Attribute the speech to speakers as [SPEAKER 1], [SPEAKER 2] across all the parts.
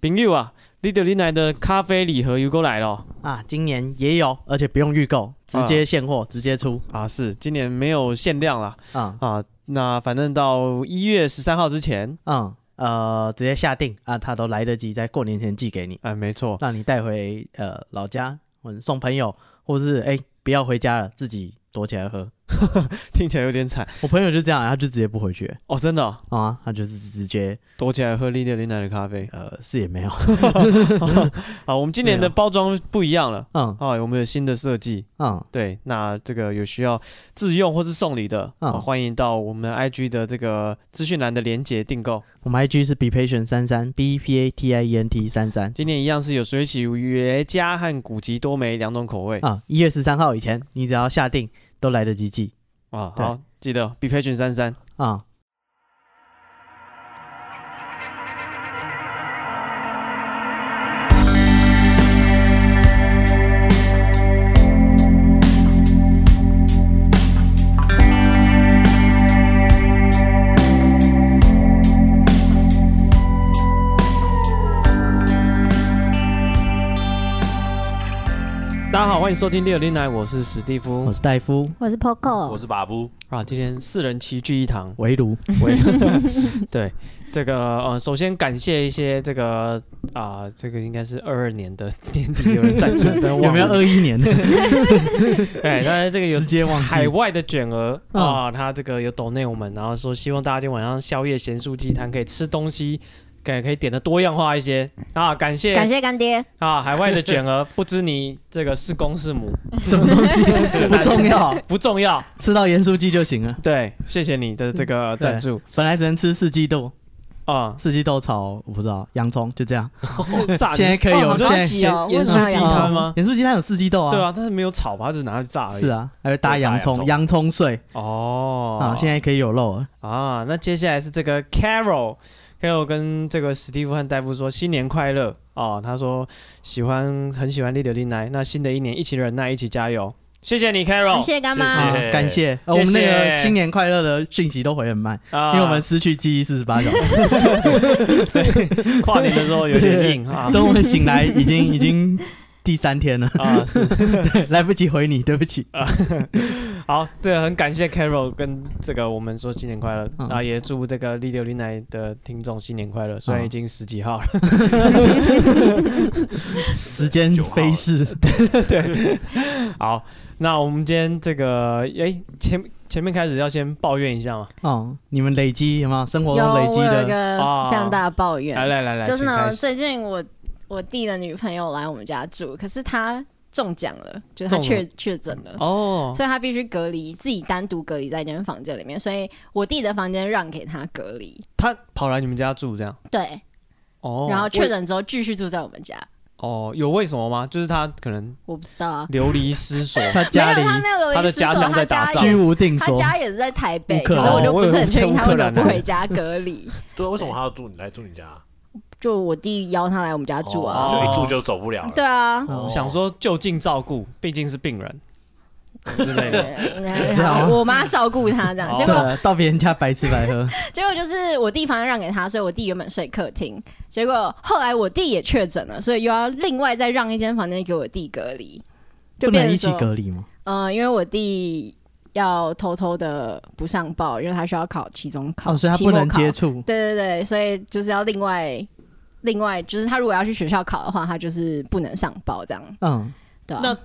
[SPEAKER 1] 朋友啊，你对你来的咖啡礼盒又过来了
[SPEAKER 2] 啊，今年也有，而且不用预购，直接现货，直接出
[SPEAKER 1] 啊！是今年没有限量啦
[SPEAKER 2] 啊
[SPEAKER 1] 啊，那反正到一月十三号之前，
[SPEAKER 2] 嗯呃，直接下定啊，他都来得及在过年前寄给你，
[SPEAKER 1] 哎，没错，
[SPEAKER 2] 让你带回呃老家，或者送朋友，或是哎、不要回家了，自己躲起来喝。
[SPEAKER 1] 听起来有点惨
[SPEAKER 2] 我朋友就这样，啊他就直接不回去
[SPEAKER 1] 哦，真的哦、
[SPEAKER 2] 啊，他就是直接
[SPEAKER 1] 躲起来喝利六零奶的咖啡。
[SPEAKER 2] 呃是也没有，
[SPEAKER 1] 好，我们今年的
[SPEAKER 2] 没有
[SPEAKER 1] 包装不一样了。
[SPEAKER 2] 嗯
[SPEAKER 1] 啊，我们有新的设计，
[SPEAKER 2] 嗯
[SPEAKER 1] 对，那这个有需要自用或是送礼的，
[SPEAKER 2] 嗯
[SPEAKER 1] 啊欢迎到我们 IG 的这个资讯栏的连接订购。
[SPEAKER 2] 我们 IG 是 be patient 三三 b e p a t i e n t 三三
[SPEAKER 1] 今年一样是有水洗原家和古籍多梅两种口味
[SPEAKER 2] 啊，一月十三号以前，你只要下定都来得及寄
[SPEAKER 1] 啊。
[SPEAKER 2] 对
[SPEAKER 1] 好，记得 Be Patient 三三。
[SPEAKER 2] 啊。
[SPEAKER 1] 大家好，欢迎收听六零奶，我是史蒂夫
[SPEAKER 2] 我是戴夫，
[SPEAKER 3] 我是
[SPEAKER 4] 我
[SPEAKER 3] Poco，
[SPEAKER 4] 是把布，
[SPEAKER 1] 啊。今天四人齐聚一 堂，
[SPEAKER 2] 围炉
[SPEAKER 1] 喂， 对这个呃，首先感谢一些这个啊、这个应该是二二年的年底有人赞助， 但忘了
[SPEAKER 2] 有没有二一年？
[SPEAKER 1] 哎，当然这个有
[SPEAKER 2] 直接忘记
[SPEAKER 1] 海外的卷额
[SPEAKER 2] 嗯
[SPEAKER 1] 啊，他这个有抖内我们，然后说希望大家今天晚上宵夜咸酥鸡摊可以吃东西，可以可以点的多样化一些啊，感谢
[SPEAKER 3] 感谢干爹，
[SPEAKER 1] 啊，海外的卷额不知你这个是公是母
[SPEAKER 2] 什么东西不重要，
[SPEAKER 1] 不重要，
[SPEAKER 2] 吃到盐酥鸡就行了。
[SPEAKER 1] 对，谢谢你的这个赞助
[SPEAKER 2] 本来只能吃四季豆，
[SPEAKER 1] 啊，
[SPEAKER 2] 四季豆炒我不知道洋葱，就这样。
[SPEAKER 1] 是炸
[SPEAKER 2] 现在可以有
[SPEAKER 3] 哦好
[SPEAKER 2] 现
[SPEAKER 3] 高
[SPEAKER 2] 在
[SPEAKER 3] 级哦，
[SPEAKER 1] 咸
[SPEAKER 3] 为什
[SPEAKER 1] 盐酥
[SPEAKER 3] 么
[SPEAKER 1] 鸡
[SPEAKER 3] 要
[SPEAKER 1] 汤
[SPEAKER 3] 养？
[SPEAKER 1] 吗？
[SPEAKER 2] 盐酥鸡它有四季豆啊，
[SPEAKER 1] 对，啊，但是没有炒吧，他只是拿去炸而已。
[SPEAKER 2] 是啊，还会搭洋葱，
[SPEAKER 4] 对
[SPEAKER 2] 洋葱碎
[SPEAKER 1] 哦，
[SPEAKER 2] 啊，现在可以有肉了。
[SPEAKER 1] 啊，那接下来是这个 Carol。Carol 跟这个史蒂夫和戴夫说新年快乐哦，他说喜欢很喜欢利德利奈，那新的一年一起忍耐，一起加油，谢谢你 Carol
[SPEAKER 3] 感谢干
[SPEAKER 4] 谢
[SPEAKER 3] 妈
[SPEAKER 2] 啊，感谢呃我们那个新年快乐的讯息都回很慢，
[SPEAKER 1] 啊
[SPEAKER 2] 因为我 们失去记忆四十八小时，
[SPEAKER 1] 跨年的时候有点硬啊
[SPEAKER 2] 等我们醒来已经已经第三天了，
[SPEAKER 1] 啊是
[SPEAKER 2] 来不及回你，对不起。
[SPEAKER 1] 好，这个很感谢 Carol 跟这个我们说新年快乐，
[SPEAKER 2] 嗯
[SPEAKER 1] 然后也祝这个利德利奈的听众新年快乐，虽然已经十几号了，
[SPEAKER 2] 时间飞逝，
[SPEAKER 1] 好，那我们今天这个诶前前面开始要先抱怨一下嘛，
[SPEAKER 2] 哦，你们累积有没有生活
[SPEAKER 3] 有
[SPEAKER 2] 中累积
[SPEAKER 3] 我有一
[SPEAKER 2] 的？
[SPEAKER 3] 个
[SPEAKER 1] 啊
[SPEAKER 3] 非常大的抱怨，
[SPEAKER 1] 来来来来，
[SPEAKER 3] 就是
[SPEAKER 1] 请
[SPEAKER 3] 呢，
[SPEAKER 1] 开始
[SPEAKER 3] 最近我我弟的女朋友来我们家住，可是她中奖了，就是她
[SPEAKER 1] 中了
[SPEAKER 3] 确确诊了。
[SPEAKER 1] 哦，
[SPEAKER 3] 所以她必须隔离，自己单独隔离在一间房间里面。所以我弟的房间让给她隔离，
[SPEAKER 1] 他跑来你们家住这样。
[SPEAKER 3] 对。
[SPEAKER 1] 哦，
[SPEAKER 3] 然后确
[SPEAKER 1] 为
[SPEAKER 3] 诊之后继续住在我们家，
[SPEAKER 1] 哦，有为什么吗？就是他可能
[SPEAKER 3] 我不知道啊。
[SPEAKER 1] 流离失所
[SPEAKER 2] 他家里
[SPEAKER 3] 没 有，他没有隔离
[SPEAKER 1] 他的
[SPEAKER 3] 是
[SPEAKER 1] 家
[SPEAKER 3] 说
[SPEAKER 1] 乡在
[SPEAKER 3] 他家
[SPEAKER 1] 打仗
[SPEAKER 3] 也
[SPEAKER 2] 居
[SPEAKER 3] 是
[SPEAKER 2] 无定
[SPEAKER 3] 他
[SPEAKER 2] 所，
[SPEAKER 3] 家也是在台北，
[SPEAKER 2] 乌克
[SPEAKER 3] 可
[SPEAKER 2] 兰
[SPEAKER 3] 是我就
[SPEAKER 1] 哦
[SPEAKER 3] 不是很确定他
[SPEAKER 1] 我以为是
[SPEAKER 3] 为什
[SPEAKER 1] 乌克兰
[SPEAKER 3] 么
[SPEAKER 1] 呢
[SPEAKER 3] 不回家隔离。
[SPEAKER 4] 对，啊为什么他要住你来住你家？啊
[SPEAKER 3] 就我弟邀他来我们家住啊，
[SPEAKER 1] 哦
[SPEAKER 4] 就一住就走不了了。
[SPEAKER 3] 对啊，
[SPEAKER 2] 哦
[SPEAKER 1] 想说就近照顾，毕竟是病人之类 的。
[SPEAKER 3] 对
[SPEAKER 2] 这样
[SPEAKER 3] 然
[SPEAKER 2] 啊
[SPEAKER 3] 后我妈照顾他这样，结
[SPEAKER 2] 对
[SPEAKER 3] 果
[SPEAKER 2] 啊，到别人家白吃白喝，
[SPEAKER 3] 结果就是我弟房间让给他，所以我弟原本睡客厅，结果后来我弟也确诊了，所以又要另外再让一间房间给我弟隔离，就
[SPEAKER 2] 不
[SPEAKER 3] 变
[SPEAKER 2] 能
[SPEAKER 3] 成
[SPEAKER 2] 一起
[SPEAKER 3] 说，
[SPEAKER 2] 隔离吗？
[SPEAKER 3] 呃，因为我弟要偷偷的不上报，因为他需要考期中考，
[SPEAKER 2] 哦，所以他
[SPEAKER 3] 期
[SPEAKER 2] 不
[SPEAKER 3] 末
[SPEAKER 2] 能
[SPEAKER 3] 考
[SPEAKER 2] 接触，
[SPEAKER 3] 对对对，所以就是要另外。另外，就是他如果要去学校考的话，他就是不能上报这样，
[SPEAKER 2] 嗯，
[SPEAKER 3] 对啊
[SPEAKER 1] 那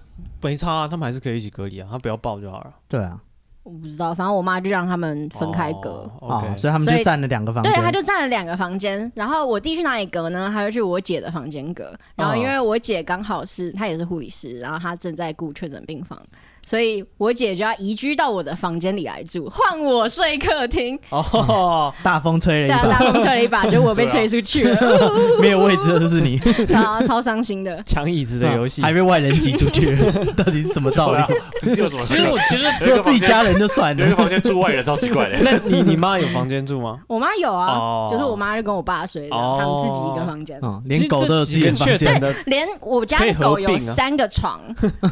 [SPEAKER 1] 没差、啊，他们还是可以一起隔离啊，他不要报就好了。
[SPEAKER 2] 对啊，
[SPEAKER 3] 我不知道，反正我妈就让他们分开隔。
[SPEAKER 1] 哦、
[SPEAKER 2] 哦
[SPEAKER 1] OK，
[SPEAKER 2] 所以他们
[SPEAKER 3] 所
[SPEAKER 2] 就
[SPEAKER 3] 以
[SPEAKER 2] 占了两个房间，
[SPEAKER 3] 对，啊他就占了两个房间，然后我弟去哪里隔呢？他就去我姐的房间隔。然
[SPEAKER 1] 哦
[SPEAKER 3] 后因为我姐刚好是她也是护理师，然后她正在顾确诊病房，所以我姐就要移居到我的房间里来住，换我睡客厅。
[SPEAKER 1] 哦，
[SPEAKER 2] 大风吹
[SPEAKER 3] 对
[SPEAKER 2] 了
[SPEAKER 3] 啊，
[SPEAKER 2] 一把，
[SPEAKER 3] 大风吹了一把，就我被吹出去 了，
[SPEAKER 2] 没有位置的就是你，
[SPEAKER 3] 对啊，超伤心的。
[SPEAKER 1] 抢椅子的游 戏。
[SPEAKER 3] 啊
[SPEAKER 2] 还被外人挤 出去，到底是什么道
[SPEAKER 4] 对
[SPEAKER 2] 理
[SPEAKER 4] 啊？，你有什么？
[SPEAKER 1] 其实我觉得，
[SPEAKER 2] 没有自己家人就算
[SPEAKER 4] 有一
[SPEAKER 2] 了，
[SPEAKER 4] 个房间住外人超奇怪的，
[SPEAKER 1] 那你你妈有房间住吗？
[SPEAKER 3] 我妈有啊，
[SPEAKER 1] 哦
[SPEAKER 3] 就是我妈就跟我爸睡的，
[SPEAKER 1] 哦
[SPEAKER 3] 他们自己一个房 间。
[SPEAKER 2] 嗯， 连狗都有自
[SPEAKER 1] 其
[SPEAKER 2] 己
[SPEAKER 1] 实这
[SPEAKER 2] 的
[SPEAKER 1] 几
[SPEAKER 2] 房
[SPEAKER 1] 个确诊，
[SPEAKER 2] 间
[SPEAKER 1] 的
[SPEAKER 3] 连我家的
[SPEAKER 1] 可以合
[SPEAKER 3] 狗有
[SPEAKER 1] 并啊
[SPEAKER 3] 三个床，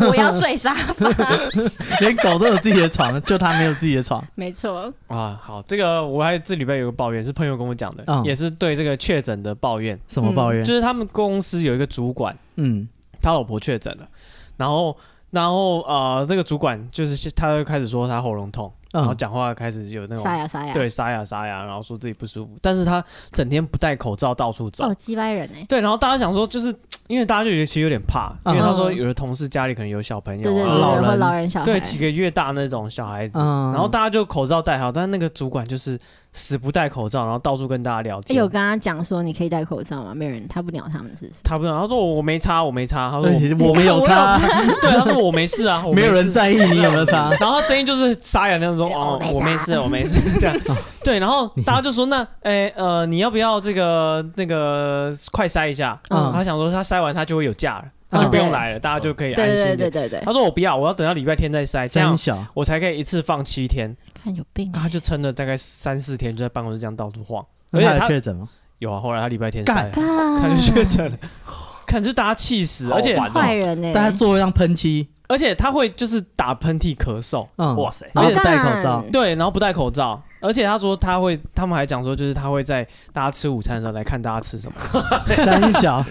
[SPEAKER 3] 我要睡沙发，
[SPEAKER 2] 连狗都有自己的床，就它没有自己的床。
[SPEAKER 3] 没错，
[SPEAKER 1] 啊，好，这个我还这礼拜有个抱怨，是朋友跟我讲的，
[SPEAKER 2] 嗯
[SPEAKER 1] 也是对这个确诊的抱怨，
[SPEAKER 2] 什么抱怨？
[SPEAKER 1] 就是他们公司有一个主管，
[SPEAKER 2] 嗯，
[SPEAKER 1] 他老婆确诊了，然后然后呃，这个主管就是他就开始说他喉咙痛，然后
[SPEAKER 2] 嗯
[SPEAKER 1] 讲话开始有那种
[SPEAKER 3] 沙哑沙哑，，
[SPEAKER 1] 对沙哑沙哑，然后说自己不舒服，但是他整天不戴口罩到处走，
[SPEAKER 3] 哦，鸡掰人哎，
[SPEAKER 1] 对，然后大家想说就是。因为大家就觉得其实有点怕，因为他
[SPEAKER 2] 嗯
[SPEAKER 1] 说有的同事家里可能有小朋友
[SPEAKER 3] 对对对
[SPEAKER 1] 啊、
[SPEAKER 3] 对，
[SPEAKER 1] 老
[SPEAKER 2] 人
[SPEAKER 3] 或老人小孩，
[SPEAKER 1] 对，几个月大那种小孩子，
[SPEAKER 2] 嗯
[SPEAKER 1] 然后大家就口罩戴好，但是那个主管就是死不戴口罩，然后到处跟大家聊
[SPEAKER 3] 哎有
[SPEAKER 1] 天。
[SPEAKER 3] 跟他讲说你可以戴口罩吗？没有人，他不鸟他们，是不是？
[SPEAKER 1] 他不懂，他说我没擦，我没擦。他说
[SPEAKER 2] 而
[SPEAKER 1] 我
[SPEAKER 2] 且我没有擦，
[SPEAKER 1] 对，他说我没事 啊，我
[SPEAKER 2] 没有
[SPEAKER 1] 事
[SPEAKER 2] 人。在意你有没 有擦。
[SPEAKER 1] 然后他声音就是沙哑那种，
[SPEAKER 3] 对
[SPEAKER 1] 哦
[SPEAKER 3] 我没，
[SPEAKER 1] 我没
[SPEAKER 3] 擦
[SPEAKER 1] 事，我没事 这样。
[SPEAKER 2] 哦
[SPEAKER 1] 对，然后大家就说那，哎呃，你要不要这个那个快筛一下？
[SPEAKER 2] 嗯
[SPEAKER 1] 他想说他筛完他就会有假了，他
[SPEAKER 2] 嗯
[SPEAKER 1] 就不用
[SPEAKER 3] 对
[SPEAKER 1] 来了，大家就可以安
[SPEAKER 3] 对
[SPEAKER 1] 心
[SPEAKER 3] 对
[SPEAKER 1] 一
[SPEAKER 3] 对
[SPEAKER 1] 点。
[SPEAKER 3] 对对对
[SPEAKER 1] 他，说我不要，我要等到礼拜天再筛，这样
[SPEAKER 2] 三小，
[SPEAKER 1] 我才可以一次放七天。
[SPEAKER 3] 看有病欸，
[SPEAKER 1] 他就撑了大概三四天，就在办公室这样到处晃。而
[SPEAKER 2] 那
[SPEAKER 1] 且
[SPEAKER 2] 他有
[SPEAKER 1] 他
[SPEAKER 2] 确诊吗？
[SPEAKER 1] 有啊，后来他礼拜天
[SPEAKER 2] 干嗯
[SPEAKER 1] 晒，他就确诊了， 看就大家气死，
[SPEAKER 4] 好
[SPEAKER 1] 而且
[SPEAKER 4] 烦哦
[SPEAKER 3] 坏人哎，
[SPEAKER 2] 但他座位上喷漆，
[SPEAKER 1] 而且他会就是打喷嚏、咳嗽，
[SPEAKER 3] 哦
[SPEAKER 2] 嗯，
[SPEAKER 4] 哇塞，
[SPEAKER 2] 然后
[SPEAKER 3] 好
[SPEAKER 2] 戴口罩
[SPEAKER 3] 干，
[SPEAKER 1] 对，然后不戴口罩，而且他说他会，他们还讲说就是他会在大家吃午餐的时候来看大家吃什 么。
[SPEAKER 2] 三小，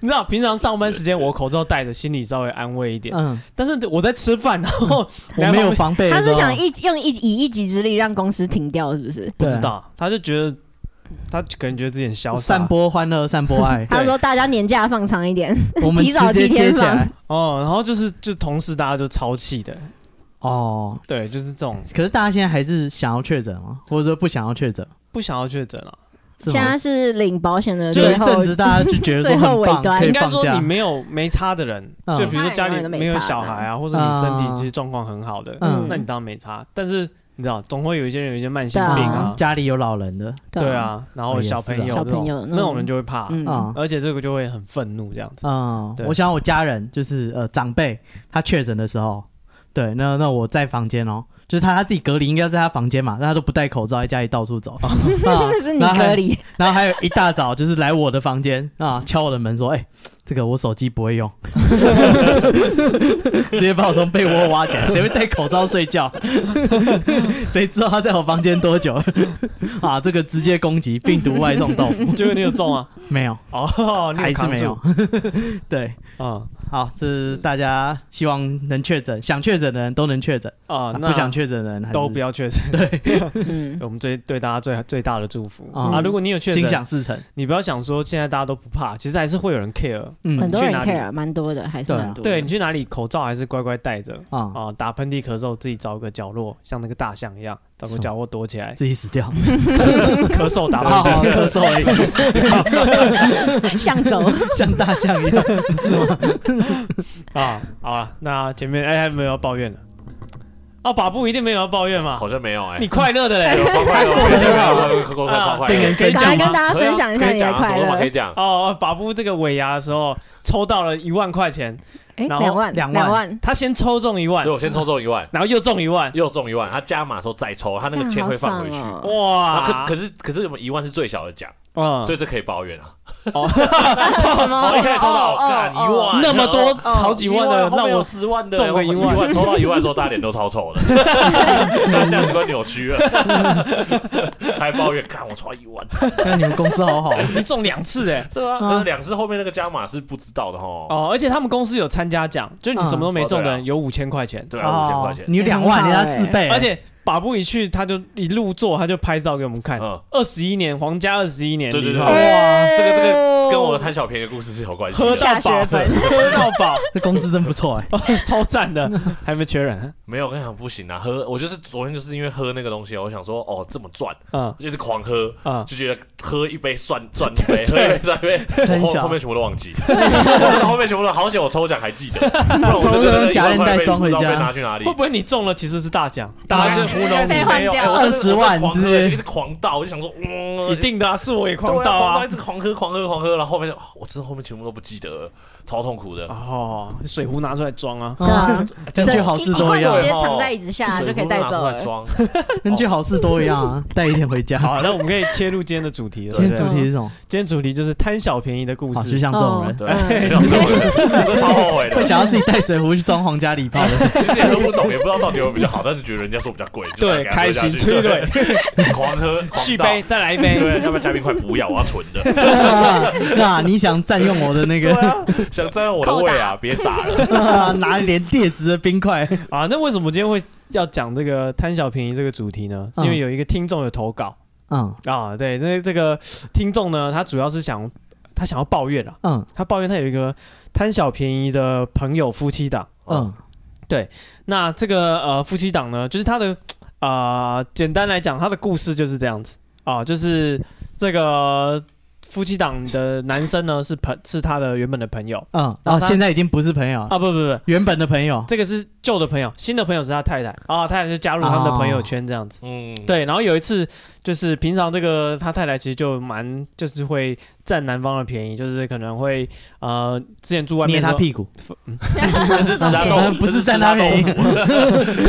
[SPEAKER 1] 你知道平常上班时间我口罩戴着，心里稍微安慰一点，
[SPEAKER 2] 嗯，
[SPEAKER 1] 但是我在吃饭，然后
[SPEAKER 2] 我没有防备的
[SPEAKER 3] 他
[SPEAKER 2] 时
[SPEAKER 3] 是
[SPEAKER 2] 候，
[SPEAKER 3] 想一用一以一己之力让公司停掉，是不是？，
[SPEAKER 1] 不
[SPEAKER 2] 对啊
[SPEAKER 1] 知道，他就觉得他可能觉得自己很潇洒
[SPEAKER 2] 散播欢乐，散播爱
[SPEAKER 3] 他说大家年假放长一点，
[SPEAKER 2] 我们
[SPEAKER 3] 提早
[SPEAKER 2] 直接
[SPEAKER 3] 七
[SPEAKER 2] 接
[SPEAKER 3] 天
[SPEAKER 2] 起来。
[SPEAKER 1] 哦，然后就是就同事大家就超气的，
[SPEAKER 2] 哦，
[SPEAKER 1] 对，就是这种
[SPEAKER 2] 可是大家现在还是想要确诊吗？或者说不想要确诊？
[SPEAKER 1] 不想要确诊啊了。
[SPEAKER 2] 是
[SPEAKER 3] 现
[SPEAKER 2] 吗
[SPEAKER 3] 在？是领保险的
[SPEAKER 2] 就有
[SPEAKER 3] 最
[SPEAKER 2] 一
[SPEAKER 3] 后
[SPEAKER 2] 阵子大家就觉得说
[SPEAKER 3] 最后
[SPEAKER 2] 很棒，
[SPEAKER 3] 尾端
[SPEAKER 2] 可以
[SPEAKER 1] 应该
[SPEAKER 2] 放
[SPEAKER 1] 说
[SPEAKER 2] 假
[SPEAKER 1] 你。没有没差的人，
[SPEAKER 2] 嗯
[SPEAKER 1] 就比如说
[SPEAKER 3] 没差的人
[SPEAKER 1] 家里
[SPEAKER 3] 永远都没
[SPEAKER 1] 没有
[SPEAKER 3] 差的
[SPEAKER 1] 小孩啊，或者你身体其实状况很好的，
[SPEAKER 2] 嗯
[SPEAKER 1] 那你当然没差。但是你知道，总会有一些人有一些慢性
[SPEAKER 3] 对啊
[SPEAKER 1] 病
[SPEAKER 2] 啊
[SPEAKER 1] 啊，，
[SPEAKER 2] 家里有老人的，
[SPEAKER 1] 对，啊，然后
[SPEAKER 2] 哦也
[SPEAKER 1] 小朋友
[SPEAKER 2] 是啊
[SPEAKER 1] 这
[SPEAKER 3] 小朋
[SPEAKER 1] 种
[SPEAKER 3] 友
[SPEAKER 1] 那种人就会怕，
[SPEAKER 3] 嗯
[SPEAKER 2] 啊
[SPEAKER 1] 而且这个就会很愤怒这样子。
[SPEAKER 2] 嗯，
[SPEAKER 1] 对
[SPEAKER 2] 我想我家人就是呃长辈，他确诊的时候，对，那那我在房间哦，就是他他自己隔离，应该在他房间嘛，但他都不戴口罩，在家里到 处走，啊
[SPEAKER 3] 那是你
[SPEAKER 2] 然后还
[SPEAKER 3] 隔离，
[SPEAKER 2] 然后还有一大早就是来我的房间啊，敲我的门说：“哎、这个我手机不会用。” 直接把我从被窝挖起来，谁会戴口罩睡觉？ 谁知道他在我房间多久？啊，这个直接攻击病毒外送豆
[SPEAKER 3] 嗯
[SPEAKER 2] 腐，
[SPEAKER 1] 结果你有中 啊？
[SPEAKER 2] 没有，
[SPEAKER 1] 哦，你
[SPEAKER 2] 还是
[SPEAKER 1] 扛
[SPEAKER 2] 没有
[SPEAKER 1] 住。。
[SPEAKER 2] 对，
[SPEAKER 1] 嗯
[SPEAKER 2] 好，这是大家希望能确诊，想确诊的人都能确诊，
[SPEAKER 1] 啊
[SPEAKER 2] 啊，
[SPEAKER 1] 那
[SPEAKER 2] 不想确诊的人还是
[SPEAKER 1] 都不要 确诊，
[SPEAKER 3] 嗯，
[SPEAKER 1] 我们最对大家最最大的祝福
[SPEAKER 2] 嗯
[SPEAKER 1] 啊！如果你有确
[SPEAKER 2] 心
[SPEAKER 1] 诊，
[SPEAKER 2] 想事成。
[SPEAKER 1] 你不要想说现在大家都不怕，其实还是会有人 care。
[SPEAKER 3] 很
[SPEAKER 2] 嗯
[SPEAKER 3] 多
[SPEAKER 1] 你去
[SPEAKER 3] 人
[SPEAKER 1] 哪里
[SPEAKER 3] care，蛮多的，还是蛮多的。
[SPEAKER 1] 对你去哪里，口罩还是乖乖戴着。
[SPEAKER 4] 嗯
[SPEAKER 2] 啊，
[SPEAKER 1] 啊、打喷嚏、咳嗽，自己找个角落，像那个大象一样，找个角落躲起来，
[SPEAKER 2] 自己死掉，
[SPEAKER 1] 咳嗽打
[SPEAKER 2] 好
[SPEAKER 1] 喷
[SPEAKER 4] 哦
[SPEAKER 2] 好咳嗽而已。
[SPEAKER 3] 向轴，
[SPEAKER 2] 像大象一样，是吗？
[SPEAKER 1] 嚏啊。好了，那前面哎、还没有要抱怨的，哦，把布一定没有要抱怨嘛，
[SPEAKER 4] 好像没有哎，
[SPEAKER 1] 你快乐的
[SPEAKER 4] 哎
[SPEAKER 1] 嘞
[SPEAKER 4] 呦，超快乐，快快快快快！
[SPEAKER 2] 令人生
[SPEAKER 3] 赶快
[SPEAKER 2] 气
[SPEAKER 3] 跟
[SPEAKER 2] 吗？
[SPEAKER 3] 大家啊分
[SPEAKER 1] 啊
[SPEAKER 3] 享一下你的快
[SPEAKER 4] 啊可以
[SPEAKER 3] 乐。
[SPEAKER 4] 讲，
[SPEAKER 1] 哦，把布这个尾牙的时候抽到了一万块钱，
[SPEAKER 3] 哎，
[SPEAKER 1] 然后
[SPEAKER 3] 两万，
[SPEAKER 2] 两万
[SPEAKER 3] 两万，
[SPEAKER 1] 他先抽中一万
[SPEAKER 4] 对，，我先抽中一万，
[SPEAKER 1] 然后又中一万，
[SPEAKER 4] 又中一万，他加码的时候再抽，他那个钱
[SPEAKER 3] 好
[SPEAKER 4] 会放
[SPEAKER 3] 爽
[SPEAKER 4] 回去。
[SPEAKER 3] 哦！
[SPEAKER 1] 哇
[SPEAKER 4] 啊，，可是可是可是我们一万是最小的奖，
[SPEAKER 1] 嗯
[SPEAKER 4] 所以这可以抱怨啊。
[SPEAKER 3] 什么？
[SPEAKER 4] 哦，一开始抽到
[SPEAKER 3] 哦
[SPEAKER 4] 干一
[SPEAKER 3] 哦哦
[SPEAKER 4] 万，
[SPEAKER 1] 那么多
[SPEAKER 3] 哦
[SPEAKER 1] 好几万的，让我
[SPEAKER 4] 十万
[SPEAKER 1] 的
[SPEAKER 4] 中个一万，
[SPEAKER 1] 一万
[SPEAKER 4] 抽到一万的时候，大家脸都超丑的， 大家价值观扭曲 了，还抱怨，看我抽到一万，
[SPEAKER 2] 那你们公司好好，
[SPEAKER 1] 你中两次 哎。
[SPEAKER 4] 是啊，
[SPEAKER 2] 啊
[SPEAKER 4] 可是两次后面那个加码是不知道的哈，
[SPEAKER 1] 哦，而且他们公司有参加奖，就是你什么都没中的
[SPEAKER 4] 哦对
[SPEAKER 1] 人有五千块钱，
[SPEAKER 4] 对啊，五千块
[SPEAKER 2] 哦
[SPEAKER 4] 钱，
[SPEAKER 2] 你两万，
[SPEAKER 3] 很
[SPEAKER 2] 人
[SPEAKER 3] 好
[SPEAKER 2] 家
[SPEAKER 3] 欸
[SPEAKER 2] 四
[SPEAKER 4] 哎
[SPEAKER 2] 倍，
[SPEAKER 1] 而且把布一去，他就一路做，他就拍照给我们看。
[SPEAKER 4] 嗯，
[SPEAKER 1] 二十一年，皇家二十一年，
[SPEAKER 4] 对对对
[SPEAKER 1] 哇，
[SPEAKER 4] 对
[SPEAKER 1] 哇，
[SPEAKER 3] 哎
[SPEAKER 4] 这个这个跟
[SPEAKER 3] 嗯
[SPEAKER 4] 我贪小便宜的故事是有关系
[SPEAKER 1] 喝到
[SPEAKER 4] 的，
[SPEAKER 3] 下
[SPEAKER 1] 饱，
[SPEAKER 3] 血本
[SPEAKER 1] 喝到饱，
[SPEAKER 2] 这公司真不错哎。
[SPEAKER 1] 超赞的，还没缺人，
[SPEAKER 4] 没有，我跟你讲不行啊，喝，我就是昨天就是因为喝那个东西，我想说哦这么赚，
[SPEAKER 1] 嗯
[SPEAKER 4] 就是狂喝。
[SPEAKER 1] 嗯，
[SPEAKER 4] 就觉得喝一杯算赚一杯，喝一杯赚一杯，
[SPEAKER 2] 很
[SPEAKER 4] 我后
[SPEAKER 2] 小
[SPEAKER 4] 后面全部都忘记，我真的后面全部都好险，我抽奖还记得，不然我真的那个
[SPEAKER 2] 夹链袋
[SPEAKER 4] 1万块被
[SPEAKER 2] 装回家
[SPEAKER 4] 不知道被拿去哪里
[SPEAKER 1] 会不？会你中了其实是大奖，大家就糊弄
[SPEAKER 3] 被
[SPEAKER 1] 你
[SPEAKER 3] 换
[SPEAKER 1] 没有？
[SPEAKER 3] 掉
[SPEAKER 4] 哎我真的
[SPEAKER 2] 20万
[SPEAKER 4] 我
[SPEAKER 2] 是
[SPEAKER 4] 真的狂
[SPEAKER 2] 不
[SPEAKER 4] 喝，
[SPEAKER 2] 是
[SPEAKER 4] 一直狂倒，我就想说，嗯，
[SPEAKER 1] 一定的啊，是我也狂
[SPEAKER 4] 对
[SPEAKER 1] 到
[SPEAKER 4] 狂
[SPEAKER 1] 啊
[SPEAKER 4] 一，直狂喝，狂喝，狂喝，然后后面现我真的后面全部都不记得了，超痛苦的。
[SPEAKER 1] 哦，水壶拿出来装啊，
[SPEAKER 3] 对啊，
[SPEAKER 2] 跟
[SPEAKER 3] 这
[SPEAKER 2] 去好事
[SPEAKER 3] 一
[SPEAKER 2] 多
[SPEAKER 3] 罐
[SPEAKER 2] 一
[SPEAKER 3] 直
[SPEAKER 2] 样啊
[SPEAKER 3] 接，藏在椅子下就
[SPEAKER 4] 水壶
[SPEAKER 3] 可以带
[SPEAKER 4] 拿出
[SPEAKER 3] 走
[SPEAKER 4] 来
[SPEAKER 3] 了。
[SPEAKER 4] 装。
[SPEAKER 2] 跟去好事多一样啊，带一点回家。
[SPEAKER 1] 好，那我们可以切入今天的主题了。
[SPEAKER 2] 今天
[SPEAKER 1] 对不
[SPEAKER 2] 主
[SPEAKER 1] 对
[SPEAKER 2] 题是什么？
[SPEAKER 1] 今天主题就是贪小便宜的故
[SPEAKER 2] 好，就
[SPEAKER 1] 事。
[SPEAKER 2] 像这种人，
[SPEAKER 4] 对，
[SPEAKER 3] 嗯
[SPEAKER 4] 就像这种人，这超后悔的
[SPEAKER 2] 会。想要自己带水壶去装皇家礼炮的。
[SPEAKER 4] 其实也喝不懂，也不知道到底有没有比较好，但是觉得人家说比较贵，就
[SPEAKER 1] 对，
[SPEAKER 4] 是敢
[SPEAKER 1] 开
[SPEAKER 4] 喝下
[SPEAKER 1] 心
[SPEAKER 4] 去
[SPEAKER 1] 催泪，，
[SPEAKER 4] 对狂喝，狂倒
[SPEAKER 1] 续杯，，再来一杯。
[SPEAKER 4] 对，要不然嘉宾快不要，我要存的。
[SPEAKER 2] 那你想占用我的那
[SPEAKER 4] 对
[SPEAKER 2] 个，
[SPEAKER 4] 啊，想占用我的胃啊，别傻 了。
[SPEAKER 2] 拿连叠值的冰块？
[SPEAKER 1] 啊，那为什么今天会要讲这个贪小便宜这个主题呢？是因为
[SPEAKER 2] 嗯
[SPEAKER 1] 有一个听众有投稿
[SPEAKER 2] 嗯
[SPEAKER 1] 啊，对，那这个听众呢，他主要是想他想要抱怨啊，
[SPEAKER 2] 嗯
[SPEAKER 1] 他抱怨他有一个贪小便宜的朋友夫妻档。哦
[SPEAKER 2] 嗯
[SPEAKER 1] 那这个呃夫妻档呢，就是他的啊、呃简单来讲，他的故事就是这样子啊、就是这个夫妻档的男生呢是朋是他的原本的朋友
[SPEAKER 2] 嗯，哦，现在已经不是朋友了，
[SPEAKER 1] 啊，不不不，
[SPEAKER 2] 原本的朋友。
[SPEAKER 1] 这个是旧的朋友，新的朋友是他太太啊，太太就加入他们的朋友圈这样子。
[SPEAKER 4] 嗯，
[SPEAKER 1] 对，然后有一次就是平常这个他太太其实就蛮就是会占男方的便宜，就是可能会呃之前住外面
[SPEAKER 2] 捏
[SPEAKER 1] 的时
[SPEAKER 2] 他
[SPEAKER 1] 候
[SPEAKER 2] 屁股，哦
[SPEAKER 4] 但是吃他豆腐，
[SPEAKER 2] 不是
[SPEAKER 4] 吃
[SPEAKER 2] 占
[SPEAKER 4] 他
[SPEAKER 2] 他
[SPEAKER 4] 豆
[SPEAKER 2] 便宜
[SPEAKER 4] 腐，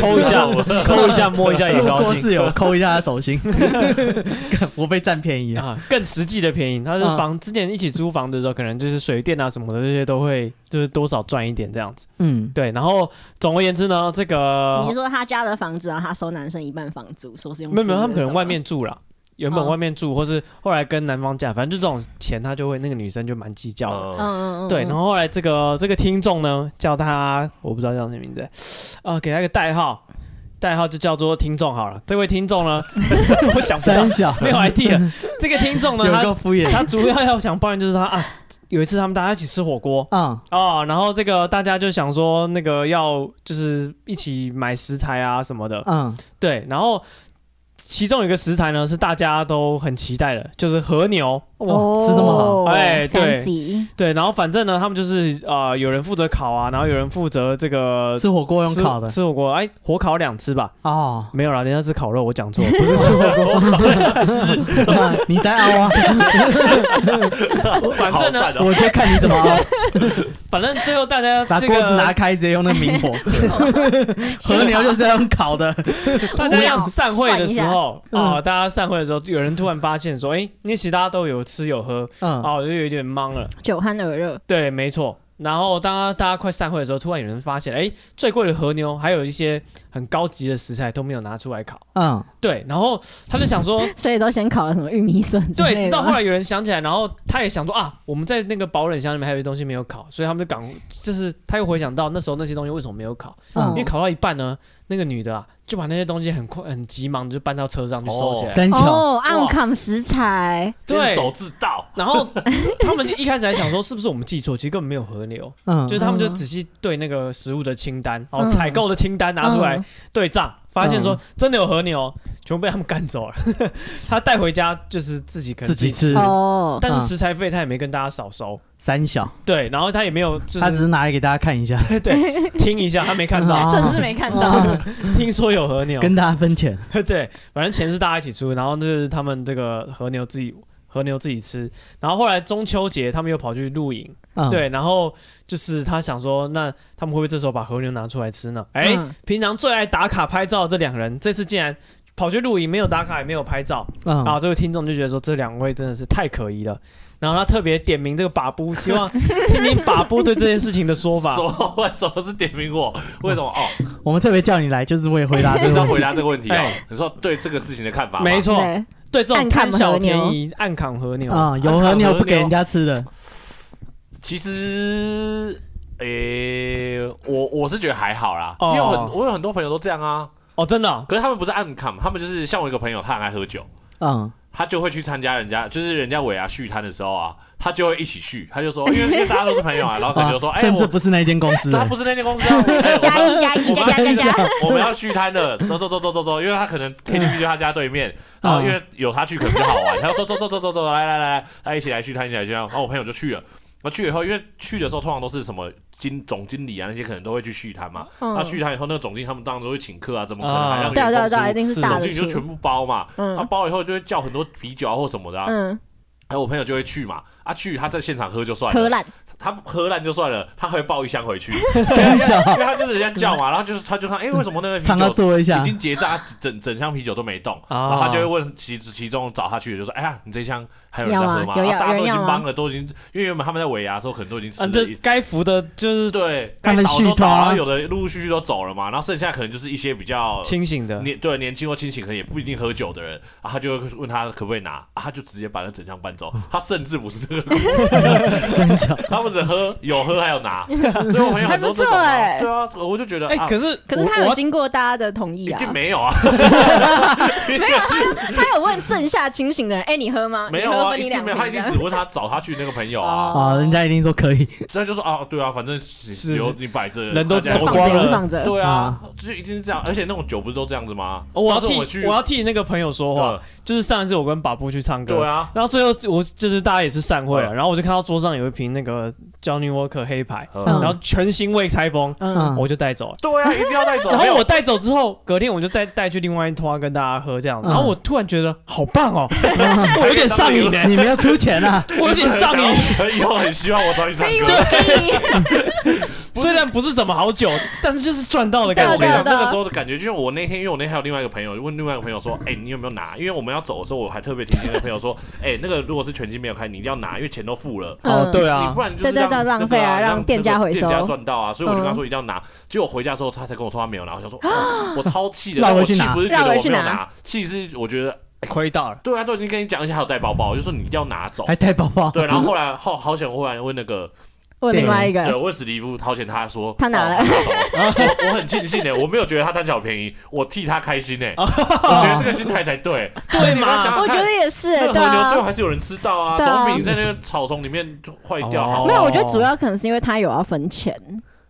[SPEAKER 1] 抠 一 下，抠一下摸一下也高
[SPEAKER 2] 郭
[SPEAKER 1] 兴。
[SPEAKER 2] 室友抠一下他手心， 干我被占便宜了。
[SPEAKER 1] 啊，更实际的便宜。他是
[SPEAKER 2] 嗯
[SPEAKER 1] 房、之前一起租房的时候，可能就是水电啊什么的这些都会，就是多少赚一点这样子。
[SPEAKER 2] 嗯，
[SPEAKER 1] 对，然后总而言之呢，这个
[SPEAKER 3] 你是说他家的房子啊，他收男生一半房租，说是用
[SPEAKER 1] 呃没有没有，
[SPEAKER 3] 租
[SPEAKER 1] 他们可
[SPEAKER 3] 的
[SPEAKER 1] 能
[SPEAKER 3] 那
[SPEAKER 1] 外
[SPEAKER 3] 种
[SPEAKER 1] 面住啦，原本
[SPEAKER 3] 哦
[SPEAKER 1] 外面住，或是后来跟男方嫁，反正就这种钱他就会那个女生就蛮计较的。
[SPEAKER 3] 啊，嗯嗯嗯，
[SPEAKER 1] 对，
[SPEAKER 3] 嗯
[SPEAKER 1] 然后后来这个这个听众呢，叫他我不知道叫什么名字，啊、给他一个代号，代号就叫做听众好了。这位听众呢， 我想不到
[SPEAKER 2] 三，小
[SPEAKER 1] 没有 idea。这个听众呢，
[SPEAKER 2] 有
[SPEAKER 1] 他
[SPEAKER 2] 个敷衍。
[SPEAKER 1] 他主要要想抱怨就是他啊，有一次他们大家一起吃火锅
[SPEAKER 2] 嗯
[SPEAKER 1] 哦，然后这个大家就想说那个要就是一起买食材啊什么的，
[SPEAKER 2] 嗯
[SPEAKER 1] 对，然后其中有一个食材呢是大家都很期待的，就是和牛，
[SPEAKER 2] 哇，吃这么好，
[SPEAKER 3] 哦
[SPEAKER 1] 哎对
[SPEAKER 3] fancy
[SPEAKER 1] 对，然后反正呢他们就是呃有人负责烤啊，然后有人负责这个。
[SPEAKER 2] 吃火锅用
[SPEAKER 1] 吃
[SPEAKER 2] 烤的
[SPEAKER 1] 呃吃火锅，哎，火烤两次吧，。
[SPEAKER 2] 哦
[SPEAKER 1] 没有啦，人家是烤肉，我讲错，了， 不是吃火锅。
[SPEAKER 2] 你在凹 啊？
[SPEAKER 1] 反正呢，
[SPEAKER 2] 我就看你怎么凹，
[SPEAKER 1] 反正最后大家
[SPEAKER 2] 把
[SPEAKER 1] 这
[SPEAKER 2] 锅
[SPEAKER 1] 个
[SPEAKER 2] 子拿开，直接用那 明火。和牛就是要用烤的，
[SPEAKER 1] 大家要散会的时候
[SPEAKER 2] 无聊
[SPEAKER 1] 啊、大家散会的时候，有人突然发现说，哎、因为其实大家都有吃有喝，
[SPEAKER 2] 嗯，
[SPEAKER 1] 哦，就有点懵了。
[SPEAKER 3] 酒酣耳热，
[SPEAKER 1] 对，没错。然后当大家大家快散会的时候，突然有人发现，哎、最贵的和牛还有一些很高级的食材都没有拿出来烤。
[SPEAKER 2] 嗯，
[SPEAKER 1] 对，然后他就想说，
[SPEAKER 3] 所以都先烤了什么玉米笋之类的吗，
[SPEAKER 1] 对，直到后来有人想起来，然后他也想说啊，我们在那个保冷箱里面还有一些东西没有烤，所以他们就赶，就是他又回想到那时候那些东西为什么没有烤，
[SPEAKER 2] 嗯
[SPEAKER 1] 因为烤到一半呢，那个女的啊就把那些东西很快很急忙地就搬到车上去收起来。
[SPEAKER 2] 三小，
[SPEAKER 3] 哦，暗砍食材，
[SPEAKER 1] 对，
[SPEAKER 4] 手自盗，
[SPEAKER 1] 然后他们就一开始还想说是不是我们记错，其实根本没有河流，
[SPEAKER 2] 嗯，
[SPEAKER 1] 就是他们就仔细对那个食物的清单，哦，
[SPEAKER 3] 嗯
[SPEAKER 1] 采购的清单拿出来
[SPEAKER 3] 嗯
[SPEAKER 1] 对账，发现说
[SPEAKER 2] 嗯
[SPEAKER 1] 真的有河牛，全部被他们赶走了。 他带回家就是自己可能
[SPEAKER 2] 自己，吃
[SPEAKER 3] 哦，
[SPEAKER 1] 但是食材费他也没跟大家少收，
[SPEAKER 2] 三小，
[SPEAKER 1] 对，然后他也没有就
[SPEAKER 2] 他只
[SPEAKER 1] 是
[SPEAKER 2] 是拿来给大家看一下，
[SPEAKER 1] 对听一下，他没看 到，
[SPEAKER 2] 啊
[SPEAKER 3] 真是没看到，
[SPEAKER 1] 听说有河牛，
[SPEAKER 2] 跟大家分钱。
[SPEAKER 1] 对，反正钱是大家一起出，然后就是他们这个河牛自己和牛自己吃，然后后来中秋节他们又跑去露营。
[SPEAKER 2] 嗯，
[SPEAKER 1] 对，然后就是他想说，那他们会不会这时候把和牛拿出来吃呢？哎、
[SPEAKER 3] 嗯
[SPEAKER 1] 平常最爱打卡拍照的这两人，这次竟然跑去露营，没有打卡也没有拍照、
[SPEAKER 2] 嗯，
[SPEAKER 1] 啊！这位听众就觉得说，这两位真的是太可疑了。然后他特别点名这个把布，希望听听把布对这件事情的说法
[SPEAKER 4] 什。么？ 为什么是点名我？为什么？
[SPEAKER 1] 啊
[SPEAKER 4] 哦，
[SPEAKER 2] 我们特别叫你来就是为回答
[SPEAKER 4] 就
[SPEAKER 2] 这
[SPEAKER 4] 是
[SPEAKER 2] 个
[SPEAKER 4] 要
[SPEAKER 2] 问
[SPEAKER 4] 回
[SPEAKER 2] 题。
[SPEAKER 4] 答这个问题啊
[SPEAKER 1] 哎。
[SPEAKER 4] 你说对这个事情的看法吗？
[SPEAKER 1] 没错，
[SPEAKER 3] 对，
[SPEAKER 1] 对这种
[SPEAKER 3] 暗砍
[SPEAKER 1] 贪小
[SPEAKER 3] 和
[SPEAKER 1] 便
[SPEAKER 3] 牛哦
[SPEAKER 1] 宜、暗砍和牛，
[SPEAKER 2] 嗯，有和牛不给人家吃的，
[SPEAKER 4] 其实，诶、我我是觉得还好啦，
[SPEAKER 1] 哦
[SPEAKER 4] 因为我很我有很多朋友都这样啊。
[SPEAKER 1] 哦，真的哦、
[SPEAKER 4] 可是他们不是暗砍，他们就是像我一个朋友，他很爱喝酒，
[SPEAKER 2] 嗯，
[SPEAKER 4] 他就会去参加人家，就是人家尾牙续摊的时候啊，他就会一起续，他就说，因为因为大家都是朋友啊，然后他就说，
[SPEAKER 2] 啊
[SPEAKER 4] 哎、
[SPEAKER 2] 甚至
[SPEAKER 4] 我
[SPEAKER 2] 不是那间公司的
[SPEAKER 4] 他，不是那间公司啊，我哎
[SPEAKER 3] 加一加一
[SPEAKER 4] 我
[SPEAKER 3] 加加加
[SPEAKER 4] 们
[SPEAKER 2] 三小
[SPEAKER 3] 加，，
[SPEAKER 4] 我们要续摊了，走走走走走走，因为他可能 KTV 就他家对面，然后因为有他去可能就好玩，他就说走走走走走，来来来来，他一起来续摊，一起来续摊，然后我朋友就去了，然后去了以后，因为去的时候通常都是什么。经总经理啊，那些可能都会去续摊嘛。
[SPEAKER 3] 嗯
[SPEAKER 4] 那、续摊以后，那个总经理他们当然都会请客啊，怎么可能还让
[SPEAKER 1] 啊
[SPEAKER 4] 你
[SPEAKER 3] 对啊对啊
[SPEAKER 4] 公司
[SPEAKER 3] 对啊，一定是
[SPEAKER 1] 是
[SPEAKER 3] 大
[SPEAKER 4] 总
[SPEAKER 3] 的
[SPEAKER 4] 经理就
[SPEAKER 3] 出
[SPEAKER 4] 全，部包嘛。他、
[SPEAKER 3] 嗯
[SPEAKER 4] 包了以后就会叫很多啤酒啊或什么的、啊，
[SPEAKER 3] 嗯
[SPEAKER 4] 还有我朋友就会去嘛，啊去他在现场喝就算
[SPEAKER 3] 荷
[SPEAKER 4] 了，
[SPEAKER 3] 兰
[SPEAKER 4] 他喝烂就算了，他还会抱一箱回去，
[SPEAKER 2] 三小
[SPEAKER 4] 因为他就是人家叫嘛，然后就是他就看，哎、为什么那个啤
[SPEAKER 2] 唱到
[SPEAKER 4] 酒
[SPEAKER 2] 座位下
[SPEAKER 4] 已，经结账，他整整箱啤酒都没动，
[SPEAKER 1] 啊
[SPEAKER 4] 然后他就会问其其中找他去的就说，哎呀，你这箱还有人在
[SPEAKER 3] 要吗
[SPEAKER 4] 喝吗？
[SPEAKER 3] 有
[SPEAKER 4] 啊
[SPEAKER 3] 要
[SPEAKER 4] 大家都已
[SPEAKER 3] 有人要
[SPEAKER 4] 经
[SPEAKER 3] 吗
[SPEAKER 4] 帮了，都已经，因为原本他们在尾牙的时候可能都已经吃
[SPEAKER 1] 嗯，
[SPEAKER 4] 了
[SPEAKER 1] 这
[SPEAKER 4] 一。
[SPEAKER 1] 该服的就是
[SPEAKER 4] 对，
[SPEAKER 2] 他
[SPEAKER 4] 该
[SPEAKER 2] 们
[SPEAKER 4] 倒
[SPEAKER 2] 续
[SPEAKER 4] 都倒，
[SPEAKER 2] 团
[SPEAKER 4] 然后有的陆陆续续都走了嘛，然后剩下可能就是一些比较
[SPEAKER 1] 清醒的，
[SPEAKER 4] 年对年轻或清醒，可能也不一定喝酒的人，啊，他就会问他可不可以拿，啊、他就直接把那整箱搬走。他甚至不是那个，
[SPEAKER 2] 三小，
[SPEAKER 4] 他不止喝，有喝还有 拿，所以我朋友很多这
[SPEAKER 3] 还不错
[SPEAKER 4] 种啊
[SPEAKER 3] 欸
[SPEAKER 4] 对啊，我就觉得、
[SPEAKER 1] 哎、
[SPEAKER 4] 啊，
[SPEAKER 1] 可是
[SPEAKER 3] 可是
[SPEAKER 1] 我
[SPEAKER 3] 他有
[SPEAKER 1] 我
[SPEAKER 3] 经过大家的同意
[SPEAKER 4] 一
[SPEAKER 3] 啊，
[SPEAKER 4] 定没 有啊，
[SPEAKER 3] 没有他他有问剩下清醒的人，哎，你喝吗？
[SPEAKER 4] 没有
[SPEAKER 3] 你喝
[SPEAKER 4] 啊，
[SPEAKER 3] 分
[SPEAKER 4] 一
[SPEAKER 3] 你两
[SPEAKER 4] 定没
[SPEAKER 3] 瓶
[SPEAKER 4] 有，他一定
[SPEAKER 3] 这
[SPEAKER 4] 只
[SPEAKER 3] 样
[SPEAKER 4] 问他找他去那个朋友
[SPEAKER 3] 哦
[SPEAKER 4] 啊，
[SPEAKER 2] 啊，人家一定说可 以，
[SPEAKER 4] 那就说啊，对啊，反正
[SPEAKER 1] 是
[SPEAKER 4] 有你摆着，
[SPEAKER 1] 人都
[SPEAKER 4] 大家
[SPEAKER 1] 走
[SPEAKER 3] 放
[SPEAKER 1] 光
[SPEAKER 3] 着
[SPEAKER 1] 了嗯
[SPEAKER 3] 也是放着，
[SPEAKER 4] 对啊
[SPEAKER 2] 啊，
[SPEAKER 4] 就一定是这样，而且那种酒不是都这样子吗？
[SPEAKER 1] 哦我要
[SPEAKER 4] 上次
[SPEAKER 1] 替
[SPEAKER 4] 我们去，
[SPEAKER 1] 我要替那个朋友说话，
[SPEAKER 4] 呃
[SPEAKER 1] 就是上一次我跟把布去唱歌，
[SPEAKER 4] 对啊，
[SPEAKER 1] 然后最后我就是大家也是散会了，
[SPEAKER 4] 嗯
[SPEAKER 1] 然后我就看到桌上有一瓶那个 Johnny Walker 黑牌，
[SPEAKER 4] 嗯
[SPEAKER 1] 然后全新未拆封，
[SPEAKER 2] 嗯
[SPEAKER 1] 我就带走了。
[SPEAKER 4] 对啊，一定要带走。
[SPEAKER 1] 然
[SPEAKER 4] 没有
[SPEAKER 1] 后我带走之后，隔天我就再带去另外一桌跟大家喝这样，
[SPEAKER 2] 嗯
[SPEAKER 1] 然后我突然觉得好棒 哦，我有点上瘾呢，
[SPEAKER 2] 你没有出钱 啊，
[SPEAKER 1] 我有点上瘾。，
[SPEAKER 4] 以后很希望我找你唱
[SPEAKER 3] 非
[SPEAKER 4] 歌。
[SPEAKER 3] 我
[SPEAKER 1] 虽然不是什么好酒，但是就是赚到的
[SPEAKER 4] 但
[SPEAKER 1] 感
[SPEAKER 4] 我
[SPEAKER 3] 对啊
[SPEAKER 4] 跟
[SPEAKER 1] 觉
[SPEAKER 4] 你 讲，
[SPEAKER 3] 对
[SPEAKER 4] 那个时候的感觉，就是我那啊天，因为我那天还有另外一个朋友，问另外一个朋友说：“哎、你有没有拿？”因为我们要走的时候，我还特别提醒那个朋友说：“哎、那个如果是全金没有开，你一定要拿，因为钱都付了。”
[SPEAKER 3] 嗯
[SPEAKER 1] 哦，对
[SPEAKER 4] 你
[SPEAKER 1] 啊
[SPEAKER 4] 不，然就是
[SPEAKER 3] 对对对浪费啊
[SPEAKER 4] 让
[SPEAKER 3] 让店家回收
[SPEAKER 4] 店家赚到啊！所以我就跟他说一定要拿。结果回家之后，他才跟我说他没有拿，我想说，哦我超 气的，
[SPEAKER 2] 绕
[SPEAKER 4] 但我
[SPEAKER 2] 回去
[SPEAKER 4] 气
[SPEAKER 2] 拿
[SPEAKER 4] 不是觉得
[SPEAKER 3] 绕
[SPEAKER 4] 我
[SPEAKER 3] 回去
[SPEAKER 4] 没有
[SPEAKER 3] 拿
[SPEAKER 4] 拿，气是我觉得，
[SPEAKER 1] 亏到了。
[SPEAKER 4] 对啊，都已经跟你讲，而且还有带包包，我就说你一定要拿走。
[SPEAKER 2] 还带宝宝，
[SPEAKER 4] 对，然后后来好好险，忽然问那个
[SPEAKER 3] 问另外一个
[SPEAKER 4] 对，问史蒂夫掏钱，他说
[SPEAKER 3] 他拿了
[SPEAKER 4] 哦他拿走了我我很庆幸呢，欸我没有觉得他贪小便宜，我替他开心呢，欸我觉得这个心态才对，
[SPEAKER 1] 对
[SPEAKER 4] 你要
[SPEAKER 1] 嘛？
[SPEAKER 4] 想想
[SPEAKER 3] 我觉得也是，
[SPEAKER 4] 看那
[SPEAKER 3] 对
[SPEAKER 4] 个和牛
[SPEAKER 3] 啊
[SPEAKER 4] 最后。还是有人吃到啊，
[SPEAKER 3] 对啊
[SPEAKER 4] 总比你在那个草丛里面就坏掉好
[SPEAKER 1] 哦
[SPEAKER 3] 没
[SPEAKER 4] 啊。
[SPEAKER 3] 有，我觉得主要可能是因为他有要分钱，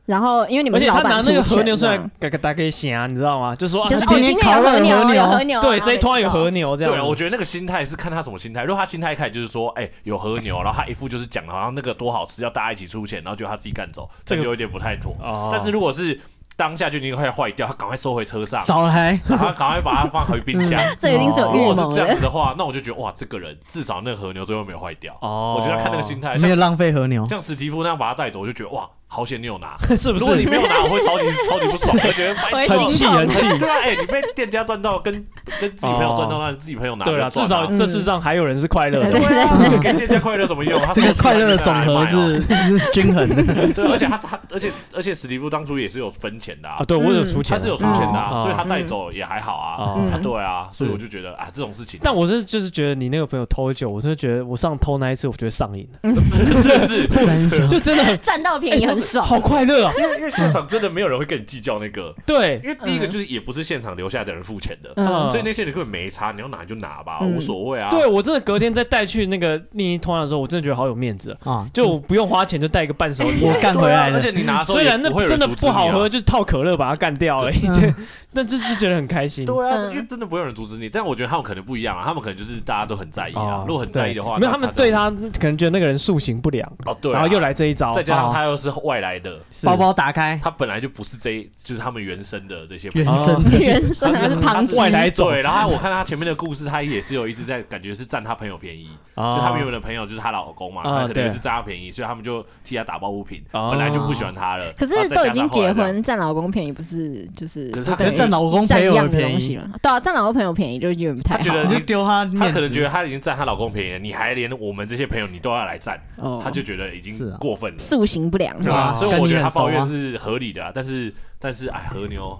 [SPEAKER 3] 然后因为你
[SPEAKER 1] 而
[SPEAKER 3] 们
[SPEAKER 1] 且
[SPEAKER 3] 是
[SPEAKER 1] 他
[SPEAKER 3] 老
[SPEAKER 1] 拿
[SPEAKER 3] 板出
[SPEAKER 1] 那
[SPEAKER 3] 钱
[SPEAKER 1] 个
[SPEAKER 3] 嘛，
[SPEAKER 1] 和牛出来，给给大家给显啊，你知道吗？就说啊，
[SPEAKER 3] 就是
[SPEAKER 1] 他
[SPEAKER 3] 哦，
[SPEAKER 1] 今天
[SPEAKER 3] 今天有和
[SPEAKER 2] 烤了和牛
[SPEAKER 3] 有和牛，啊
[SPEAKER 1] 对
[SPEAKER 3] 然后
[SPEAKER 1] 这一团有和
[SPEAKER 3] 没吃
[SPEAKER 1] 牛这
[SPEAKER 4] 对，啊
[SPEAKER 1] 样
[SPEAKER 4] 我。觉得那个心态是看他什么心态。如果他心态一开始就是说，哎，有和牛，然后他一副就是讲好像那个多好吃，要大家一起出钱，然后就他自己干走，
[SPEAKER 1] 这
[SPEAKER 4] 这
[SPEAKER 1] 个
[SPEAKER 4] 个有点不太妥。
[SPEAKER 1] 哦
[SPEAKER 4] 但是如果是当下就已经快坏掉，他赶快收回车上，
[SPEAKER 2] 少了还
[SPEAKER 4] 然后赶快把它放回冰箱。
[SPEAKER 3] 到，这一定是有
[SPEAKER 4] 如
[SPEAKER 3] 预
[SPEAKER 4] 哦果是
[SPEAKER 3] 谋
[SPEAKER 4] 这样
[SPEAKER 3] 的。
[SPEAKER 4] 子的话，那我就觉得哇，这个人至少那个和牛最后没有坏掉。
[SPEAKER 1] 哦
[SPEAKER 4] 我觉得看那个心态，
[SPEAKER 2] 没有
[SPEAKER 4] 像
[SPEAKER 2] 浪费和牛，
[SPEAKER 4] 像史蒂夫那样把他带走，我就觉得哇，好险你有拿。
[SPEAKER 1] 是不
[SPEAKER 4] 如果你
[SPEAKER 1] 是
[SPEAKER 4] 没有拿，我会超级超级不爽，我觉得白
[SPEAKER 3] 会
[SPEAKER 4] 痴
[SPEAKER 1] 很
[SPEAKER 3] 心
[SPEAKER 1] 气
[SPEAKER 3] 痛
[SPEAKER 1] 很气？
[SPEAKER 4] 对啊，哎，你被店家赚到，跟跟自己朋友赚到，让自己朋友拿，
[SPEAKER 1] 对
[SPEAKER 4] 啊了，
[SPEAKER 1] 了，至少
[SPEAKER 3] 嗯
[SPEAKER 1] 这世上还有人是快乐的
[SPEAKER 3] 对。
[SPEAKER 4] 对啊，给店家快乐什么用？他
[SPEAKER 2] 这
[SPEAKER 4] 手
[SPEAKER 2] 个
[SPEAKER 4] 机
[SPEAKER 2] 快乐的
[SPEAKER 4] 拿
[SPEAKER 2] 总
[SPEAKER 4] 来
[SPEAKER 2] 和
[SPEAKER 4] 卖哦
[SPEAKER 2] 是是均衡 的，
[SPEAKER 4] 对，而且他他而且而且史蒂夫当初也是有分钱的啊
[SPEAKER 1] 啊，，对我有出钱
[SPEAKER 4] 他
[SPEAKER 1] 啊，
[SPEAKER 4] 是有出钱的
[SPEAKER 1] 哦
[SPEAKER 4] 啊，所以他
[SPEAKER 3] 哦
[SPEAKER 4] 带走也还好啊，
[SPEAKER 1] 哦
[SPEAKER 4] 啊对啊，所以
[SPEAKER 1] 是
[SPEAKER 4] 我就觉得啊，这种事情，
[SPEAKER 1] 但我 是就是觉得你那个朋友偷酒，我真的觉得我上偷那一次，我觉得上瘾了，
[SPEAKER 4] 是是是，
[SPEAKER 2] 三小
[SPEAKER 1] 就真的很
[SPEAKER 3] 占到便宜嗯很爽，
[SPEAKER 1] 好快乐啊！
[SPEAKER 4] 因为因为现场真的没有人会跟你计较那个，
[SPEAKER 3] 嗯
[SPEAKER 1] 对
[SPEAKER 4] 因为第一个就是也不是现场留下的人付钱的，
[SPEAKER 1] 嗯
[SPEAKER 4] 所以那些人根本没差，你要拿就拿吧，
[SPEAKER 3] 嗯
[SPEAKER 4] 无所谓啊。
[SPEAKER 1] 对，我真的隔天再带去那个另一通的时候，我真的觉得好有面子啊，
[SPEAKER 2] 啊，
[SPEAKER 1] 就我不用花钱就带一个伴手礼
[SPEAKER 2] 我
[SPEAKER 1] 来。
[SPEAKER 2] 干
[SPEAKER 4] 对啊
[SPEAKER 2] 回来了
[SPEAKER 4] 而且，你拿的时候
[SPEAKER 1] 虽
[SPEAKER 4] 也
[SPEAKER 1] 然那
[SPEAKER 4] 不会有
[SPEAKER 1] 真
[SPEAKER 4] 人
[SPEAKER 1] 的
[SPEAKER 4] 阻止
[SPEAKER 1] 不
[SPEAKER 4] 你啊
[SPEAKER 1] 好喝，。就是泡可乐把它干掉而已。
[SPEAKER 2] 嗯
[SPEAKER 1] 对， 但就是觉得很开心。
[SPEAKER 4] 对啊，
[SPEAKER 3] 嗯
[SPEAKER 4] 因为真的不会有人阻止你，但我觉得他们可能不一样啊，他们可能就是大家都很在意啊
[SPEAKER 1] 哦。
[SPEAKER 4] 如果很在意的话，
[SPEAKER 1] 没有
[SPEAKER 4] 那
[SPEAKER 1] 他们对
[SPEAKER 4] 就
[SPEAKER 1] 他可能觉得那个人塑形不良，
[SPEAKER 4] 哦对啊，
[SPEAKER 1] 然后又来这一招，
[SPEAKER 4] 再加上
[SPEAKER 1] 哦
[SPEAKER 4] 他又是啊外来的，
[SPEAKER 1] 是
[SPEAKER 2] 包包打开，
[SPEAKER 4] 他本来就不是这一，就是他们原生的这些朋
[SPEAKER 2] 原
[SPEAKER 4] 友。
[SPEAKER 2] 生
[SPEAKER 1] 哦
[SPEAKER 2] 的
[SPEAKER 3] 原生
[SPEAKER 4] 他是
[SPEAKER 3] 旁
[SPEAKER 4] 他
[SPEAKER 3] 支
[SPEAKER 4] 是
[SPEAKER 1] 外来种
[SPEAKER 4] 对，然后我看他前面的故事，他也是有一直在感觉是占他朋友便宜，
[SPEAKER 1] 哦
[SPEAKER 4] 就他们原本的朋友就是她老公嘛，
[SPEAKER 1] 啊
[SPEAKER 4] 他可
[SPEAKER 1] 对
[SPEAKER 4] 能是占她便宜，所以他们就替她打抱不平，
[SPEAKER 1] 哦
[SPEAKER 4] 本来就不喜欢她了。
[SPEAKER 3] 可
[SPEAKER 4] 然后
[SPEAKER 3] 是
[SPEAKER 4] 啊再
[SPEAKER 3] 都已
[SPEAKER 4] 加上
[SPEAKER 3] 经
[SPEAKER 4] 后来
[SPEAKER 3] 结
[SPEAKER 4] 这样，
[SPEAKER 3] 婚，占老公便宜不是就是
[SPEAKER 4] 可是
[SPEAKER 3] 就
[SPEAKER 4] 他
[SPEAKER 3] 等于
[SPEAKER 2] 占老公
[SPEAKER 3] 占
[SPEAKER 2] 朋
[SPEAKER 3] 一
[SPEAKER 2] 友
[SPEAKER 3] 样的
[SPEAKER 2] 便宜
[SPEAKER 3] 东西嘛？对啊，占老公朋友便宜就有点不太
[SPEAKER 4] 他觉
[SPEAKER 3] 好
[SPEAKER 4] 得
[SPEAKER 2] 你就丢他面
[SPEAKER 4] 她
[SPEAKER 2] 子，
[SPEAKER 4] 可能觉得她已经占她老公便宜了，你还连我们这些朋友你都要来占，
[SPEAKER 3] 哦
[SPEAKER 4] 她就觉得已
[SPEAKER 2] 是
[SPEAKER 4] 经
[SPEAKER 2] 啊
[SPEAKER 4] 过分了。
[SPEAKER 3] 塑形不良。
[SPEAKER 4] 对啊，
[SPEAKER 1] 哦
[SPEAKER 4] 所以我觉得她抱
[SPEAKER 2] 跟你
[SPEAKER 4] 怨
[SPEAKER 2] 很
[SPEAKER 4] 是合理的啊，但是但是哎，和牛。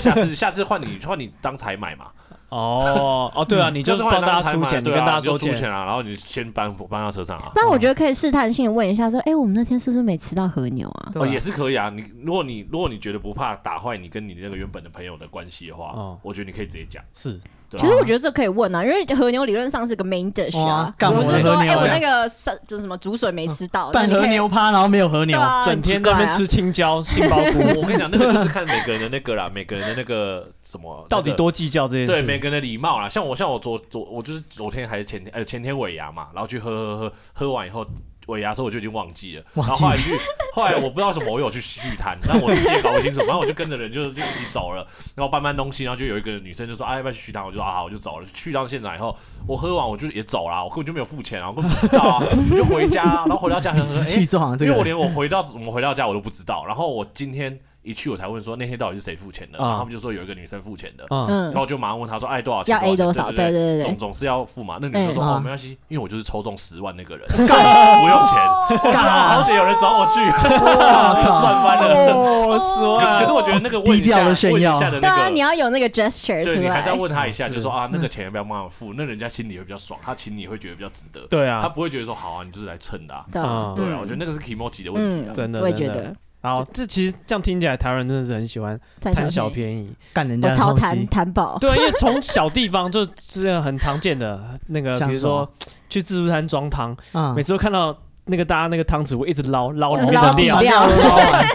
[SPEAKER 4] 下次下次换你换你当采买嘛，
[SPEAKER 1] 哦哦，对啊，你就是
[SPEAKER 4] 换
[SPEAKER 1] 帮
[SPEAKER 4] 你当
[SPEAKER 1] 大家
[SPEAKER 4] 采
[SPEAKER 1] 出
[SPEAKER 4] 买
[SPEAKER 1] 钱，你
[SPEAKER 4] 对
[SPEAKER 1] 跟
[SPEAKER 4] 啊
[SPEAKER 1] 大家
[SPEAKER 4] 你就
[SPEAKER 1] 收
[SPEAKER 4] 出钱啊，然后你先搬搬到车上啊，
[SPEAKER 3] 那我觉得可以试探性的问一下，说，哎，我们那天是不是没吃到和牛啊？
[SPEAKER 1] 对
[SPEAKER 4] 哦
[SPEAKER 1] 啊
[SPEAKER 4] 也是可以啊。你如果你如果你觉得不怕打坏你跟你那个原本的朋友的关系的话
[SPEAKER 1] 哦，
[SPEAKER 4] 我觉得你可以直接讲。
[SPEAKER 1] 是
[SPEAKER 4] 对啊
[SPEAKER 3] 其实我觉得这可以问啊，因为和牛理论上是个 main dish 啊
[SPEAKER 2] 哇，干
[SPEAKER 3] 不
[SPEAKER 1] 我
[SPEAKER 3] 是
[SPEAKER 1] 的
[SPEAKER 3] 说
[SPEAKER 2] 和牛
[SPEAKER 3] 哎
[SPEAKER 2] 啊
[SPEAKER 3] 我那个三就是什么竹笋没吃到，
[SPEAKER 2] 办
[SPEAKER 3] 那你
[SPEAKER 2] 和
[SPEAKER 3] 可以
[SPEAKER 2] 牛趴，然后没有和
[SPEAKER 3] 对
[SPEAKER 2] 牛，
[SPEAKER 3] 啊，
[SPEAKER 1] 整天在那边吃青椒、杏鲍菇，
[SPEAKER 4] 我跟你讲，那个就是看每个人的那个啦，每个人的那个什么
[SPEAKER 1] 到底。多计较这
[SPEAKER 4] 那
[SPEAKER 1] 件
[SPEAKER 4] 个对
[SPEAKER 1] 事。
[SPEAKER 4] 每个人的礼貌啦，像我像我昨昨我就是昨天还是前天呃前天尾牙嘛，然后去喝喝喝喝完以后，尾牙的时候我就已经忘记了，然
[SPEAKER 2] 忘
[SPEAKER 4] 后
[SPEAKER 2] 记
[SPEAKER 4] 后来去，后来我不知道为什么我有去续摊，但我自己也搞不清楚，反正我就跟着人就就一起走了，然后搬搬东西，然后就有一个女生就说啊要不要去续摊，我就说啊好我就走了，去到现场以后我喝完我就也走啦，我根本就没有付钱啊，我根本不知道啊，我就回家，然后 回到家想说
[SPEAKER 2] 只
[SPEAKER 4] 哎。
[SPEAKER 2] 去撞这
[SPEAKER 4] 因为我
[SPEAKER 2] 个人，
[SPEAKER 4] 连我回到我们回到家我都不知道，然后我今天一去我才问说那天到底是谁付钱的，
[SPEAKER 1] 啊
[SPEAKER 4] 然后他们就说有一个女生付钱的，
[SPEAKER 2] 啊
[SPEAKER 1] 嗯，
[SPEAKER 3] 嗯
[SPEAKER 4] 然后我就马上问他说哎多少钱
[SPEAKER 3] 要 A 多少？
[SPEAKER 4] 对
[SPEAKER 3] 对对对
[SPEAKER 4] 总
[SPEAKER 3] 对，
[SPEAKER 4] 总是要付嘛。那女生说
[SPEAKER 2] 嗯
[SPEAKER 4] 哦
[SPEAKER 2] 啊
[SPEAKER 4] 没关系，因为我就是抽中十万那个 人，不 用钱，我说哦好险有人找我去， 赚翻了。
[SPEAKER 1] 哦，说
[SPEAKER 4] 可可是我觉得那个问一
[SPEAKER 2] 低
[SPEAKER 4] 下
[SPEAKER 2] 调的
[SPEAKER 4] 问
[SPEAKER 2] 炫
[SPEAKER 4] 一
[SPEAKER 2] 耀
[SPEAKER 4] 下的
[SPEAKER 3] 对啊，
[SPEAKER 4] 那
[SPEAKER 3] 你
[SPEAKER 4] 个。
[SPEAKER 3] 要有那个 gesture
[SPEAKER 4] 对
[SPEAKER 3] 出
[SPEAKER 4] 你还是要
[SPEAKER 3] 来。
[SPEAKER 4] 问他 一下，
[SPEAKER 1] 是
[SPEAKER 4] 就说啊，那个钱要不要帮我付？那人家心里会比较爽，他请你会觉得比较值得，
[SPEAKER 1] 对
[SPEAKER 4] 他
[SPEAKER 1] 啊，
[SPEAKER 4] 不会觉得说好啊，你就是来蹭的啊。
[SPEAKER 3] 对
[SPEAKER 1] 啊
[SPEAKER 4] 对啊，
[SPEAKER 3] 嗯
[SPEAKER 4] 我觉得那个是 emoji 的问题
[SPEAKER 3] 嗯
[SPEAKER 4] 啊，。
[SPEAKER 1] 真的
[SPEAKER 3] 我也觉
[SPEAKER 1] 真的
[SPEAKER 3] 得
[SPEAKER 1] 好，这其实这样听起来，台湾人真的是很喜欢贪
[SPEAKER 3] 贪
[SPEAKER 1] 小
[SPEAKER 3] 宜，
[SPEAKER 1] 便宜。
[SPEAKER 2] 干人家
[SPEAKER 3] 我
[SPEAKER 2] 的
[SPEAKER 3] 超
[SPEAKER 2] 东
[SPEAKER 3] 贪
[SPEAKER 2] 西，
[SPEAKER 3] 贪宝，
[SPEAKER 1] 对，因为从小地方就 这很常见的那个，
[SPEAKER 2] 像
[SPEAKER 1] 比如说去自助摊装汤，
[SPEAKER 2] 嗯
[SPEAKER 1] 每，次都看到那个大家那个汤匙，我一直捞捞
[SPEAKER 3] 嗯
[SPEAKER 1] 里面
[SPEAKER 3] 捞
[SPEAKER 1] 的
[SPEAKER 3] 底
[SPEAKER 1] 料，
[SPEAKER 3] 料，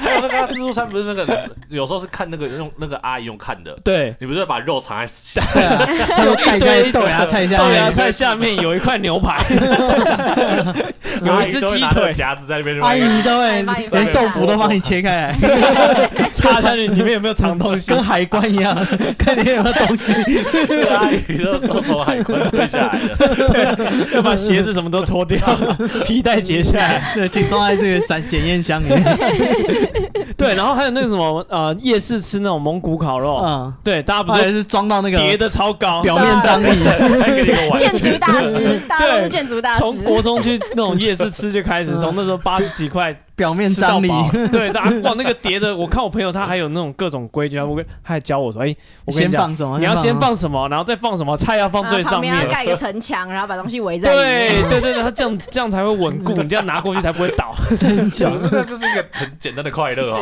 [SPEAKER 4] 还有那个自助餐不是那个，有时候是看那个用那个阿姨用看的，
[SPEAKER 1] 对，
[SPEAKER 4] 你不是把肉藏在
[SPEAKER 2] 对啊， 他就盖在豆芽菜下
[SPEAKER 1] 豆芽
[SPEAKER 4] 啊
[SPEAKER 2] 面，
[SPEAKER 1] 菜啊下面有一块牛排，有
[SPEAKER 4] 阿
[SPEAKER 1] 一
[SPEAKER 4] 姨
[SPEAKER 1] 只
[SPEAKER 4] 都会
[SPEAKER 1] 鸡
[SPEAKER 4] 拿那
[SPEAKER 1] 腿
[SPEAKER 4] 个夹子在那边
[SPEAKER 2] 阿姨都会
[SPEAKER 3] 还帮你
[SPEAKER 2] 连豆腐都帮你切开 来，
[SPEAKER 1] 插下去，里面有没有藏东 西
[SPEAKER 2] 跟？海关一样，看你有没有东西。
[SPEAKER 4] 那个阿姨都都从海关退下来的，
[SPEAKER 1] 要把鞋子什么都脱掉，皮带解下来。
[SPEAKER 2] 对，请装在这个闪检验箱里面。
[SPEAKER 1] 对，然后还有那个什么呃，夜市吃那种蒙古烤肉，
[SPEAKER 2] 嗯，
[SPEAKER 1] 对，大家哦不
[SPEAKER 2] 或者
[SPEAKER 1] 是
[SPEAKER 2] 是装到那
[SPEAKER 1] 都叠
[SPEAKER 2] 个
[SPEAKER 1] 的超高，
[SPEAKER 2] 表面张力。
[SPEAKER 4] 还给你个玩
[SPEAKER 3] 建
[SPEAKER 4] 具
[SPEAKER 3] 筑大师，大家都是建筑大师。
[SPEAKER 1] 从国中去那种夜市吃就 开始，从那时候八十几块
[SPEAKER 2] 表面
[SPEAKER 1] 吃到
[SPEAKER 2] 嗯张力，
[SPEAKER 1] 饱， 对，大家哇那个叠的，我看我朋友他还有那种各种规矩，他会他还教我说，哎，我跟
[SPEAKER 2] 先
[SPEAKER 1] 你讲，
[SPEAKER 2] 放什么？
[SPEAKER 1] 你要先放什么，然后再放什么，菜要放
[SPEAKER 3] 然后
[SPEAKER 1] 最上
[SPEAKER 3] 啊旁边
[SPEAKER 1] 面
[SPEAKER 3] 要。盖一个城墙，然后把东西围在里
[SPEAKER 1] 对
[SPEAKER 3] 面。
[SPEAKER 1] 对对，对他这样这样才会稳 固，你这样拿过去才不会倒。
[SPEAKER 2] 很小
[SPEAKER 4] 可，是那就是一个很简单的快乐哦，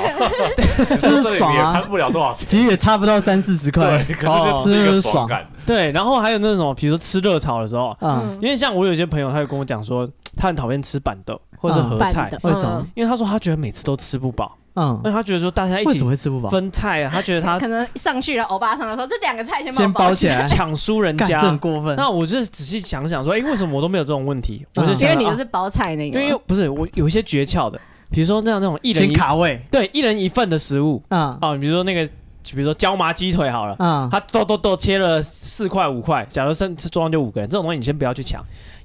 [SPEAKER 2] 就
[SPEAKER 4] 你说这
[SPEAKER 2] 是
[SPEAKER 4] 里
[SPEAKER 2] 爽
[SPEAKER 4] 也
[SPEAKER 2] 啊
[SPEAKER 4] 摊不了多少钱，
[SPEAKER 2] 其实也差不到三四十块哦
[SPEAKER 4] 对，，可是这是一个爽感，
[SPEAKER 1] 对，然后还有那种比如说吃热炒的时候，
[SPEAKER 2] 啊，
[SPEAKER 1] 因为像我有些朋友，他就跟我讲说，他很讨厌吃板豆或者是
[SPEAKER 2] 嗯
[SPEAKER 1] 合
[SPEAKER 3] 拌
[SPEAKER 1] 菜，
[SPEAKER 3] 的
[SPEAKER 2] 为什么？
[SPEAKER 1] 因为他说他觉得每次都吃不饱，
[SPEAKER 2] 嗯
[SPEAKER 1] 因，为他觉得说大家一
[SPEAKER 2] 为
[SPEAKER 1] 起
[SPEAKER 2] 什么会吃不饱？
[SPEAKER 1] 哎分菜啊，他觉得
[SPEAKER 3] 嗯
[SPEAKER 1] 他
[SPEAKER 3] 可能上去了，欧巴上来说这两个菜先帮
[SPEAKER 2] 先
[SPEAKER 3] 我
[SPEAKER 2] 包
[SPEAKER 3] 包
[SPEAKER 2] 起来，
[SPEAKER 1] 抢输人
[SPEAKER 2] 干这
[SPEAKER 1] 家
[SPEAKER 2] 很。过分。
[SPEAKER 1] 那我就仔细想想说，哎、为什么我都没有这种问题？我就
[SPEAKER 2] 嗯
[SPEAKER 3] 因
[SPEAKER 1] 想
[SPEAKER 3] 为
[SPEAKER 1] 了，
[SPEAKER 3] 你就
[SPEAKER 1] 啊
[SPEAKER 3] 是包菜那个
[SPEAKER 1] 因为
[SPEAKER 3] 嘛。
[SPEAKER 1] 不是我有一些诀窍的，比如说那样那种一人
[SPEAKER 2] 先
[SPEAKER 1] 一
[SPEAKER 2] 卡位，
[SPEAKER 1] 对一人一份的食物
[SPEAKER 2] 嗯
[SPEAKER 1] 啊，比如说那个，比如说椒麻鸡腿好了。啊
[SPEAKER 2] 嗯，
[SPEAKER 1] 他豆豆豆切了四块五块，假如剩桌上就五个人，这种东西你先不要去抢，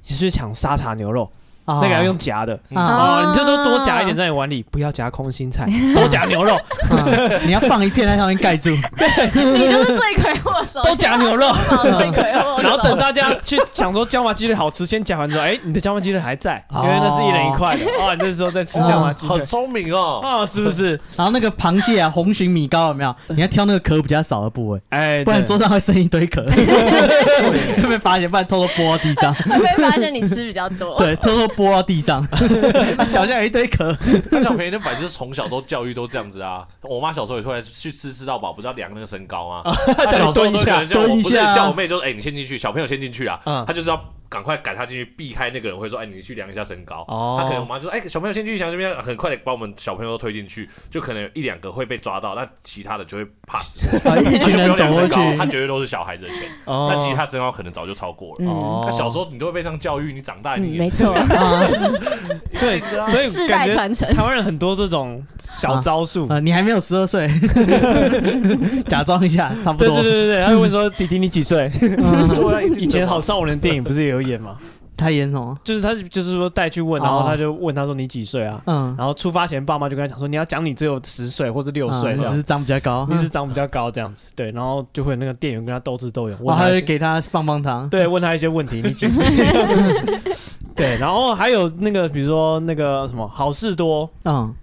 [SPEAKER 1] 你去抢沙茶牛肉，
[SPEAKER 2] 那
[SPEAKER 1] 那个要用夹的，哦
[SPEAKER 2] 啊，
[SPEAKER 3] 啊，
[SPEAKER 1] 你就多多夹一点在你碗里，不要夹空心菜，多夹牛肉，
[SPEAKER 2] 嗯你要放一片在上面盖住，
[SPEAKER 3] 你就是罪魁祸首，
[SPEAKER 1] 都 夹牛肉。
[SPEAKER 3] 包罪魁祸首。
[SPEAKER 1] 然后等大家去想说椒麻鸡腿好吃，先夹完之后，哎，你的椒麻鸡腿还在，因
[SPEAKER 2] 哦
[SPEAKER 1] 为那是一人一块 的。哦，你那时候在吃椒麻鸡
[SPEAKER 4] 好
[SPEAKER 1] 腿，
[SPEAKER 4] 聪明哦。
[SPEAKER 1] 哦，是不是？
[SPEAKER 2] 然后那个螃蟹啊，红鲟米糕有没有？你要挑那个壳比较少的部位，
[SPEAKER 1] 哎，
[SPEAKER 2] 不然
[SPEAKER 1] 对
[SPEAKER 2] 桌上会剩一堆壳， 会被发现，不然偷偷拨到地上。
[SPEAKER 3] 会被发现你吃比较多。
[SPEAKER 2] 对，偷偷拨到地上，脚下有一堆壳。
[SPEAKER 4] 他小朋友本来就是从小都教育都这样子啊。我妈小时候也会去吃吃到饱，不是要量那个身 高吗？她小时候都可能叫
[SPEAKER 2] 蹲
[SPEAKER 4] 我
[SPEAKER 2] 一下
[SPEAKER 4] 不是
[SPEAKER 2] 蹲一下啊
[SPEAKER 4] 叫我妹就说，哎，你先进去，小朋友先进去啊
[SPEAKER 1] 嗯。
[SPEAKER 4] 她就是要赶快赶她进去，避开那个人会说，哎，你去量一下身高。
[SPEAKER 1] 哦
[SPEAKER 4] 他可能我妈就说：“哎、小朋友先去想这边，很快的把我们小朋友都推进去，就可能有一两个会被抓到，那其他的就会 pass 过。
[SPEAKER 2] 啊，一群人走过去，
[SPEAKER 4] 他绝对都是小孩子的钱，
[SPEAKER 1] 哦
[SPEAKER 4] 但其实他身高可能早就超过了。
[SPEAKER 3] 嗯
[SPEAKER 2] 哦
[SPEAKER 4] 那小时候你都会被这样教育，你长大
[SPEAKER 3] 嗯，
[SPEAKER 4] 你
[SPEAKER 3] 没
[SPEAKER 4] 也
[SPEAKER 3] 错，
[SPEAKER 2] 啊
[SPEAKER 1] 对，所
[SPEAKER 3] 世
[SPEAKER 1] 以感
[SPEAKER 3] 代
[SPEAKER 1] 觉
[SPEAKER 3] 传承。
[SPEAKER 1] 台湾人很多这种小招数。
[SPEAKER 2] 啊，你还没有十二 岁，假装一下，差不
[SPEAKER 1] 对
[SPEAKER 2] 多。
[SPEAKER 1] 对对对对，他会问说：“弟弟你几 岁？”
[SPEAKER 2] 嗯
[SPEAKER 4] 对啊一定的嘛
[SPEAKER 1] 以前好少人电影不是也有演吗？
[SPEAKER 2] 他演什么？
[SPEAKER 1] 就是他就是说带去问，然
[SPEAKER 2] 哦
[SPEAKER 1] 后他就问他说：“你几岁啊？”
[SPEAKER 2] 嗯，
[SPEAKER 1] 然后出发前，爸妈就跟他讲说：“你要讲你只有十岁或者六岁这
[SPEAKER 2] 啊你只
[SPEAKER 1] 样，
[SPEAKER 2] 是长比较高，嗯
[SPEAKER 1] 你只长比较高这样子。”对，然后就会有那个店员跟他斗智斗勇，问
[SPEAKER 2] 然后
[SPEAKER 1] 他
[SPEAKER 2] 哦他
[SPEAKER 1] 一
[SPEAKER 2] 就
[SPEAKER 1] 些
[SPEAKER 2] 给他棒棒糖。
[SPEAKER 1] 对问他一些问题，你几岁？ 对，然后还有那个比如说那个什么好事多，
[SPEAKER 2] 嗯，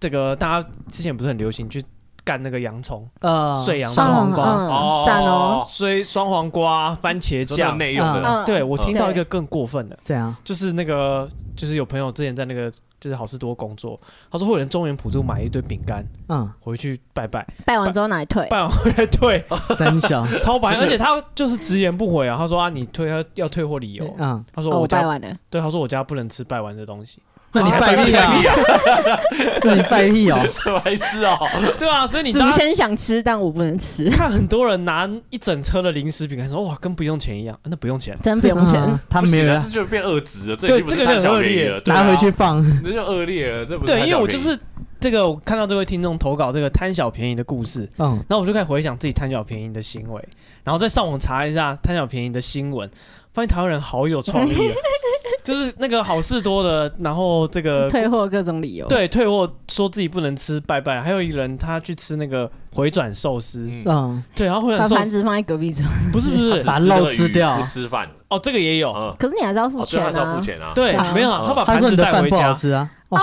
[SPEAKER 1] 这个大家之前不是很流行去干那个洋葱，
[SPEAKER 2] 呃，
[SPEAKER 1] 碎洋葱
[SPEAKER 2] 双黄瓜，
[SPEAKER 4] 哦，
[SPEAKER 3] 嗯赞哦，
[SPEAKER 1] 所以双黄瓜、番茄
[SPEAKER 4] 真的
[SPEAKER 1] 酱。
[SPEAKER 4] 内用的。
[SPEAKER 3] 嗯，
[SPEAKER 1] 对我听到
[SPEAKER 3] 对
[SPEAKER 1] 一个更过分的，
[SPEAKER 2] 这样
[SPEAKER 1] 就是那个，就是有朋友之前在那个就是好事多工作，他说会有人中原普渡买一堆饼干
[SPEAKER 2] 嗯，
[SPEAKER 1] 回去拜拜，
[SPEAKER 3] 拜完之后拿来退。
[SPEAKER 1] 拜完回来退，
[SPEAKER 2] 三 小，
[SPEAKER 1] 超白，而且他就是直言不讳啊，他说啊你退要要退货理由，
[SPEAKER 2] 嗯，
[SPEAKER 1] 他说
[SPEAKER 3] 哦，
[SPEAKER 1] 我
[SPEAKER 3] 我拜
[SPEAKER 1] 家
[SPEAKER 3] 完了，
[SPEAKER 1] 对，他说我家不能吃拜完的东西，
[SPEAKER 2] 那你
[SPEAKER 1] 啊
[SPEAKER 2] 拜屁啊？ 那你拜屁哦！
[SPEAKER 3] 嗯
[SPEAKER 4] 白痴哦！
[SPEAKER 1] 对啊，所以你
[SPEAKER 3] 祖
[SPEAKER 1] 当
[SPEAKER 3] 先想吃，但我不能吃，
[SPEAKER 1] 看很多人拿一整车的零食饼干，说哇，跟不用钱一样，啊那不用钱。
[SPEAKER 3] 真不用钱。
[SPEAKER 2] 嗯他
[SPEAKER 4] 不
[SPEAKER 2] 没
[SPEAKER 4] 行
[SPEAKER 2] 有
[SPEAKER 4] 啊
[SPEAKER 2] 要
[SPEAKER 4] 这就变恶质了，这
[SPEAKER 1] 对
[SPEAKER 4] 已经不是
[SPEAKER 1] 这个就
[SPEAKER 4] 贪
[SPEAKER 1] 很
[SPEAKER 4] 小
[SPEAKER 1] 恶
[SPEAKER 4] 便宜
[SPEAKER 1] 劣
[SPEAKER 4] 了，对啊
[SPEAKER 2] 拿回去放，
[SPEAKER 4] 那就恶劣了，这不是
[SPEAKER 1] 对，
[SPEAKER 4] 贪
[SPEAKER 1] 因为
[SPEAKER 4] 小
[SPEAKER 1] 我就
[SPEAKER 4] 便宜
[SPEAKER 1] 是这个，我看到这位听众投稿这个贪小便宜的故事，
[SPEAKER 2] 嗯，
[SPEAKER 1] 然后我就开始回想自己贪小便宜的行为，然后再上网查一下贪小便宜的新闻，发现台湾人好有创意、啊，就是那个好事多的，然后这
[SPEAKER 2] 嗯
[SPEAKER 1] 个
[SPEAKER 3] 退货各种理由，，
[SPEAKER 1] 对退货说自己不能吃拜拜，还有一个人他去吃那个回转寿司，
[SPEAKER 4] 嗯
[SPEAKER 2] 嗯，
[SPEAKER 1] 对，然后回 转
[SPEAKER 3] 把
[SPEAKER 1] 寿
[SPEAKER 3] 盘
[SPEAKER 1] 司
[SPEAKER 3] 子放在隔壁桌。
[SPEAKER 1] 不是不是
[SPEAKER 2] 把
[SPEAKER 4] 只吃
[SPEAKER 2] 肉
[SPEAKER 4] 了
[SPEAKER 2] 吃
[SPEAKER 4] 鱼
[SPEAKER 2] 掉
[SPEAKER 4] 不吃饭，
[SPEAKER 1] 哦，这个也有，
[SPEAKER 4] 嗯，
[SPEAKER 3] 可是你还是要付
[SPEAKER 4] 哦，对，
[SPEAKER 3] 钱
[SPEAKER 4] 还是要
[SPEAKER 3] 啊
[SPEAKER 4] 付！钱啊，
[SPEAKER 1] 对
[SPEAKER 3] 啊，
[SPEAKER 1] 没有，
[SPEAKER 4] 嗯
[SPEAKER 1] 他把
[SPEAKER 2] 他
[SPEAKER 1] 盘
[SPEAKER 2] 说
[SPEAKER 1] 子
[SPEAKER 2] 你的
[SPEAKER 1] 带
[SPEAKER 2] 饭
[SPEAKER 1] 回
[SPEAKER 2] 不好
[SPEAKER 1] 家，
[SPEAKER 2] 吃啊，
[SPEAKER 3] 哦，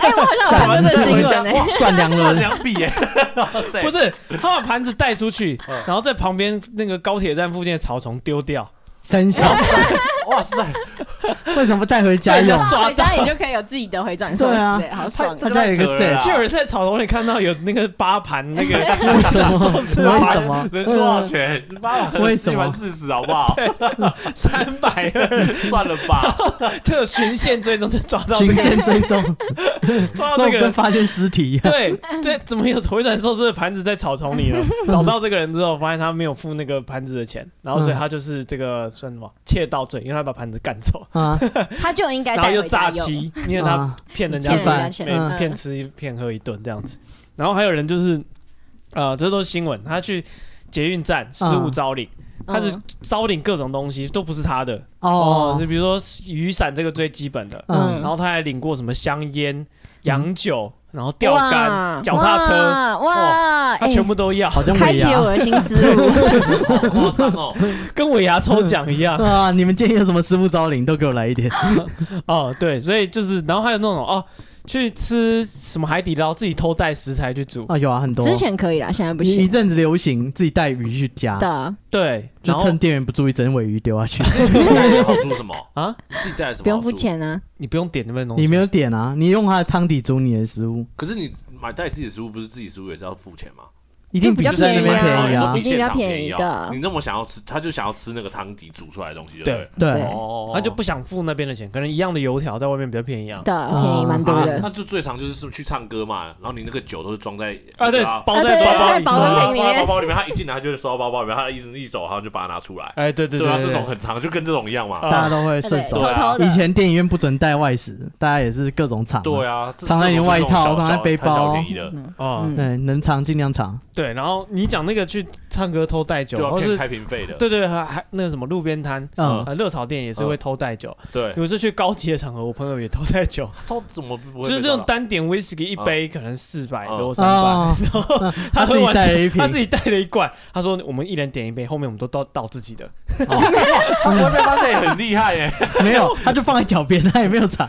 [SPEAKER 3] 哎，我好像有看过这个新
[SPEAKER 1] 带回家。
[SPEAKER 3] 闻欸呢
[SPEAKER 1] 哇
[SPEAKER 2] 赚 两
[SPEAKER 4] 赚
[SPEAKER 2] 轮，
[SPEAKER 4] 两笔耶，哇塞，
[SPEAKER 1] 不是，他把盘子带出去，
[SPEAKER 4] 嗯
[SPEAKER 1] 然后在旁边那个高铁站附近的草丛丢掉。
[SPEAKER 3] 啊
[SPEAKER 2] 三小，
[SPEAKER 4] 哇塞，
[SPEAKER 2] 为什么不带回 家用
[SPEAKER 1] 对？
[SPEAKER 3] 放
[SPEAKER 1] 抓
[SPEAKER 3] 回啊家你就可以有自己的回转寿司，
[SPEAKER 2] 对啊
[SPEAKER 3] 哎好爽
[SPEAKER 2] 他
[SPEAKER 4] 这
[SPEAKER 2] 家
[SPEAKER 3] 啊！
[SPEAKER 4] 个
[SPEAKER 2] 有一个 set，
[SPEAKER 4] 太扯了啦
[SPEAKER 1] 就有人在草丛里看到有那个八盘 那个寿司啊
[SPEAKER 2] 为
[SPEAKER 1] 盘
[SPEAKER 2] 什么
[SPEAKER 4] 啊
[SPEAKER 2] 嗯
[SPEAKER 4] 能多少钱？妈，
[SPEAKER 2] 为什么
[SPEAKER 4] 四十好不好？
[SPEAKER 1] 三百二，
[SPEAKER 4] 算了吧，
[SPEAKER 1] 就循线追踪就抓到这
[SPEAKER 2] 循
[SPEAKER 1] 个
[SPEAKER 2] 线追踪，
[SPEAKER 1] 抓
[SPEAKER 2] 那
[SPEAKER 1] 到这
[SPEAKER 2] 我
[SPEAKER 1] 个
[SPEAKER 2] 跟
[SPEAKER 1] 人。
[SPEAKER 2] 发现尸体一样，
[SPEAKER 1] 对对，怎么有回转寿司的盘子在草丛里呢？找到这个人之后，发现他没有付那个盘子的钱，然后
[SPEAKER 2] 嗯
[SPEAKER 1] 所以他就是这个算什么窃盗罪，因为他把盘子干走，
[SPEAKER 2] 啊，
[SPEAKER 3] 他就应该
[SPEAKER 1] 然后
[SPEAKER 3] 带
[SPEAKER 1] 又
[SPEAKER 3] 回家
[SPEAKER 1] 诈
[SPEAKER 3] 用。
[SPEAKER 1] 欺，因为他
[SPEAKER 2] 啊
[SPEAKER 1] 骗人家
[SPEAKER 3] 骗人
[SPEAKER 1] 饭
[SPEAKER 3] 家钱
[SPEAKER 1] 每
[SPEAKER 2] 嗯
[SPEAKER 1] 骗吃一骗喝一顿这样子。然后还有人就是，呃，这都是新闻，他去捷运站失物
[SPEAKER 2] 嗯
[SPEAKER 1] 招领，他只
[SPEAKER 3] 嗯
[SPEAKER 1] 招领各种东西，都不是他的哦，
[SPEAKER 2] 哦
[SPEAKER 1] 就，比如说雨伞这个最基本的，
[SPEAKER 2] 嗯
[SPEAKER 1] 然后他还领过什么香烟、洋酒，然后钓竿、
[SPEAKER 3] 嗯哇
[SPEAKER 1] 脚踏车，
[SPEAKER 3] 哇哇，
[SPEAKER 1] 他
[SPEAKER 3] 哎
[SPEAKER 1] 全部都要，
[SPEAKER 2] 好像
[SPEAKER 3] 开
[SPEAKER 2] 尾
[SPEAKER 3] 启了我
[SPEAKER 2] 牙
[SPEAKER 3] 的新思 路。
[SPEAKER 1] 嗯
[SPEAKER 4] 好夸张哦！
[SPEAKER 1] 跟尾牙抽奖一样
[SPEAKER 2] 啊，你们建议有什么师傅招领都给我来一点，
[SPEAKER 1] 哦。对，所以就是，然后还有那种哦，去吃什么海底捞，自己偷带食材去煮，
[SPEAKER 3] 哦
[SPEAKER 2] 啊，有啊，很多，
[SPEAKER 3] 之前可以啦，现在不
[SPEAKER 2] 一
[SPEAKER 3] 行。啊
[SPEAKER 2] 阵子流行自己带鱼去夹，
[SPEAKER 3] 的，
[SPEAKER 1] 对，然
[SPEAKER 2] 就
[SPEAKER 1] 后
[SPEAKER 2] 趁店员不注意，整尾鱼丢下去。
[SPEAKER 4] 你带来的好处是什么？
[SPEAKER 1] 啊，
[SPEAKER 4] 你自己带来什么？
[SPEAKER 3] 不用付。钱啊。
[SPEAKER 1] 你不用点那边东西，
[SPEAKER 2] 你没有点啊？你用它的汤底煮你的食物，
[SPEAKER 4] 可是你买带自己的食物，不是自己食物也是要付钱吗？
[SPEAKER 2] 一定比
[SPEAKER 3] 就
[SPEAKER 2] 就
[SPEAKER 3] 比较
[SPEAKER 2] 在那边
[SPEAKER 3] 便宜啊
[SPEAKER 2] 便宜啊
[SPEAKER 4] 哦你说。
[SPEAKER 3] 一定要
[SPEAKER 4] 现场便
[SPEAKER 3] 便宜的
[SPEAKER 4] 哦你那么想要吃，他就想要吃那个汤底煮出来的东西，对不
[SPEAKER 1] 对
[SPEAKER 4] 对？
[SPEAKER 2] 对，
[SPEAKER 4] 哦
[SPEAKER 1] 他就不想付那边的钱，可能一样的油条在外面比较便宜啊。
[SPEAKER 3] 的便宜蛮多
[SPEAKER 4] 啊，
[SPEAKER 3] 的，
[SPEAKER 4] 那就最常就是是去唱歌嘛，然后你那个酒都是装在
[SPEAKER 1] 啊，对，包在
[SPEAKER 3] 啊对
[SPEAKER 1] 包包
[SPEAKER 3] 在
[SPEAKER 1] 里
[SPEAKER 3] 保
[SPEAKER 1] 头
[SPEAKER 3] 温
[SPEAKER 1] 啊
[SPEAKER 3] 瓶里面
[SPEAKER 4] 包包里面，他一进来他就会收到包包里面，他一一走，然后就把它拿出来。
[SPEAKER 1] 哎，对对
[SPEAKER 4] 对啊，
[SPEAKER 1] 对，
[SPEAKER 4] 这种很常，就跟这种一样嘛。
[SPEAKER 1] 啊
[SPEAKER 2] 大家都会
[SPEAKER 3] 对
[SPEAKER 2] 顺
[SPEAKER 3] 偷
[SPEAKER 2] 手。
[SPEAKER 4] 对啊
[SPEAKER 3] 偷的。
[SPEAKER 2] 以前电影院不准带外食，大家也是各种藏。
[SPEAKER 4] 对啊，这
[SPEAKER 2] 藏在你的外套
[SPEAKER 4] 这种就
[SPEAKER 2] 藏
[SPEAKER 4] 是
[SPEAKER 2] 在背包
[SPEAKER 4] 贪小便宜的，
[SPEAKER 3] 嗯
[SPEAKER 1] 哦，
[SPEAKER 3] 嗯
[SPEAKER 2] 对，能藏尽量藏。
[SPEAKER 1] 对，然后你讲那个去唱歌偷带酒，
[SPEAKER 4] 就要
[SPEAKER 1] 或是
[SPEAKER 4] 啊骗开瓶费的。
[SPEAKER 1] 对对，还还那个什么路边摊。
[SPEAKER 2] 嗯
[SPEAKER 4] 嗯，
[SPEAKER 1] 呃，热炒店也是会偷带酒，
[SPEAKER 4] 对，
[SPEAKER 1] 有时候去高级的场合，我朋友也偷带酒，
[SPEAKER 4] 他怎么不会被抓到？
[SPEAKER 1] 就是这种单点威士忌一杯可能四百
[SPEAKER 4] 嗯
[SPEAKER 1] 多三百，
[SPEAKER 2] 哦，
[SPEAKER 1] 然后
[SPEAKER 2] 他自
[SPEAKER 1] 喝
[SPEAKER 2] 己
[SPEAKER 1] 完
[SPEAKER 2] 带
[SPEAKER 1] 之
[SPEAKER 2] 了一
[SPEAKER 1] 他自
[SPEAKER 2] 瓶，
[SPEAKER 1] 己带了一罐，他说我们一人点一杯，后面我们都倒倒自己的， 他不会被发现，
[SPEAKER 4] 很厉害耶，
[SPEAKER 2] 没有，他就放在脚边，他也没有藏，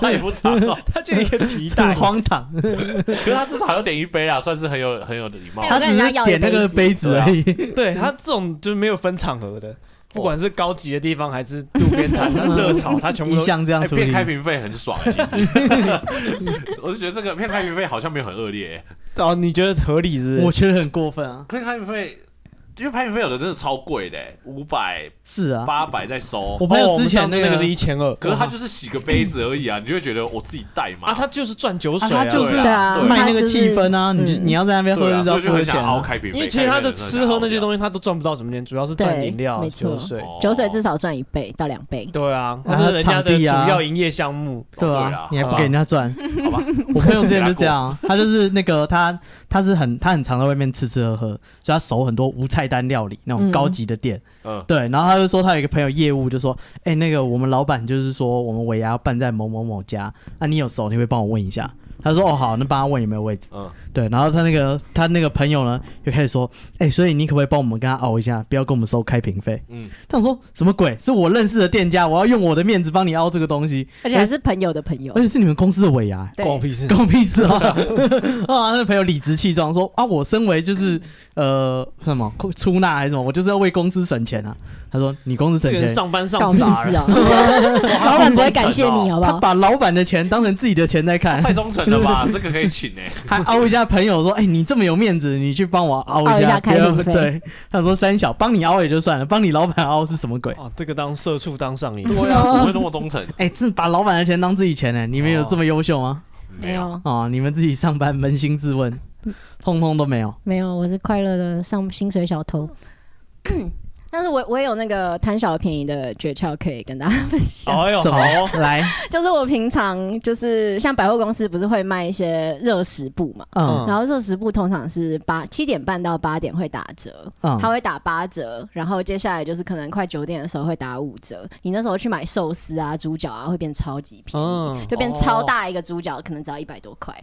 [SPEAKER 4] 他也不 藏哦。
[SPEAKER 1] 他就一个 提
[SPEAKER 2] 很
[SPEAKER 1] 袋，
[SPEAKER 2] 荒唐。
[SPEAKER 4] 可是他至少有点一杯啊，算是很有很有礼貌
[SPEAKER 3] 对。
[SPEAKER 2] 他只是点那个杯子
[SPEAKER 4] 啊
[SPEAKER 2] 而已。
[SPEAKER 1] 对他这种就是没有分场合的，不管是高级的地方还是路边 摊、热炒，他全部
[SPEAKER 2] 一
[SPEAKER 1] 都
[SPEAKER 2] 向这样
[SPEAKER 4] 哎，
[SPEAKER 2] 处理
[SPEAKER 4] 骗，开瓶费很爽，其实。 我就觉得这个骗开瓶费好像没有很恶劣，
[SPEAKER 1] 哦，你觉得合理是不
[SPEAKER 2] 我
[SPEAKER 1] 是？
[SPEAKER 2] 觉得很过分啊。
[SPEAKER 4] 骗开瓶费。因为开瓶费有的真的超贵的，欸五百、
[SPEAKER 2] 是啊，
[SPEAKER 4] 八百在收
[SPEAKER 2] 我，朋
[SPEAKER 1] 哦
[SPEAKER 2] 友
[SPEAKER 1] 我
[SPEAKER 2] 之
[SPEAKER 1] 们
[SPEAKER 2] 前
[SPEAKER 1] 上次那
[SPEAKER 2] 个嗯
[SPEAKER 1] 个是一千二，
[SPEAKER 4] 可是他就是洗个杯子而已啊，你就会觉得我自己带嘛。
[SPEAKER 1] 啊，他就是赚酒水
[SPEAKER 2] 啊
[SPEAKER 1] 啊，
[SPEAKER 2] 他就是
[SPEAKER 4] 对
[SPEAKER 3] 对啊
[SPEAKER 4] 对，
[SPEAKER 2] 卖那个
[SPEAKER 3] 他就是
[SPEAKER 2] 气氛啊，你就
[SPEAKER 3] 嗯
[SPEAKER 2] 你要在那边喝
[SPEAKER 4] 对
[SPEAKER 2] 就知
[SPEAKER 4] 啊，所
[SPEAKER 2] 道
[SPEAKER 4] 以就
[SPEAKER 2] 付了
[SPEAKER 4] 很
[SPEAKER 2] 钱
[SPEAKER 4] 想凹
[SPEAKER 2] 啊。
[SPEAKER 4] 开瓶费，
[SPEAKER 1] 因为其实他的吃喝那些
[SPEAKER 4] 西
[SPEAKER 1] 东西他都赚不到什么钱，主要是赚饮料、啊
[SPEAKER 3] 对
[SPEAKER 1] 酒水。
[SPEAKER 4] 酒
[SPEAKER 3] 酒水至少赚一倍到两倍。
[SPEAKER 1] 对啊，
[SPEAKER 2] 然
[SPEAKER 1] 他
[SPEAKER 2] 后
[SPEAKER 1] 是人家的
[SPEAKER 2] 场
[SPEAKER 1] 主
[SPEAKER 2] 地啊
[SPEAKER 1] 要营业项目。
[SPEAKER 2] 对
[SPEAKER 4] 啦
[SPEAKER 2] 啊，你还不
[SPEAKER 1] 好吧
[SPEAKER 2] 给人家赚？
[SPEAKER 4] 好吧，
[SPEAKER 2] 我朋友之前就这样啊，他就是那个他他是很他很常在外面吃吃喝喝，所以他熟很多无菜单料理那种
[SPEAKER 3] 嗯
[SPEAKER 2] 高级的店。
[SPEAKER 4] 嗯，
[SPEAKER 2] 对，然后他就说他有一个朋友业务就说，哎、那个我们老板就是说我们尾牙要办在某某某家，啊你有熟你会帮我问一下。他说哦好，那帮他问有没有位置。
[SPEAKER 4] 嗯，
[SPEAKER 2] 对，然后他那个他那个朋友呢就开始说，哎、所以你可不可以帮我们跟他熬一下，不要跟我们收开瓶费？
[SPEAKER 4] 嗯，
[SPEAKER 2] 他想说什么鬼？是我认识的店家，我要用我的面子帮你熬这个东西，
[SPEAKER 3] 而且还是朋友的朋友
[SPEAKER 2] 而。且是你们公司的尾牙、
[SPEAKER 3] 对
[SPEAKER 1] 关我屁事！
[SPEAKER 2] 关我屁事啊！ 啊，那朋友理直气壮说啊，我身为就是呃什么出纳还是什么，我就是要为公司省钱啊。他说你公司
[SPEAKER 1] 这
[SPEAKER 2] 省
[SPEAKER 1] 个人
[SPEAKER 2] 钱，
[SPEAKER 1] 上班上
[SPEAKER 5] 搞屁
[SPEAKER 1] 傻
[SPEAKER 5] 事
[SPEAKER 1] 了，
[SPEAKER 5] 啊！
[SPEAKER 3] 哦
[SPEAKER 5] 老板不会感谢你，好不
[SPEAKER 2] 他
[SPEAKER 5] 好？
[SPEAKER 2] 把老板的钱当成自己的钱在看，
[SPEAKER 4] 太忠诚了吧？这个可以请 哎，
[SPEAKER 2] 还凹一下朋友说，哎，你这么有面子，你去帮我凹
[SPEAKER 5] 凹一下
[SPEAKER 2] 下，
[SPEAKER 5] 开
[SPEAKER 2] 不要
[SPEAKER 5] 瓶费
[SPEAKER 2] 对，他说三小帮你凹也就算了，帮你老板凹是什么鬼？
[SPEAKER 1] 哦，这个当社畜当上瘾，
[SPEAKER 4] 对啊，怎么会那么忠诚？
[SPEAKER 2] 哎，这把老板的钱当自己钱呢？你们有这么优秀吗？
[SPEAKER 4] 没
[SPEAKER 5] 没
[SPEAKER 4] 有，
[SPEAKER 5] 有，
[SPEAKER 2] 哦，你们自己上班扪心自问，通通都没有。
[SPEAKER 5] 没有，我是快乐的上薪水小偷。
[SPEAKER 3] 但是我我也有那个贪小便宜的诀窍可以跟大家 分享。
[SPEAKER 1] 哎呦，
[SPEAKER 2] 什
[SPEAKER 1] 好
[SPEAKER 2] 么
[SPEAKER 1] 哦，
[SPEAKER 2] 来，
[SPEAKER 3] 就是我平常就是像百货公司不是会卖一些热食部嘛，
[SPEAKER 2] 嗯
[SPEAKER 3] 然后热食部通常是八七点半到八点会打折，
[SPEAKER 2] 嗯，
[SPEAKER 3] 它会打八折，然后接下来就是可能快九点的时候会打五折。你那时候去买寿司啊、猪脚啊，会变超级便宜，
[SPEAKER 1] 嗯
[SPEAKER 3] 就
[SPEAKER 4] 哦
[SPEAKER 3] 变超大一个猪脚，可能只要一百多块。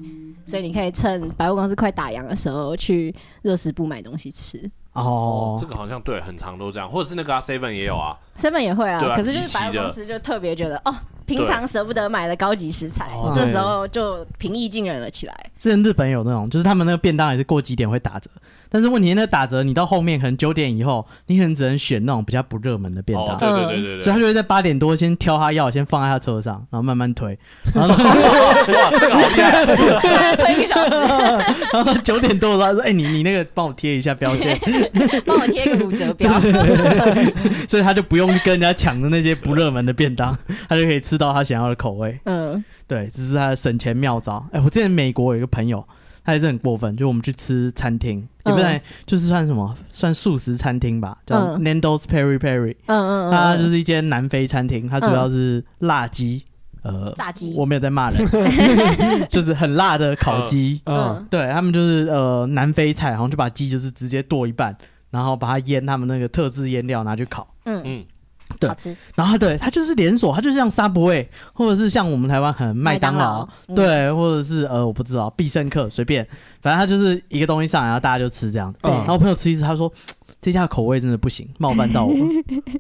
[SPEAKER 3] 所以你可以趁百货公司快打烊的时候去热食部买东西吃。
[SPEAKER 2] 哦
[SPEAKER 4] 这，个好像对，很常都这样，或者是那个 Seven 也有啊，
[SPEAKER 3] seven 也会啊
[SPEAKER 4] 对，啊
[SPEAKER 3] 可是就是
[SPEAKER 4] 集齐
[SPEAKER 3] 百货公
[SPEAKER 4] 的
[SPEAKER 3] 司就特别觉得哦，平常舍不得买的高级食材
[SPEAKER 1] 哦，
[SPEAKER 3] 这
[SPEAKER 2] 对
[SPEAKER 3] 时候就平易近人了起来。
[SPEAKER 2] 之前日本有那种，就是他们那个便当也是过几点会打折，但是问题是那打折你到后面可能九点以后，你可能只能选那种比较不热门的便
[SPEAKER 4] 哦
[SPEAKER 2] 当，。
[SPEAKER 4] 对对对
[SPEAKER 2] 所
[SPEAKER 4] 对
[SPEAKER 2] 以
[SPEAKER 4] 对
[SPEAKER 2] 他就会在八点多先挑他要，先放在他车上，然后慢慢 推，然后
[SPEAKER 4] 哇，这个好厉害，
[SPEAKER 3] 推一个小时，
[SPEAKER 2] 然后九点多的时候他说：“哎、你你那个帮我贴一下标 签。
[SPEAKER 3] 帮我贴一个五折标。”
[SPEAKER 2] 所以他就不用跟人家抢的那些不热门的便当，他就可以吃到他想要的口味。
[SPEAKER 3] 嗯，
[SPEAKER 2] 对，这是他的省钱妙招。哎、我之前美国有一个朋友，他也是很过分，就我们去吃餐厅，也不算、就是算什么，算素食餐厅吧，叫
[SPEAKER 3] 嗯
[SPEAKER 2] Nando's Peri Peri，、
[SPEAKER 3] 嗯嗯嗯，
[SPEAKER 2] 它啊就是一间南非餐厅，它主要是辣鸡，呃，
[SPEAKER 3] 炸鸡
[SPEAKER 2] 我没有在 骂人，就是很辣的烤鸡。
[SPEAKER 1] 嗯，
[SPEAKER 2] 对他们就是呃南非菜，然后就把鸡就是直接剁一半，然后把它腌他们那个特制腌料拿去烤。
[SPEAKER 3] 嗯
[SPEAKER 4] 嗯，
[SPEAKER 2] 对
[SPEAKER 3] 好吃，
[SPEAKER 2] 然后它对它就是连锁，它就像 Subway 或者是像我们台湾很麦当劳，，
[SPEAKER 3] 嗯
[SPEAKER 2] 对，或者是呃，我不知道，必胜客随便，反正它就是一个东西上来，然后大家就吃这样。
[SPEAKER 1] 对
[SPEAKER 2] 然后我朋友吃一次，他说这家的口味真的不行，冒犯 到我了，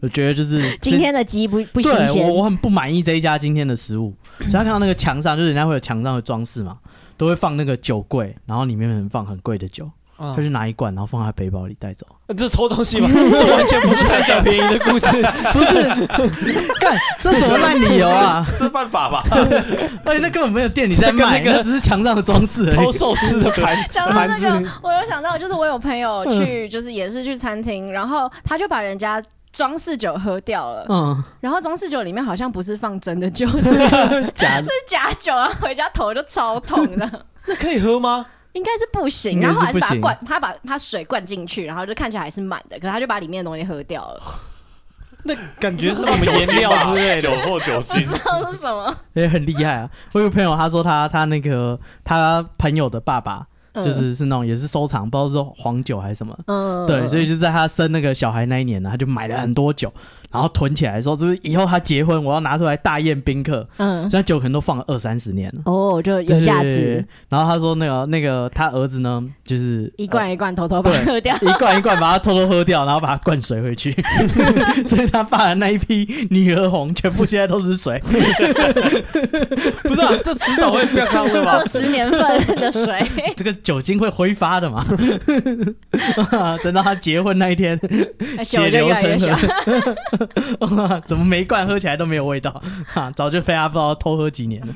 [SPEAKER 2] 我觉得就是这
[SPEAKER 5] 今天的鸡不不新
[SPEAKER 2] 对
[SPEAKER 5] 鲜
[SPEAKER 2] 我，我很不满意这一家今天的食物。 所以他看到那个墙上，就是人家会有墙上的装饰嘛，都会放那个酒柜，然后里面很放很贵的酒，他
[SPEAKER 1] 嗯，
[SPEAKER 2] 就拿一罐，然后放在背包里带走。
[SPEAKER 1] 这是偷东西吧？ 这完全不是贪小便宜的 故事，
[SPEAKER 2] 不是，干这什么烂理由啊！
[SPEAKER 4] 这犯法吧？
[SPEAKER 2] 而且那根本没有店里在
[SPEAKER 1] 这跟
[SPEAKER 2] 卖，
[SPEAKER 1] 那个
[SPEAKER 2] 那只是墙上的装饰而已。
[SPEAKER 1] 偷寿司的盘
[SPEAKER 3] 想到
[SPEAKER 1] 盘
[SPEAKER 3] 这
[SPEAKER 1] 子，
[SPEAKER 3] 个，我有想到，就是我有朋
[SPEAKER 2] 嗯
[SPEAKER 3] 友去，就是也是去餐厅，然后他就把人家。装饰酒喝掉了，
[SPEAKER 2] 嗯，
[SPEAKER 3] 然后装饰酒里面好像不是放真的酒， 是
[SPEAKER 2] 假的。
[SPEAKER 3] 假酒，然后回家头就超痛 的，
[SPEAKER 1] 那可以喝吗？
[SPEAKER 3] 应该是不行。
[SPEAKER 2] 应该
[SPEAKER 3] 然
[SPEAKER 2] 是
[SPEAKER 3] 后还是把
[SPEAKER 2] 不
[SPEAKER 3] 它
[SPEAKER 2] 行
[SPEAKER 3] 灌，他把他水灌进去，然后就看起来还是满的，可是他就把里面的东西喝掉了，
[SPEAKER 1] 那感 觉是什么颜料之类的？
[SPEAKER 4] 酒或酒精
[SPEAKER 3] 不，知道是什么。
[SPEAKER 2] 也很厉害 啊！我有个朋友，他说他他那个他朋友的爸爸，
[SPEAKER 3] 嗯
[SPEAKER 2] 就是是那种也是收藏，不知道是黄酒还是什么，
[SPEAKER 3] 嗯，
[SPEAKER 2] 对，所以就在他生那个小孩那一年呢，他就买了很多酒，然后囤起来说，就是以后他结婚，我要拿出来大宴宾客。
[SPEAKER 3] 嗯，
[SPEAKER 2] 所以他酒可能都放了二三十年了，
[SPEAKER 3] 哦，就有价值，。
[SPEAKER 2] 然后他说那个那个他儿子呢，就是呃
[SPEAKER 3] 一。罐一罐偷偷把它喝 掉。
[SPEAKER 2] 一罐一罐把它偷偷喝掉，然后把它灌水回 去，所以他爸的那一批女儿红全部现在都是水。
[SPEAKER 1] 不是啊， 这迟早会变康的 吧
[SPEAKER 3] 二？十年份的水，
[SPEAKER 2] 这个酒精会挥发的嘛？ 等到他结婚那一天，
[SPEAKER 3] 酒
[SPEAKER 2] 血
[SPEAKER 3] 就
[SPEAKER 2] 流
[SPEAKER 3] 越来越
[SPEAKER 2] 成
[SPEAKER 3] 小。
[SPEAKER 2] 河，怎么每一罐喝起来都没有味道？哈、早就被他不知道偷喝几年了。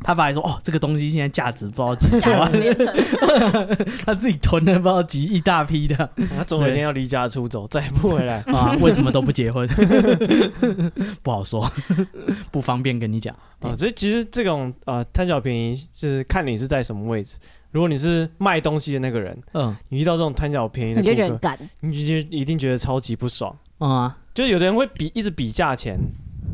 [SPEAKER 2] 他爸还说：“哦，这个东西现在价值不知道几十
[SPEAKER 3] 价
[SPEAKER 2] 万
[SPEAKER 3] 值，连城，
[SPEAKER 2] 他自己囤了不知道几一大批的
[SPEAKER 1] 他总有一天要离家出走，再也不回来。
[SPEAKER 2] 啊，为什么都不结婚？ 不好说，不方便跟你讲。
[SPEAKER 1] 啊，这其实这种啊贪小便宜是看你是在什么位置。如果你是卖东西的那个人，
[SPEAKER 2] 嗯
[SPEAKER 1] 你遇到这种贪小便宜的
[SPEAKER 3] 你就觉得
[SPEAKER 1] 顾
[SPEAKER 3] 很
[SPEAKER 1] 客，
[SPEAKER 3] 干，
[SPEAKER 1] 你就一定觉得超级不爽。
[SPEAKER 2] 嗯啊
[SPEAKER 1] 就有的人会比一直比价钱，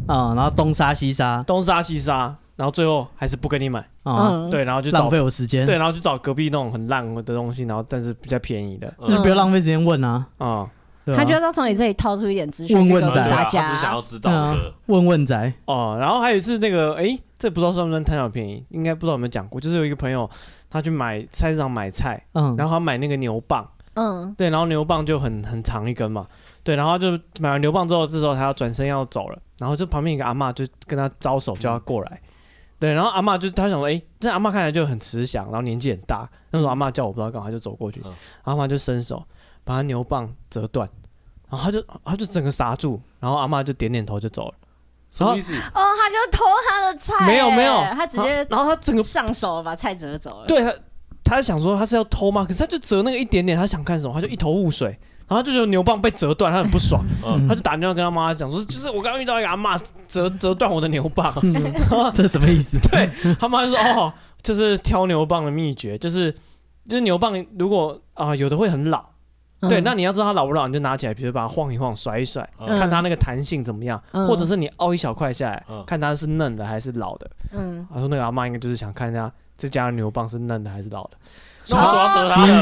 [SPEAKER 2] 嗯，然后东杀西杀，
[SPEAKER 1] 东杀西杀，然后最后还是不跟你买，
[SPEAKER 4] 哦
[SPEAKER 2] 嗯啊，
[SPEAKER 3] 嗯，
[SPEAKER 1] 对，然后就
[SPEAKER 2] 浪
[SPEAKER 1] 找
[SPEAKER 2] 费我时间。
[SPEAKER 1] 对，然后去找隔壁那种很烂的东西，然后但是比较便宜的
[SPEAKER 2] 那不要浪费时间问啊。
[SPEAKER 1] 啊、
[SPEAKER 2] 对啊
[SPEAKER 3] 嗯他就要从你这里掏出一点资讯，
[SPEAKER 2] 问
[SPEAKER 3] 就
[SPEAKER 2] 问
[SPEAKER 3] 给
[SPEAKER 2] 对啊嗯
[SPEAKER 3] 大
[SPEAKER 4] 哦他只想
[SPEAKER 3] 家
[SPEAKER 4] 要。知道的，
[SPEAKER 2] 问问仔，
[SPEAKER 1] 哦，然后还有一次那个，诶，这不知道算不算贪小便宜，应该不知道有没有讲过，就是有一个朋友他去买菜市场买菜，
[SPEAKER 2] 嗯，
[SPEAKER 1] 然后他买那个牛蒡，
[SPEAKER 3] 嗯，
[SPEAKER 1] 对，然后牛蒡就很很长一根嘛，对，然后他就买完牛蒡之后，这时候他要转身要走了，然后就旁边一个阿嬷就跟他招手叫他过来，对，然后阿嬷就他想说，哎、这阿嬷看起来就很慈祥，然后年纪很大，那时候阿嬷叫我不知道干嘛，就走过去，
[SPEAKER 4] 嗯
[SPEAKER 1] 然后阿嬷就伸手把他牛蒡折断，然然后他就他就整个傻住，然后阿妈就点点头就走了。
[SPEAKER 4] 什么意思？
[SPEAKER 3] 哦，他就偷他的菜欸，
[SPEAKER 1] 没有没有，
[SPEAKER 3] 他直接
[SPEAKER 1] 然后他整个
[SPEAKER 3] 上手把菜折走了。
[SPEAKER 1] 对他，他想说他是要偷吗？可是他就折那个一点点，他想干什么？他就一头雾水，然后他就觉得牛棒被折断，他很不 爽，
[SPEAKER 4] 嗯
[SPEAKER 1] 他就打电话跟他妈讲说，就是我刚刚遇到一个阿妈折折断我的牛 棒，
[SPEAKER 2] 这是什么意思？
[SPEAKER 1] 对他妈就说哦，就是挑牛棒的秘诀，就是就是牛棒如果啊、有的会很老，对，
[SPEAKER 3] 嗯
[SPEAKER 1] 那你要知道它老不老，你就拿起来，比如把它晃一晃、甩一甩，
[SPEAKER 4] 嗯
[SPEAKER 1] 看它那个弹性怎么样，
[SPEAKER 5] 嗯
[SPEAKER 1] 或者是你凹一小块下来
[SPEAKER 4] 嗯，
[SPEAKER 1] 看它是嫩的还是老的。
[SPEAKER 3] 嗯，
[SPEAKER 1] 他说那个阿妈应该就是想看一下这家的牛棒是嫩的还是老 的。
[SPEAKER 4] 那我要折他的，
[SPEAKER 1] 嗯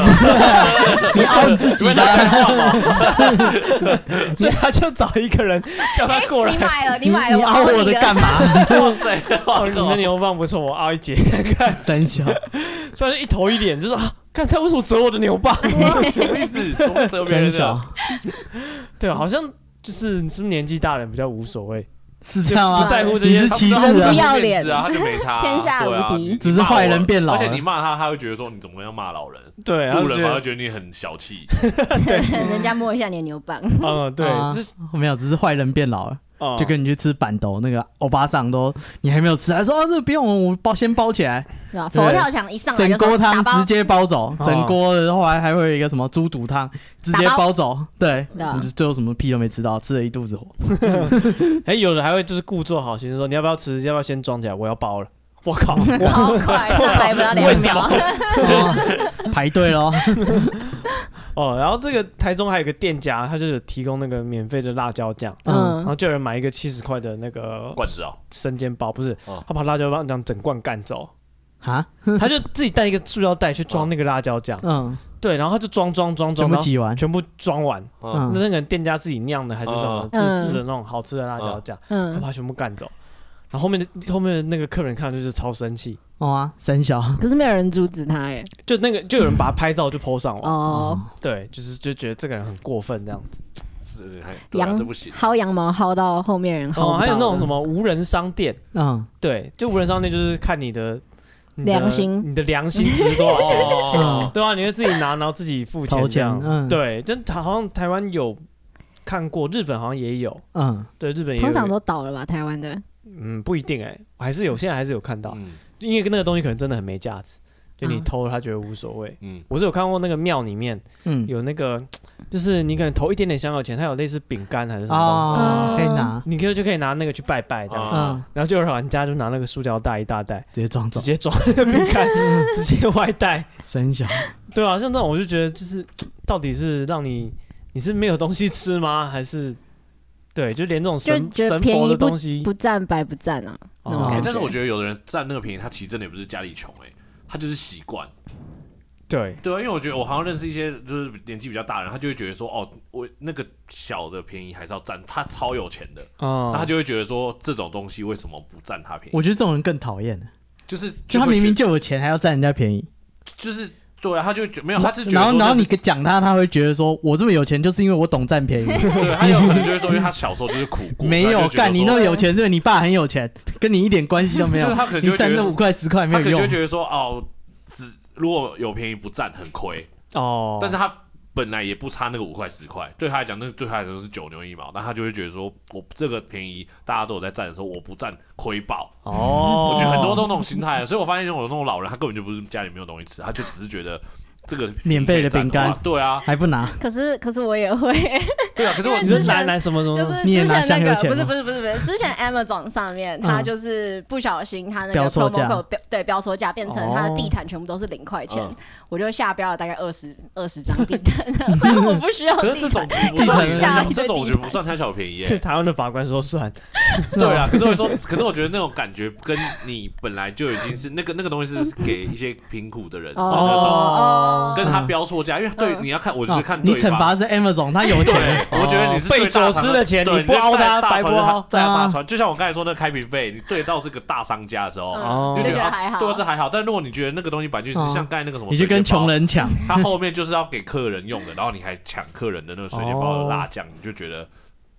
[SPEAKER 2] 你凹你自己
[SPEAKER 4] 你们
[SPEAKER 2] 的，
[SPEAKER 4] 在干嘛
[SPEAKER 1] 所以他就找一个人叫他过来
[SPEAKER 3] 你，买哎了，你
[SPEAKER 2] 你
[SPEAKER 3] 买了，
[SPEAKER 2] 你凹
[SPEAKER 3] 我
[SPEAKER 2] 我的 干嘛？
[SPEAKER 4] 哇塞，
[SPEAKER 1] 哦，你的
[SPEAKER 4] 哇
[SPEAKER 1] 牛棒不错，我凹一 截，
[SPEAKER 2] 三小，
[SPEAKER 1] 所以他就一头一脸就说啊，看他为什么折我的牛 棒？
[SPEAKER 4] 什么意思？怎么折别
[SPEAKER 2] 三
[SPEAKER 4] 人的？
[SPEAKER 2] 小，
[SPEAKER 1] 对，好像就是是不是年纪大人比较无所谓，
[SPEAKER 2] 是这样吗
[SPEAKER 1] 不？在乎这些
[SPEAKER 2] 你是歧视啊
[SPEAKER 4] 他
[SPEAKER 2] 人不
[SPEAKER 3] 要
[SPEAKER 4] 面
[SPEAKER 3] 脸
[SPEAKER 4] 子啊，他就没 差啊，
[SPEAKER 3] 天下
[SPEAKER 4] 对啊
[SPEAKER 3] 无敌
[SPEAKER 4] 你
[SPEAKER 2] 只是坏人变老
[SPEAKER 4] 而
[SPEAKER 2] 了哎
[SPEAKER 4] 且你骂他，他会觉得说你怎么要骂老人？
[SPEAKER 1] 对，他
[SPEAKER 4] 路
[SPEAKER 1] 就
[SPEAKER 4] 人
[SPEAKER 1] 觉
[SPEAKER 4] 反而
[SPEAKER 1] 得
[SPEAKER 4] 觉得你很小气，
[SPEAKER 3] 人家摸一下你的牛棒，
[SPEAKER 1] 嗯，对，
[SPEAKER 2] 啊
[SPEAKER 1] 就是
[SPEAKER 2] 没有，只是坏人变老了，
[SPEAKER 1] 哦
[SPEAKER 2] 就跟你去吃板豆，那个欧巴桑都你还没有吃，还说哦这个不用，我包先包起来，
[SPEAKER 3] 对吧？
[SPEAKER 2] 对
[SPEAKER 3] 佛跳墙一上来
[SPEAKER 2] 整
[SPEAKER 3] 就
[SPEAKER 2] 锅
[SPEAKER 3] 说打
[SPEAKER 2] 汤
[SPEAKER 3] 包
[SPEAKER 2] 直，接包走，整锅的后来还会有一个什么猪肚汤，直接
[SPEAKER 3] 打包
[SPEAKER 2] 包走，对，
[SPEAKER 3] 对啊
[SPEAKER 2] 你最后什么屁都没吃到，吃了一肚 子火。
[SPEAKER 1] 哎，有的还会就是故作好心说你要不要吃，要不要先装起来，我要包了。我靠，
[SPEAKER 3] 超快，上来不到
[SPEAKER 1] 为
[SPEAKER 3] 两
[SPEAKER 1] 什
[SPEAKER 3] 秒
[SPEAKER 1] 么。
[SPEAKER 2] 哦排队喽，
[SPEAKER 1] 哦，然后这个台中还有个店家，他就有提供那个免费的辣椒酱，然
[SPEAKER 5] 嗯
[SPEAKER 1] 后就有人买一个七十块的那个
[SPEAKER 4] 罐子哦，
[SPEAKER 1] 生煎包，不是，
[SPEAKER 4] 哦
[SPEAKER 1] 他把辣椒酱整罐干走，
[SPEAKER 2] 啊，
[SPEAKER 1] 他就自己带一个塑料袋去装那个辣椒酱，
[SPEAKER 2] 嗯，
[SPEAKER 1] 对，然后他就装装装
[SPEAKER 2] 全
[SPEAKER 1] 装，
[SPEAKER 2] 部
[SPEAKER 1] 然后
[SPEAKER 2] 挤完，
[SPEAKER 1] 全部装完，
[SPEAKER 4] 嗯，
[SPEAKER 1] 那
[SPEAKER 2] 嗯，
[SPEAKER 1] 那个店家自己酿的还是什么自
[SPEAKER 5] 嗯
[SPEAKER 1] 制的那种好吃的辣椒酱，他
[SPEAKER 5] 嗯，
[SPEAKER 1] 把它全部干走，然后后面的后面的那个客人看到就是超生气，
[SPEAKER 2] 哦啊，三小，
[SPEAKER 5] 可是没有人阻止他哎。
[SPEAKER 1] 就那个就有人把他拍照就 PO 上网，
[SPEAKER 5] 哦，
[SPEAKER 1] 对，就是就觉得这个人很过分这样子。
[SPEAKER 4] 是还对啊
[SPEAKER 5] 羊
[SPEAKER 4] 这不行，
[SPEAKER 5] 薅羊毛薅到后面人薅不
[SPEAKER 1] 哦，
[SPEAKER 5] 到
[SPEAKER 1] 还有那种
[SPEAKER 5] 的
[SPEAKER 1] 什么无人商店，
[SPEAKER 2] 嗯，
[SPEAKER 1] 对，就无人商店就是看你的你的
[SPEAKER 5] 良心
[SPEAKER 1] 你的良心值多少钱。
[SPEAKER 4] 哦，
[SPEAKER 1] 对啊，你会自己拿，然后自己付钱
[SPEAKER 2] 掏
[SPEAKER 1] 这样。
[SPEAKER 2] 钱嗯
[SPEAKER 1] 对，真好像台湾有看过，日本好像也有，
[SPEAKER 2] 嗯，
[SPEAKER 1] 对，日本也有。
[SPEAKER 5] 通常都倒了吧？台湾的
[SPEAKER 1] 嗯不一定哎、我还是有，现在还是有看到，
[SPEAKER 4] 嗯
[SPEAKER 1] 因为那个东西可能真的很没价值，就你
[SPEAKER 5] 啊
[SPEAKER 1] 偷了他觉得无所谓。
[SPEAKER 4] 嗯，
[SPEAKER 1] 我是有看过那个庙里面
[SPEAKER 2] 嗯，
[SPEAKER 1] 有那个，就是你可能投一点点香油钱，它有类似饼干还是什么东西。
[SPEAKER 3] 嗯
[SPEAKER 2] 哦，可以拿，
[SPEAKER 1] 你就就可以拿那个去拜拜这样子，
[SPEAKER 2] 嗯，
[SPEAKER 1] 然后就有玩家就拿那个塑胶袋一大袋，
[SPEAKER 2] 直接装走
[SPEAKER 1] 直，接装那个饼 干，直接外带，
[SPEAKER 2] 三小，
[SPEAKER 1] 对啊，像这种我就觉得就是到底是让你你是没有东西吃吗？ 还是对，就连这种神
[SPEAKER 5] 就觉得
[SPEAKER 1] 神
[SPEAKER 5] 便
[SPEAKER 1] 佛
[SPEAKER 5] 宜
[SPEAKER 1] 的东西
[SPEAKER 5] 不占白不占啊，那种
[SPEAKER 1] 哦
[SPEAKER 5] 感
[SPEAKER 4] 哎
[SPEAKER 5] 觉。
[SPEAKER 4] 但是我觉得有的人占那个便宜，他其实真的也不是家里穷，哎，他就是习惯。
[SPEAKER 1] 对，
[SPEAKER 4] 对啊，因为我觉得我好像认识一些就是年纪比较大的人，他就会觉得说，哦，我那个小的便宜还是要占，他超有钱的，那他
[SPEAKER 1] 嗯，
[SPEAKER 4] 就会觉得说这种东西为什么不占他便宜？
[SPEAKER 2] 我觉得这种人更讨厌，
[SPEAKER 4] 就是
[SPEAKER 2] 就他
[SPEAKER 4] 会
[SPEAKER 2] 明明
[SPEAKER 4] 觉
[SPEAKER 2] 就有钱，还要占人家便宜，
[SPEAKER 4] 就是对啊，他就觉没有，他是觉得
[SPEAKER 2] 然后
[SPEAKER 4] 说
[SPEAKER 2] 然后
[SPEAKER 4] 这
[SPEAKER 2] 你
[SPEAKER 4] 是
[SPEAKER 2] 讲他，他会觉得说我这么有钱，就是因为我懂占 便宜。
[SPEAKER 4] 对，他有可能就会说，因为他小时候就是苦过，
[SPEAKER 2] 没
[SPEAKER 4] 所以他
[SPEAKER 2] 有
[SPEAKER 4] 就觉得
[SPEAKER 2] 干，你
[SPEAKER 4] 说
[SPEAKER 2] 那么有钱，是因为你爸很有钱，跟你一点关系都没
[SPEAKER 4] 就
[SPEAKER 2] 有
[SPEAKER 4] 是。他可能就
[SPEAKER 2] 你
[SPEAKER 4] 会觉
[SPEAKER 2] 占
[SPEAKER 4] 得
[SPEAKER 2] 这五块十块没
[SPEAKER 4] 他
[SPEAKER 2] 有
[SPEAKER 4] 可能就会
[SPEAKER 2] 用，
[SPEAKER 4] 觉得说，哦，只如果有便宜不占很亏，
[SPEAKER 1] 哦，
[SPEAKER 4] 但是他本来也不差那个五块十块，对他来讲，那对他来讲是九牛一毛，但他就会觉得说，我这个便宜大家都有在占的时候，我不占亏爆。
[SPEAKER 1] 哦，
[SPEAKER 4] 我觉得很多都那种心态，啊所以我发现有那种老人，他根本就不是家里没有东西吃，他就只是觉得。这个
[SPEAKER 2] 免费的
[SPEAKER 4] 可以占
[SPEAKER 2] 饼干
[SPEAKER 4] 话对啊，
[SPEAKER 2] 还不拿，
[SPEAKER 3] 可是可是我也会，
[SPEAKER 4] 对啊，可是我
[SPEAKER 1] 你是男男什么什
[SPEAKER 4] 嗯
[SPEAKER 1] 么，
[SPEAKER 3] 就是
[SPEAKER 2] 你也
[SPEAKER 3] 之
[SPEAKER 2] 拿香
[SPEAKER 3] 前
[SPEAKER 2] 油
[SPEAKER 3] 那
[SPEAKER 2] 钱
[SPEAKER 3] 个不是
[SPEAKER 2] 吗
[SPEAKER 3] 不是不是不是，之 前 Amazon 上面
[SPEAKER 2] 嗯
[SPEAKER 3] 它就是不小心它那
[SPEAKER 2] 标
[SPEAKER 3] 个
[SPEAKER 2] 错
[SPEAKER 3] promo
[SPEAKER 2] 价
[SPEAKER 3] code 标对标错价变成它的地毯全部都是零块钱
[SPEAKER 4] 哦嗯，
[SPEAKER 3] 我就下标了大概二十二十张地 毯，所以我不需要
[SPEAKER 4] 可是
[SPEAKER 3] 地
[SPEAKER 4] 这
[SPEAKER 3] 毯
[SPEAKER 4] 种。不算
[SPEAKER 3] 下一个
[SPEAKER 4] 这种我觉得
[SPEAKER 3] 地
[SPEAKER 4] 不
[SPEAKER 3] 毯
[SPEAKER 4] 算贪小便宜耶、
[SPEAKER 1] 是 台湾的法官说算，
[SPEAKER 4] 对啊，可是我说，可是我觉得那种感觉跟你本来就已经是那个那个东西是给一些贫苦的人的那
[SPEAKER 3] 哦
[SPEAKER 4] 种，跟他标错价，因为对
[SPEAKER 3] 嗯
[SPEAKER 4] 你要看，我就
[SPEAKER 2] 啊
[SPEAKER 4] 是看
[SPEAKER 2] 你
[SPEAKER 4] 对
[SPEAKER 2] 惩
[SPEAKER 4] 方。
[SPEAKER 2] 罚是 Amazon，他有钱，
[SPEAKER 4] 对，我觉得你是
[SPEAKER 1] 哦被走私的钱你不凹他
[SPEAKER 4] 他，
[SPEAKER 1] 白不凹
[SPEAKER 4] 对啊，
[SPEAKER 2] 啊
[SPEAKER 4] 大船就像我刚才说那个开瓶费，你对到是个大商家的时候，
[SPEAKER 1] 哦
[SPEAKER 3] 嗯
[SPEAKER 4] 你
[SPEAKER 3] 就
[SPEAKER 4] 就
[SPEAKER 3] 觉
[SPEAKER 4] 啊
[SPEAKER 3] 得还好，
[SPEAKER 4] 对啊，这还好。但如果你觉得那个东西本来就是
[SPEAKER 2] 哦
[SPEAKER 4] 像刚才那个什么，
[SPEAKER 2] 你就跟穷，人抢，
[SPEAKER 4] 他后面就是要给客人用的，然后你还抢客人的那个水煎包的辣酱，你就觉得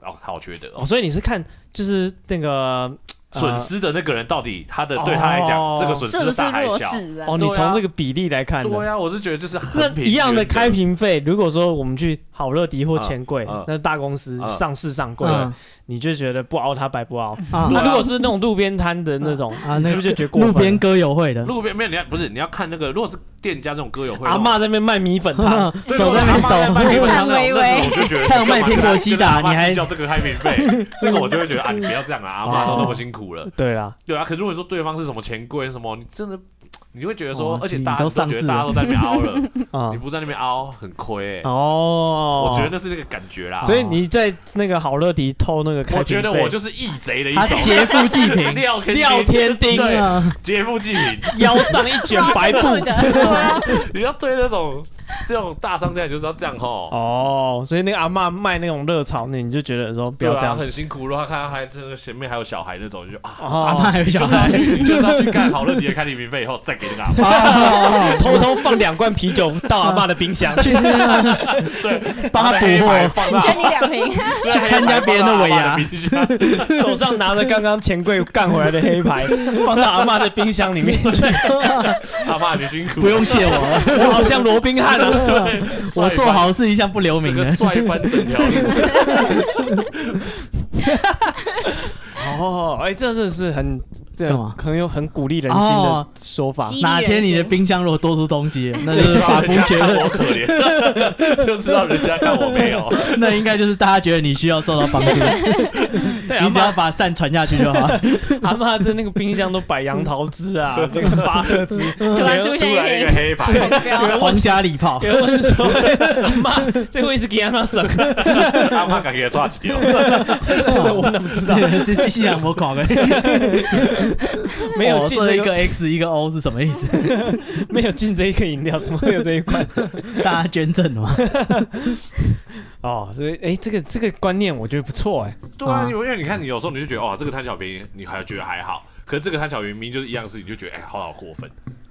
[SPEAKER 4] 哦，好缺德哦
[SPEAKER 1] 哦，。所以你是看就是那个
[SPEAKER 4] 损失的那个人到底他的对他来
[SPEAKER 1] 哦
[SPEAKER 4] 讲，这个损
[SPEAKER 3] 是不
[SPEAKER 4] 失
[SPEAKER 3] 是
[SPEAKER 4] 大还
[SPEAKER 3] 弱
[SPEAKER 4] 小？
[SPEAKER 3] 势啊？
[SPEAKER 1] 哦，你从这个比例来看
[SPEAKER 4] 对
[SPEAKER 1] 的，
[SPEAKER 4] 呀，我是觉得就是很
[SPEAKER 1] 那
[SPEAKER 4] 平均
[SPEAKER 1] 一样的开瓶费，如果说我们去好乐迪或钱柜
[SPEAKER 4] 嗯嗯，
[SPEAKER 1] 那大公司
[SPEAKER 4] 嗯
[SPEAKER 1] 上市上柜，
[SPEAKER 2] 嗯
[SPEAKER 1] 你就觉得不凹它白不凹。
[SPEAKER 2] 啊
[SPEAKER 1] 那如果是那种路边摊的那种
[SPEAKER 2] 啊，，
[SPEAKER 1] 你
[SPEAKER 2] 那
[SPEAKER 1] 是不是就觉得过分
[SPEAKER 2] 路
[SPEAKER 1] 了？
[SPEAKER 2] 边歌友会的，
[SPEAKER 4] 路边没有，你要不是你要看那个，如果是店家这种歌友会，
[SPEAKER 1] 阿嬷在那边卖米粉汤，
[SPEAKER 4] 对
[SPEAKER 2] 手在那边
[SPEAKER 4] 阿嬷
[SPEAKER 2] 抖
[SPEAKER 4] 卖。冰糖
[SPEAKER 3] 颤巍巍
[SPEAKER 4] 那种我就觉得
[SPEAKER 2] 还有卖苹果西达
[SPEAKER 4] 干嘛
[SPEAKER 2] 你还
[SPEAKER 4] 叫这个开瓶费，这个我就会觉得啊，你不要这样啊，阿妈都那么辛苦了。
[SPEAKER 1] 对啦，
[SPEAKER 4] 对啊，可是如果说对方是什么钱柜什么，你真的你会觉得说
[SPEAKER 2] 哦，
[SPEAKER 4] 而且
[SPEAKER 2] 你
[SPEAKER 4] 大家
[SPEAKER 2] 都
[SPEAKER 4] 都
[SPEAKER 2] 上
[SPEAKER 4] 觉
[SPEAKER 2] 市
[SPEAKER 4] 得大家都在那边凹了，
[SPEAKER 1] 啊
[SPEAKER 4] 你，不在那边凹很亏欸。
[SPEAKER 1] 哦，
[SPEAKER 4] 我觉得那是那个感觉啦。
[SPEAKER 1] 所以你在那个好乐迪偷那个开
[SPEAKER 4] 我
[SPEAKER 1] 瓶
[SPEAKER 4] 觉
[SPEAKER 1] 费，
[SPEAKER 4] 得我就是义贼的一
[SPEAKER 2] 他
[SPEAKER 4] 种，
[SPEAKER 2] 劫富济贫，
[SPEAKER 4] 廖天
[SPEAKER 1] 廖天丁
[SPEAKER 4] 对
[SPEAKER 2] 啊，
[SPEAKER 4] 劫富济贫。
[SPEAKER 1] 腰上一卷白布。
[SPEAKER 4] 对啊，你要对那种这种大商家，你就是要这样吼。
[SPEAKER 1] 哦，所以那个阿嬷卖那种热炒，那你就觉得说不要
[SPEAKER 4] 对啊
[SPEAKER 1] 这样子
[SPEAKER 4] 很辛苦。如果他看他还这个前面还有小孩那种，你就啊，
[SPEAKER 2] 阿
[SPEAKER 1] 哦
[SPEAKER 2] 妈，还有
[SPEAKER 4] 你
[SPEAKER 2] 小
[SPEAKER 4] 就是要
[SPEAKER 2] 孩，
[SPEAKER 4] 去，你就是要去 干好乐迪的开礼品费以后再给那个阿妈。
[SPEAKER 1] 啊 偷偷放两罐啤酒到阿嬷的冰箱 去，
[SPEAKER 4] 对，
[SPEAKER 2] 帮他
[SPEAKER 4] 把黑
[SPEAKER 2] 补货
[SPEAKER 4] 白放到
[SPEAKER 3] 就你两瓶，
[SPEAKER 4] 对黑白
[SPEAKER 2] 参加别人的
[SPEAKER 4] 放到
[SPEAKER 2] 尾牙
[SPEAKER 4] 阿嬷的冰箱
[SPEAKER 1] 手上拿着刚刚钱柜干回来的黑牌，放到阿嬷的冰箱 里面去。
[SPEAKER 4] 阿妈你辛苦，
[SPEAKER 2] 不用谢我了，
[SPEAKER 1] 我好像罗宾汉 啊！
[SPEAKER 4] 对，
[SPEAKER 2] 我做好事一向不留
[SPEAKER 4] 这
[SPEAKER 2] 名
[SPEAKER 4] 个
[SPEAKER 2] 的。
[SPEAKER 4] 帅翻整条路。
[SPEAKER 1] 哦，哎，这真的是很这
[SPEAKER 2] 干嘛
[SPEAKER 1] 很有很鼓励人心的
[SPEAKER 2] 哦
[SPEAKER 1] 说法。
[SPEAKER 3] 激
[SPEAKER 2] 哪天你的冰箱如果多出 东西，那就是法
[SPEAKER 4] 人
[SPEAKER 2] 不
[SPEAKER 4] 家
[SPEAKER 2] 觉
[SPEAKER 4] 看
[SPEAKER 2] 得，
[SPEAKER 4] 我可怜，就知道人家看我没有。
[SPEAKER 2] 那应该就是大家觉得你需要受到帮助，
[SPEAKER 1] 对，阿
[SPEAKER 2] 你只要
[SPEAKER 1] 嬷
[SPEAKER 2] 把善传下去就好。
[SPEAKER 1] 阿嬷的那个冰箱都摆杨桃汁 啊，那个芭乐汁。
[SPEAKER 3] 突然出现
[SPEAKER 4] 突然
[SPEAKER 3] 一
[SPEAKER 4] 一
[SPEAKER 3] 个
[SPEAKER 4] 个黑牌，
[SPEAKER 3] 目标，
[SPEAKER 2] 皇家礼炮，
[SPEAKER 1] 有人问 说：“阿嬷，这威士忌阿嬷省，
[SPEAKER 4] 阿妈敢给他抓几 条？
[SPEAKER 2] 啊
[SPEAKER 1] 我怎么知道？
[SPEAKER 2] 哦 这这信仰我搞呗。
[SPEAKER 1] 没有
[SPEAKER 2] 哦
[SPEAKER 1] 进
[SPEAKER 2] 做
[SPEAKER 1] 这
[SPEAKER 2] 一个
[SPEAKER 1] 个，
[SPEAKER 2] X 一个 O 是什么 意思？
[SPEAKER 1] 没有进这一个饮料，怎么会有这一 款？
[SPEAKER 2] 大家捐赠的吗？
[SPEAKER 1] 哦，所以哎、这个这个观念我觉得不错哎、
[SPEAKER 4] 对啊，
[SPEAKER 2] 啊
[SPEAKER 4] 因为你看，你有时候你就觉得哦，这个贪小便宜，你还觉得还好，可是这个贪小便宜明明就是一样的事情，你就觉得哎，好好过分。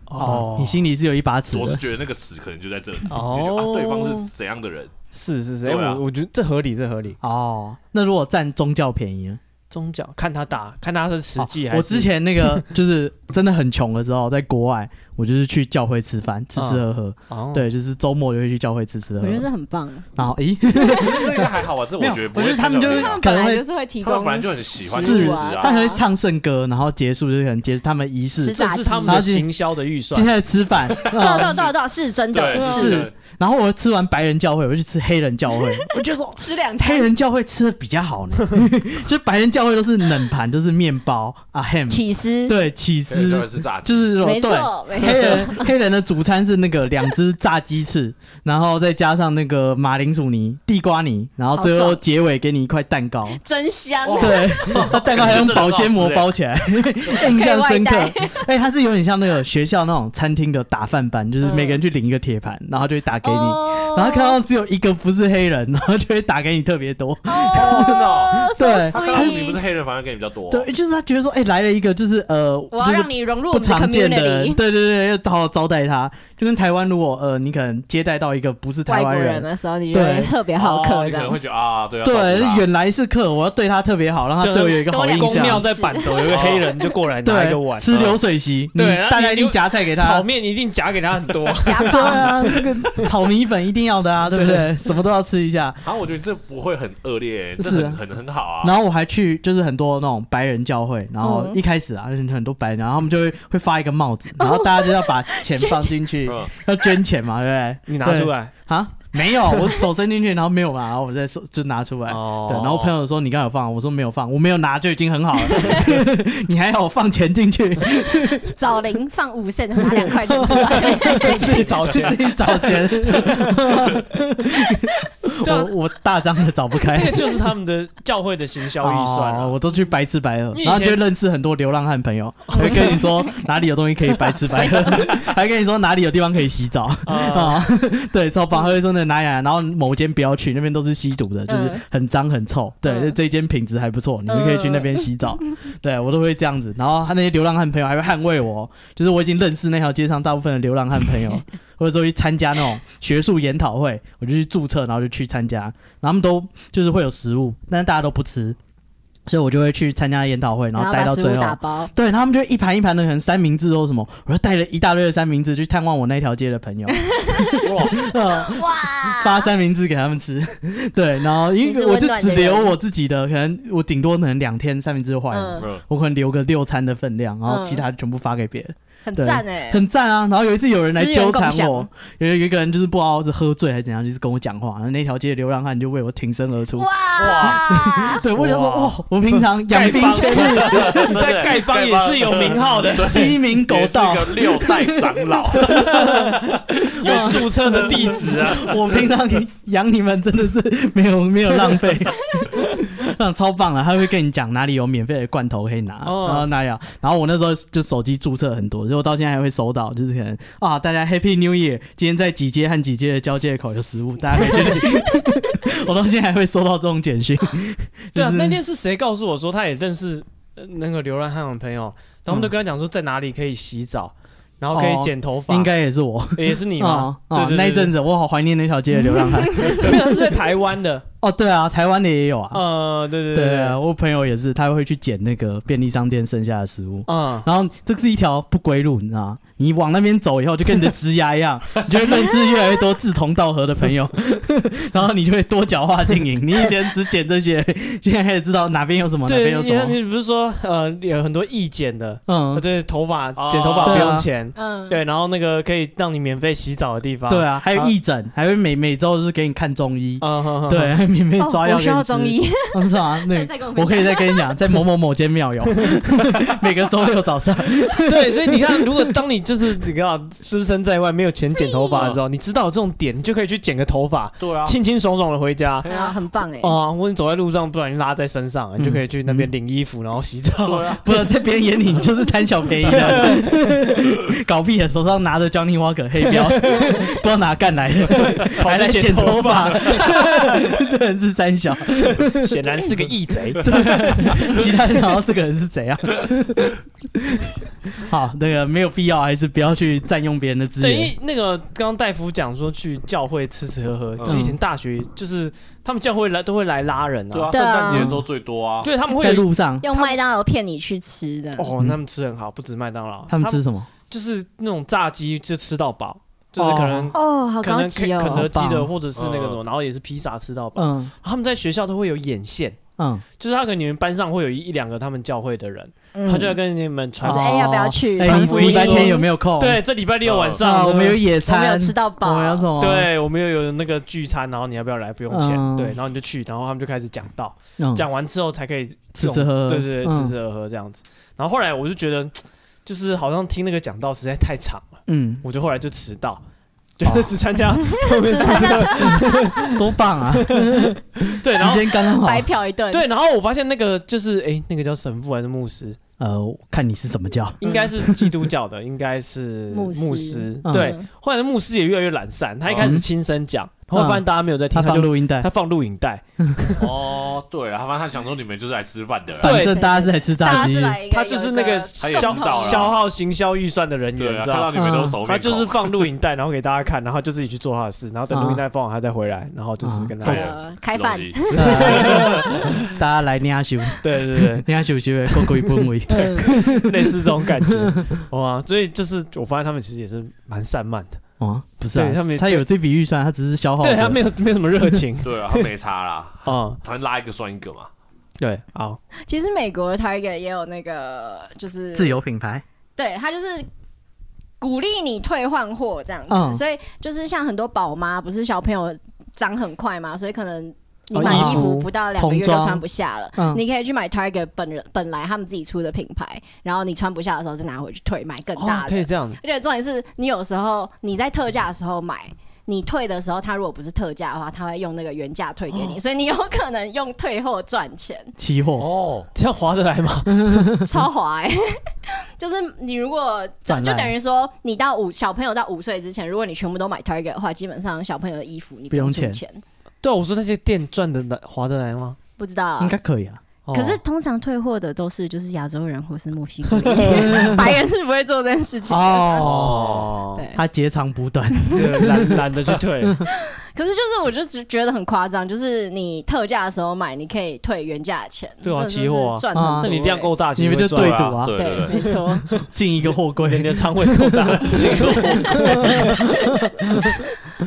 [SPEAKER 1] 哦，
[SPEAKER 2] 你心里是有一把尺
[SPEAKER 4] 我是
[SPEAKER 2] 的。
[SPEAKER 4] 觉得那个尺可能就在这里，你就
[SPEAKER 1] 哦
[SPEAKER 4] 觉得啊，对方是怎样的人？
[SPEAKER 1] 是是是，哎、
[SPEAKER 4] 对啊
[SPEAKER 1] 我我觉得这合理，这合理。
[SPEAKER 2] 哦，那如果占宗教便宜呢？
[SPEAKER 1] 宗教看他打，看他是实际
[SPEAKER 2] 哦
[SPEAKER 1] 还是、
[SPEAKER 2] 我之前那个 就是真的很穷的时候，在国外，我就是去教会吃饭，吃吃喝喝。
[SPEAKER 1] 哦，
[SPEAKER 2] 对，就是周末就会去教会吃吃喝
[SPEAKER 5] 我觉得
[SPEAKER 2] 喝。
[SPEAKER 5] 这很棒。
[SPEAKER 2] 然后，咦，
[SPEAKER 4] 这个还好啊，这
[SPEAKER 2] 没
[SPEAKER 4] 我
[SPEAKER 2] 有
[SPEAKER 4] 觉得不
[SPEAKER 2] 我
[SPEAKER 4] 会
[SPEAKER 2] 觉得他们
[SPEAKER 4] 贪小
[SPEAKER 2] 就
[SPEAKER 4] 便宜
[SPEAKER 2] 是
[SPEAKER 4] 啊
[SPEAKER 3] 他们本来就是会提
[SPEAKER 4] 他们
[SPEAKER 3] 供
[SPEAKER 4] 本来就很喜欢
[SPEAKER 2] 食物
[SPEAKER 4] 吃
[SPEAKER 3] 啊
[SPEAKER 4] 啊
[SPEAKER 2] 他。们会唱圣歌，然后结束就是可能结束他们仪式
[SPEAKER 5] 吃。
[SPEAKER 1] 这是他们的行销的预
[SPEAKER 2] 接
[SPEAKER 1] 算
[SPEAKER 2] 下来吃饭，
[SPEAKER 3] 对啊对
[SPEAKER 2] 嗯
[SPEAKER 3] 啊对啊对啊，是真的，
[SPEAKER 4] 对，
[SPEAKER 2] 是
[SPEAKER 4] 的，
[SPEAKER 2] 然后我吃完白人教会，我就去吃黑人教会。
[SPEAKER 3] 我就说吃两
[SPEAKER 2] 黑人教会吃的比较好呢， 就白人教会都是冷盘，就是面包啊 ham，
[SPEAKER 5] 起司，
[SPEAKER 2] 对起
[SPEAKER 4] 这个
[SPEAKER 2] 司，
[SPEAKER 4] 是炸鸡，
[SPEAKER 2] 就是哦
[SPEAKER 3] 没
[SPEAKER 2] 对。
[SPEAKER 3] 错，没
[SPEAKER 2] 黑
[SPEAKER 3] 错，
[SPEAKER 2] 人 黑人的主餐是那个两只炸鸡翅，然后再加上那个马铃薯泥、地瓜泥，然后最后
[SPEAKER 3] 好爽
[SPEAKER 2] 结尾给你一块蛋糕。
[SPEAKER 3] 真香啊
[SPEAKER 4] 哇
[SPEAKER 2] 对，那蛋糕还用保鲜
[SPEAKER 1] 欸
[SPEAKER 2] 膜包起来， 印象深刻
[SPEAKER 3] 可以外。
[SPEAKER 2] 哎，它是有点像那个学校那种餐厅的打饭班，就是每个人去领一个铁盘，然后就会打给你。
[SPEAKER 3] 嗯哦
[SPEAKER 2] 然后看到只有一个不是黑人，然后就会打给你特别多。
[SPEAKER 4] 哦真的哦。
[SPEAKER 3] 哦
[SPEAKER 2] 对
[SPEAKER 4] 他看到你不是黑人，反而给你比较多。啊
[SPEAKER 2] 对，就是他觉得说，哎、来了一个就是呃，
[SPEAKER 3] 我要
[SPEAKER 2] 就
[SPEAKER 3] 让
[SPEAKER 2] 是
[SPEAKER 3] 你融入我
[SPEAKER 2] 不
[SPEAKER 3] 们的
[SPEAKER 2] 常见的人，
[SPEAKER 3] community，
[SPEAKER 2] 对对对，要好好招待他。就跟台湾，如果呃，你可能接待到一个不是台
[SPEAKER 5] 外国
[SPEAKER 2] 湾
[SPEAKER 5] 人
[SPEAKER 2] 人，
[SPEAKER 5] 的时候，你就会
[SPEAKER 2] 对
[SPEAKER 5] 特别好
[SPEAKER 4] 哦
[SPEAKER 5] 客
[SPEAKER 4] 你
[SPEAKER 5] 这
[SPEAKER 4] 可能
[SPEAKER 5] 样
[SPEAKER 4] 会。觉得啊，对啊，
[SPEAKER 2] 对
[SPEAKER 4] 照顾，他
[SPEAKER 2] 原来是客，我要对他特别好，让他
[SPEAKER 1] 就
[SPEAKER 2] 对我有一个好
[SPEAKER 3] 多两
[SPEAKER 2] 印
[SPEAKER 3] 公
[SPEAKER 1] 公
[SPEAKER 2] 象哦
[SPEAKER 1] 庙。
[SPEAKER 3] 料
[SPEAKER 1] 在板头有一个黑人就过来拿一个
[SPEAKER 2] 对，
[SPEAKER 1] 碗，嗯
[SPEAKER 2] 吃流水席，你
[SPEAKER 1] 对那
[SPEAKER 2] 大家
[SPEAKER 1] 你
[SPEAKER 2] 一定夹菜给
[SPEAKER 1] 炒
[SPEAKER 2] 他。
[SPEAKER 1] 面一定夹给他很 多。
[SPEAKER 2] 对啊，这个炒米粉一定要的啊，对不对？什么都要吃一下。
[SPEAKER 4] 啊，我觉得这不会很恶劣，这
[SPEAKER 2] 是啊
[SPEAKER 4] 很很很好啊。
[SPEAKER 2] 然后我还去就是很多那种白人教会，然后
[SPEAKER 3] 嗯
[SPEAKER 2] 一开始啊很多白人，然后他们就会会发一 个帽子，然后大家就要把钱放进去，
[SPEAKER 4] 嗯
[SPEAKER 2] 要捐钱嘛，对不对？
[SPEAKER 1] 你拿出来
[SPEAKER 2] 对啊？没有，我手伸进去，然后没有嘛，然后我再手就拿出来。
[SPEAKER 1] 哦
[SPEAKER 2] 对，然后朋友说你刚有放，我说没有放，我没有拿就已经很好 了。 你还要我放钱进去，
[SPEAKER 3] 找零放五线，拿两块钱出 来，
[SPEAKER 1] 自己找
[SPEAKER 2] 去自
[SPEAKER 1] 钱，
[SPEAKER 2] 己找 钱。
[SPEAKER 1] 这样
[SPEAKER 2] 我我大张的找不开
[SPEAKER 1] 这，个就是他们的教会的行销预算
[SPEAKER 2] 哦
[SPEAKER 1] 啊。
[SPEAKER 2] 我都去白吃白喝
[SPEAKER 1] 你，以前
[SPEAKER 2] 然后就认识很多流浪汉 朋友，会跟你说哪里有东西可以白吃白喝，还跟你说哪里有地方可以洗澡
[SPEAKER 3] 哦
[SPEAKER 1] 啊，
[SPEAKER 2] 啊， 对，超棒，他会说那哪里来，然后某间不要去，那边都是吸毒的，就是很脏很臭，对，
[SPEAKER 3] 嗯
[SPEAKER 2] 就这间品质还不错，你们可以去那边洗澡， 对我都会这样子，然后他那些流浪汉朋友还会捍卫我，就是我已经认识那条街上大部分的流浪汉朋 友。或者说去参加那种学术研讨会，我就去注册，然后就去参加，然后他们都就是会有食物，但是大家都不吃，所以我就会去参加研讨会，然后待
[SPEAKER 3] 把
[SPEAKER 2] 到
[SPEAKER 3] 食
[SPEAKER 2] 最
[SPEAKER 3] 物
[SPEAKER 2] 后
[SPEAKER 3] 打。包，
[SPEAKER 2] 对他们就一盘一盘的，可能三明治或什么，我就带了一大堆的三明治去探望我那条街的朋友， 呃
[SPEAKER 6] 哇，
[SPEAKER 2] 发三明治给他们吃。对，然后因
[SPEAKER 3] 你是
[SPEAKER 2] 为
[SPEAKER 3] 温
[SPEAKER 2] 我就
[SPEAKER 3] 暖的
[SPEAKER 2] 只留
[SPEAKER 3] 人
[SPEAKER 2] 我自己的，可能我顶多可能两天三明治就坏了，
[SPEAKER 3] 嗯，
[SPEAKER 4] 嗯
[SPEAKER 2] 我可能留个六餐的分量，然后
[SPEAKER 3] 嗯
[SPEAKER 2] 其他全部发给别人，
[SPEAKER 3] 很
[SPEAKER 2] 对
[SPEAKER 3] 赞哎，
[SPEAKER 2] 很赞啊。然后有一次有人来
[SPEAKER 3] 资源
[SPEAKER 2] 纠
[SPEAKER 3] 共
[SPEAKER 2] 缠
[SPEAKER 3] 享
[SPEAKER 2] 我，有有一个人就是不知道是喝醉还是怎样，就是跟我讲话，然后那条街的流浪汉就为我挺身而出。
[SPEAKER 4] 哇
[SPEAKER 6] 哇，
[SPEAKER 2] 对，我想说，
[SPEAKER 1] 哇
[SPEAKER 2] 哦，我平常养
[SPEAKER 1] 丐
[SPEAKER 2] 兵
[SPEAKER 1] 帮
[SPEAKER 2] 千日，
[SPEAKER 1] 你 在丐帮也是有名号的，
[SPEAKER 2] 鸡鸣狗
[SPEAKER 4] 也是
[SPEAKER 2] 盗，
[SPEAKER 4] 个六代长老，
[SPEAKER 1] 有注册的地址啊。
[SPEAKER 2] 我平常养你们真的是没有没有浪 费，那超棒了。他会跟你讲哪里有免费的罐头可以拿，
[SPEAKER 1] 哦
[SPEAKER 2] 然后哪里啊。然后我那时候就手机注册很多，所以我到现在还会收到，就是可能啊，大家 Happy New Year，今天在几街和几街的交界口有食物，大家可以 去领。我到现在还会收到这种简讯。
[SPEAKER 1] 对啊，
[SPEAKER 2] 就是
[SPEAKER 1] 那天是谁告诉我说他也认识呃那个流浪汉的朋友，然后我们就跟他讲说在哪里可以洗澡，然后可以剪头发，
[SPEAKER 2] 哦应该也是我，
[SPEAKER 1] 也是你吗？
[SPEAKER 2] 哦哦
[SPEAKER 1] 对对对
[SPEAKER 2] 那一阵子我好怀念那条街的流浪 汉。
[SPEAKER 1] 没有，他是在台湾 的。
[SPEAKER 2] 哦，对啊，台湾的也有啊。
[SPEAKER 1] 呃，对对
[SPEAKER 2] 对啊，我朋友也是，他会去捡那个便利商店剩下的食物。
[SPEAKER 1] 嗯，
[SPEAKER 2] 然后这是一条不归路，你知道吗？你往那边走以后，就跟你的枝丫一样，你就会认识越来越多志同道合的朋友， 然后你就会多角化经营。你以前只捡这些，现在开始知道哪边有什么，哪边
[SPEAKER 1] 对，
[SPEAKER 2] 有
[SPEAKER 1] 你
[SPEAKER 2] 什么。
[SPEAKER 1] 你不是说呃有很多义剪的，呃
[SPEAKER 2] 嗯，
[SPEAKER 1] 对，头发
[SPEAKER 4] 哦
[SPEAKER 1] 剪头发不用钱，
[SPEAKER 3] 嗯，
[SPEAKER 1] 对，然后那个可以让你免费洗澡的地方，
[SPEAKER 2] 对啊，还有义诊，还会每每周就是给你看中医，
[SPEAKER 1] 嗯，哼，哼
[SPEAKER 2] 对，还免费
[SPEAKER 3] 哦
[SPEAKER 2] 抓药
[SPEAKER 3] 我
[SPEAKER 2] 给
[SPEAKER 3] 需
[SPEAKER 2] 你
[SPEAKER 3] 要
[SPEAKER 2] 吃
[SPEAKER 3] 中医，
[SPEAKER 2] 哦是 吗？那个
[SPEAKER 3] 再跟我
[SPEAKER 2] 我
[SPEAKER 3] 分
[SPEAKER 2] 可
[SPEAKER 3] 享
[SPEAKER 2] 以再跟你讲，在某某某间庙 有，每个周六早上。
[SPEAKER 1] 哼 对，所以你看，如果当你就是你知道只身在外没有钱剪头发的时候，你知道有这种点，你就可以去剪个头发，
[SPEAKER 4] 对啊，
[SPEAKER 1] 清清爽爽的回家。
[SPEAKER 3] 啊，很棒哎，
[SPEAKER 1] 哦，或者你走在路上不小心拉在身上，你就
[SPEAKER 2] 嗯
[SPEAKER 1] 可以去那边领衣服，然后洗澡。
[SPEAKER 4] 对啊，
[SPEAKER 2] 不，在别人眼里你就是贪小便宜的， 搞屁的，啊手上拿着 Johnny Walker 黑标，不知道哪干来的，还来剪头发， 这人是 三小，
[SPEAKER 1] 显然是个义 贼。
[SPEAKER 2] 其他人想到这个人是怎样？好，那个没有必要，还是不要去占用别人的资
[SPEAKER 1] 对，因
[SPEAKER 2] 源。
[SPEAKER 1] 为那个刚刚戴夫讲说去教会吃吃喝喝，
[SPEAKER 4] 嗯
[SPEAKER 1] 就是以前大学就是他们教会来都会来拉人
[SPEAKER 4] 对啊，
[SPEAKER 1] 啊，
[SPEAKER 4] 圣
[SPEAKER 3] 对啊
[SPEAKER 4] 诞节的时候最多啊，
[SPEAKER 1] 对，他们会
[SPEAKER 2] 在路上，
[SPEAKER 3] 用麦当劳骗你去吃的，
[SPEAKER 1] 哦，他们吃很好，不止麦当劳，
[SPEAKER 2] 他们吃什么？
[SPEAKER 1] 就是那种炸鸡就吃到饱，就是可能、
[SPEAKER 3] 哦，好
[SPEAKER 1] 可
[SPEAKER 3] 高
[SPEAKER 1] 能
[SPEAKER 3] 级
[SPEAKER 1] 肯肯
[SPEAKER 3] 哦
[SPEAKER 1] 德，基
[SPEAKER 2] 好
[SPEAKER 1] 的
[SPEAKER 2] 棒
[SPEAKER 1] 或者是那个什么，然后也是披萨吃到饱。
[SPEAKER 2] 嗯
[SPEAKER 1] 他们在学校都会有眼线，
[SPEAKER 2] 嗯，
[SPEAKER 1] 就是他可能你们班上会有一一两个他们教会的人，
[SPEAKER 3] 嗯
[SPEAKER 1] 他就要跟你们传
[SPEAKER 3] 哦。哎要不要去
[SPEAKER 2] 哎，
[SPEAKER 3] 传
[SPEAKER 2] 你
[SPEAKER 3] 福
[SPEAKER 2] 礼拜
[SPEAKER 3] 音
[SPEAKER 2] 天有没有空？
[SPEAKER 1] 对，这礼拜六晚
[SPEAKER 2] 啊，
[SPEAKER 1] 上
[SPEAKER 2] 我们有野
[SPEAKER 3] 我没有
[SPEAKER 2] 餐，
[SPEAKER 3] 吃到饱，
[SPEAKER 2] 我们有什么？，
[SPEAKER 1] 对，我们又有那个聚餐，然后你要不要来？不用钱，
[SPEAKER 2] 嗯
[SPEAKER 1] 对，然后你就去，然后他们就开始讲道，
[SPEAKER 2] 嗯，
[SPEAKER 1] 讲完之后才可以
[SPEAKER 2] 吃吃喝喝
[SPEAKER 1] 对对对，
[SPEAKER 2] 嗯
[SPEAKER 1] 吃吃喝喝这样子。然后后来我就觉得，就是好像听那个讲道实在太长了，
[SPEAKER 2] 嗯，
[SPEAKER 1] 我就后来就迟到，
[SPEAKER 2] 哦
[SPEAKER 1] 就只参 加后面吃吃喝，
[SPEAKER 2] 多 棒啊！
[SPEAKER 1] 对，然
[SPEAKER 2] 时
[SPEAKER 1] 后
[SPEAKER 2] 间刚刚好。
[SPEAKER 3] 白嫖一顿，
[SPEAKER 1] 对，然后我发现那个就是哎、诶那个叫神父还是牧师，
[SPEAKER 2] 呃，看你是什么教。
[SPEAKER 1] 应该是基督教的，应该是
[SPEAKER 3] 牧师
[SPEAKER 1] 牧师
[SPEAKER 2] 嗯。
[SPEAKER 1] 对，后来的牧师也越来越懒散，他一开始亲身讲，然后发现大家没有在
[SPEAKER 2] 嗯他
[SPEAKER 1] 听，他
[SPEAKER 2] 放
[SPEAKER 1] 就
[SPEAKER 2] 录音带
[SPEAKER 1] 他，放录影带，
[SPEAKER 4] 哦，对啊，他反正他想说你们就是来吃饭的啦，
[SPEAKER 1] 对
[SPEAKER 2] 反正大家是来吃炸
[SPEAKER 3] 大
[SPEAKER 2] 鸡
[SPEAKER 3] 致。来一个，
[SPEAKER 1] 他就是那个
[SPEAKER 4] 他也知
[SPEAKER 1] 消
[SPEAKER 4] 道啦
[SPEAKER 1] 消耗行销预算的人员，
[SPEAKER 4] 对
[SPEAKER 1] 你
[SPEAKER 4] 啊，
[SPEAKER 1] 知
[SPEAKER 4] 看
[SPEAKER 1] 道
[SPEAKER 4] 到
[SPEAKER 1] 吗。
[SPEAKER 4] 你们都熟面孔，
[SPEAKER 1] 他就是放录影带，然后给大家看，然后就自己去做他的事，然后等
[SPEAKER 2] 啊
[SPEAKER 1] 录影带放完，他再回来，然后
[SPEAKER 2] 嗯
[SPEAKER 1] 就是跟他
[SPEAKER 4] 对
[SPEAKER 2] 哦
[SPEAKER 1] 聊。
[SPEAKER 3] 呃开饭
[SPEAKER 4] 哎吃东西
[SPEAKER 2] 呃 大家来捏修，
[SPEAKER 1] 对对对，
[SPEAKER 2] 捏修修，过过一分为。
[SPEAKER 3] 嗯
[SPEAKER 1] 对类似这种感 觉，哇！所以就是我发现他们其实也是蛮散漫的，
[SPEAKER 2] 哦，不是啊
[SPEAKER 1] 对他们，
[SPEAKER 2] 他有这笔预算，他只是消耗。
[SPEAKER 1] 对他没有没有什么热 情
[SPEAKER 4] 对啊，他没差啦，
[SPEAKER 1] 啊。
[SPEAKER 4] 反正拉一个算一个嘛。
[SPEAKER 1] 对，好，
[SPEAKER 3] 其实美国 Target 也有那个，就是
[SPEAKER 2] 自，有品牌。
[SPEAKER 3] 对他就是鼓励你退换货这样子，
[SPEAKER 2] 嗯
[SPEAKER 3] 所以就是像很多宝妈，不是小朋友长很快嘛，所以可能你
[SPEAKER 1] 哦
[SPEAKER 3] 买
[SPEAKER 2] 衣
[SPEAKER 3] 衣服
[SPEAKER 1] 服
[SPEAKER 3] 不到两个
[SPEAKER 2] 童
[SPEAKER 3] 月就
[SPEAKER 2] 装
[SPEAKER 3] 穿不下了。
[SPEAKER 2] 嗯，
[SPEAKER 3] 你可以去买 Target 本人本来他们自己出的品牌，然后你穿不下的时候再拿回去退，买更
[SPEAKER 1] 哦
[SPEAKER 3] 大，的。
[SPEAKER 1] 可以这样子，
[SPEAKER 3] 而且重点是你有时候你在特价的时候买，你退的时候，他如果不是特价的话，他会用那个原价退给
[SPEAKER 2] 哦
[SPEAKER 3] 你，所以你有可能用退货赚钱，
[SPEAKER 2] 期货
[SPEAKER 4] 哦，
[SPEAKER 1] 这样划得来 吗？
[SPEAKER 3] 超划哎、 就是你如果就
[SPEAKER 2] 赚烂
[SPEAKER 3] 就等于说，你到五小朋友到五岁之前，如果你全部都买 Target 的话，基本上小朋友的衣服你
[SPEAKER 2] 不用
[SPEAKER 3] 出
[SPEAKER 2] 钱
[SPEAKER 3] 钱，
[SPEAKER 1] 对啊，我说那些店赚的来划得来吗？
[SPEAKER 3] 不知道啊
[SPEAKER 2] 应该可以啊。哦
[SPEAKER 3] 可是通常退货的都是就是亚洲人或是墨西哥 人，白人是不会做这件事情。
[SPEAKER 2] 哦，
[SPEAKER 3] 对，
[SPEAKER 2] 他截长补 短，
[SPEAKER 1] 对懒懒得去 退，
[SPEAKER 3] 可是就是我就只觉得很夸张，就是你特价的时候买，你可以退原价的钱，
[SPEAKER 1] 对啊
[SPEAKER 3] 这真
[SPEAKER 1] 期
[SPEAKER 3] 的
[SPEAKER 1] 货啊
[SPEAKER 3] 是赚很多、
[SPEAKER 2] 啊
[SPEAKER 1] 那你量够大，其实
[SPEAKER 2] 你们就
[SPEAKER 1] 会赚
[SPEAKER 2] 对
[SPEAKER 1] 啊
[SPEAKER 2] 赌啊
[SPEAKER 4] 对对
[SPEAKER 3] 对，
[SPEAKER 4] 对，
[SPEAKER 3] 没错。
[SPEAKER 2] 进一个货柜，
[SPEAKER 1] 你的仓位够 大，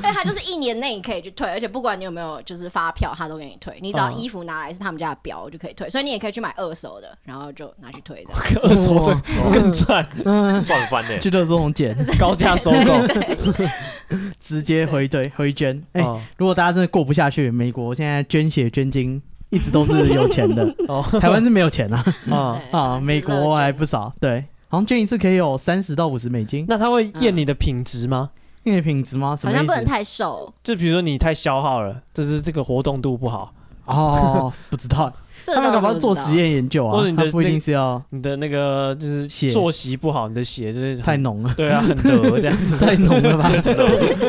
[SPEAKER 3] 但他就是一年内你可以去退，而且不管你有没有就是发票，他都给你退。你只要
[SPEAKER 2] 嗯
[SPEAKER 3] 衣服拿来是他们家的标就可以退，所以你也可以去买二手的，然后就拿去退的。
[SPEAKER 1] 二手对更赚，
[SPEAKER 2] 嗯，
[SPEAKER 4] 赚翻呢。
[SPEAKER 2] 去热搜红捡，
[SPEAKER 1] 哦 高价收 购。
[SPEAKER 2] 直接回怼回捐。哎、
[SPEAKER 1] 哦
[SPEAKER 2] 如果大家真的过不下去，美国现在捐血捐精一直都是有钱的，
[SPEAKER 1] 哦
[SPEAKER 2] 台湾是没有钱啊
[SPEAKER 1] 哦，
[SPEAKER 3] 对
[SPEAKER 2] 啊，美国还不少，对，好像捐一次可以有三十到五十美金，
[SPEAKER 1] 那他会验你的品质吗？
[SPEAKER 2] 因为品质吗？什
[SPEAKER 3] 好
[SPEAKER 2] 么
[SPEAKER 3] 像
[SPEAKER 2] 意
[SPEAKER 3] 不能
[SPEAKER 2] 思？
[SPEAKER 3] 太瘦，
[SPEAKER 1] 就比如说你太消耗了，这是这个活动度不好，
[SPEAKER 2] 哦， 不知道，
[SPEAKER 3] 这
[SPEAKER 2] 他们
[SPEAKER 3] 倒
[SPEAKER 2] 搞不
[SPEAKER 3] 是
[SPEAKER 2] 好
[SPEAKER 3] 不
[SPEAKER 2] 做
[SPEAKER 3] 知道
[SPEAKER 2] 实。验研究
[SPEAKER 1] 或
[SPEAKER 2] 啊
[SPEAKER 1] 者，你的
[SPEAKER 2] 他不一
[SPEAKER 1] 那
[SPEAKER 2] 定是要
[SPEAKER 1] 你的那个就是
[SPEAKER 2] 血
[SPEAKER 1] 作息不好，你的血就是很
[SPEAKER 2] 太，浓了，
[SPEAKER 1] 对啊，很得这样子，
[SPEAKER 2] 太浓了吧，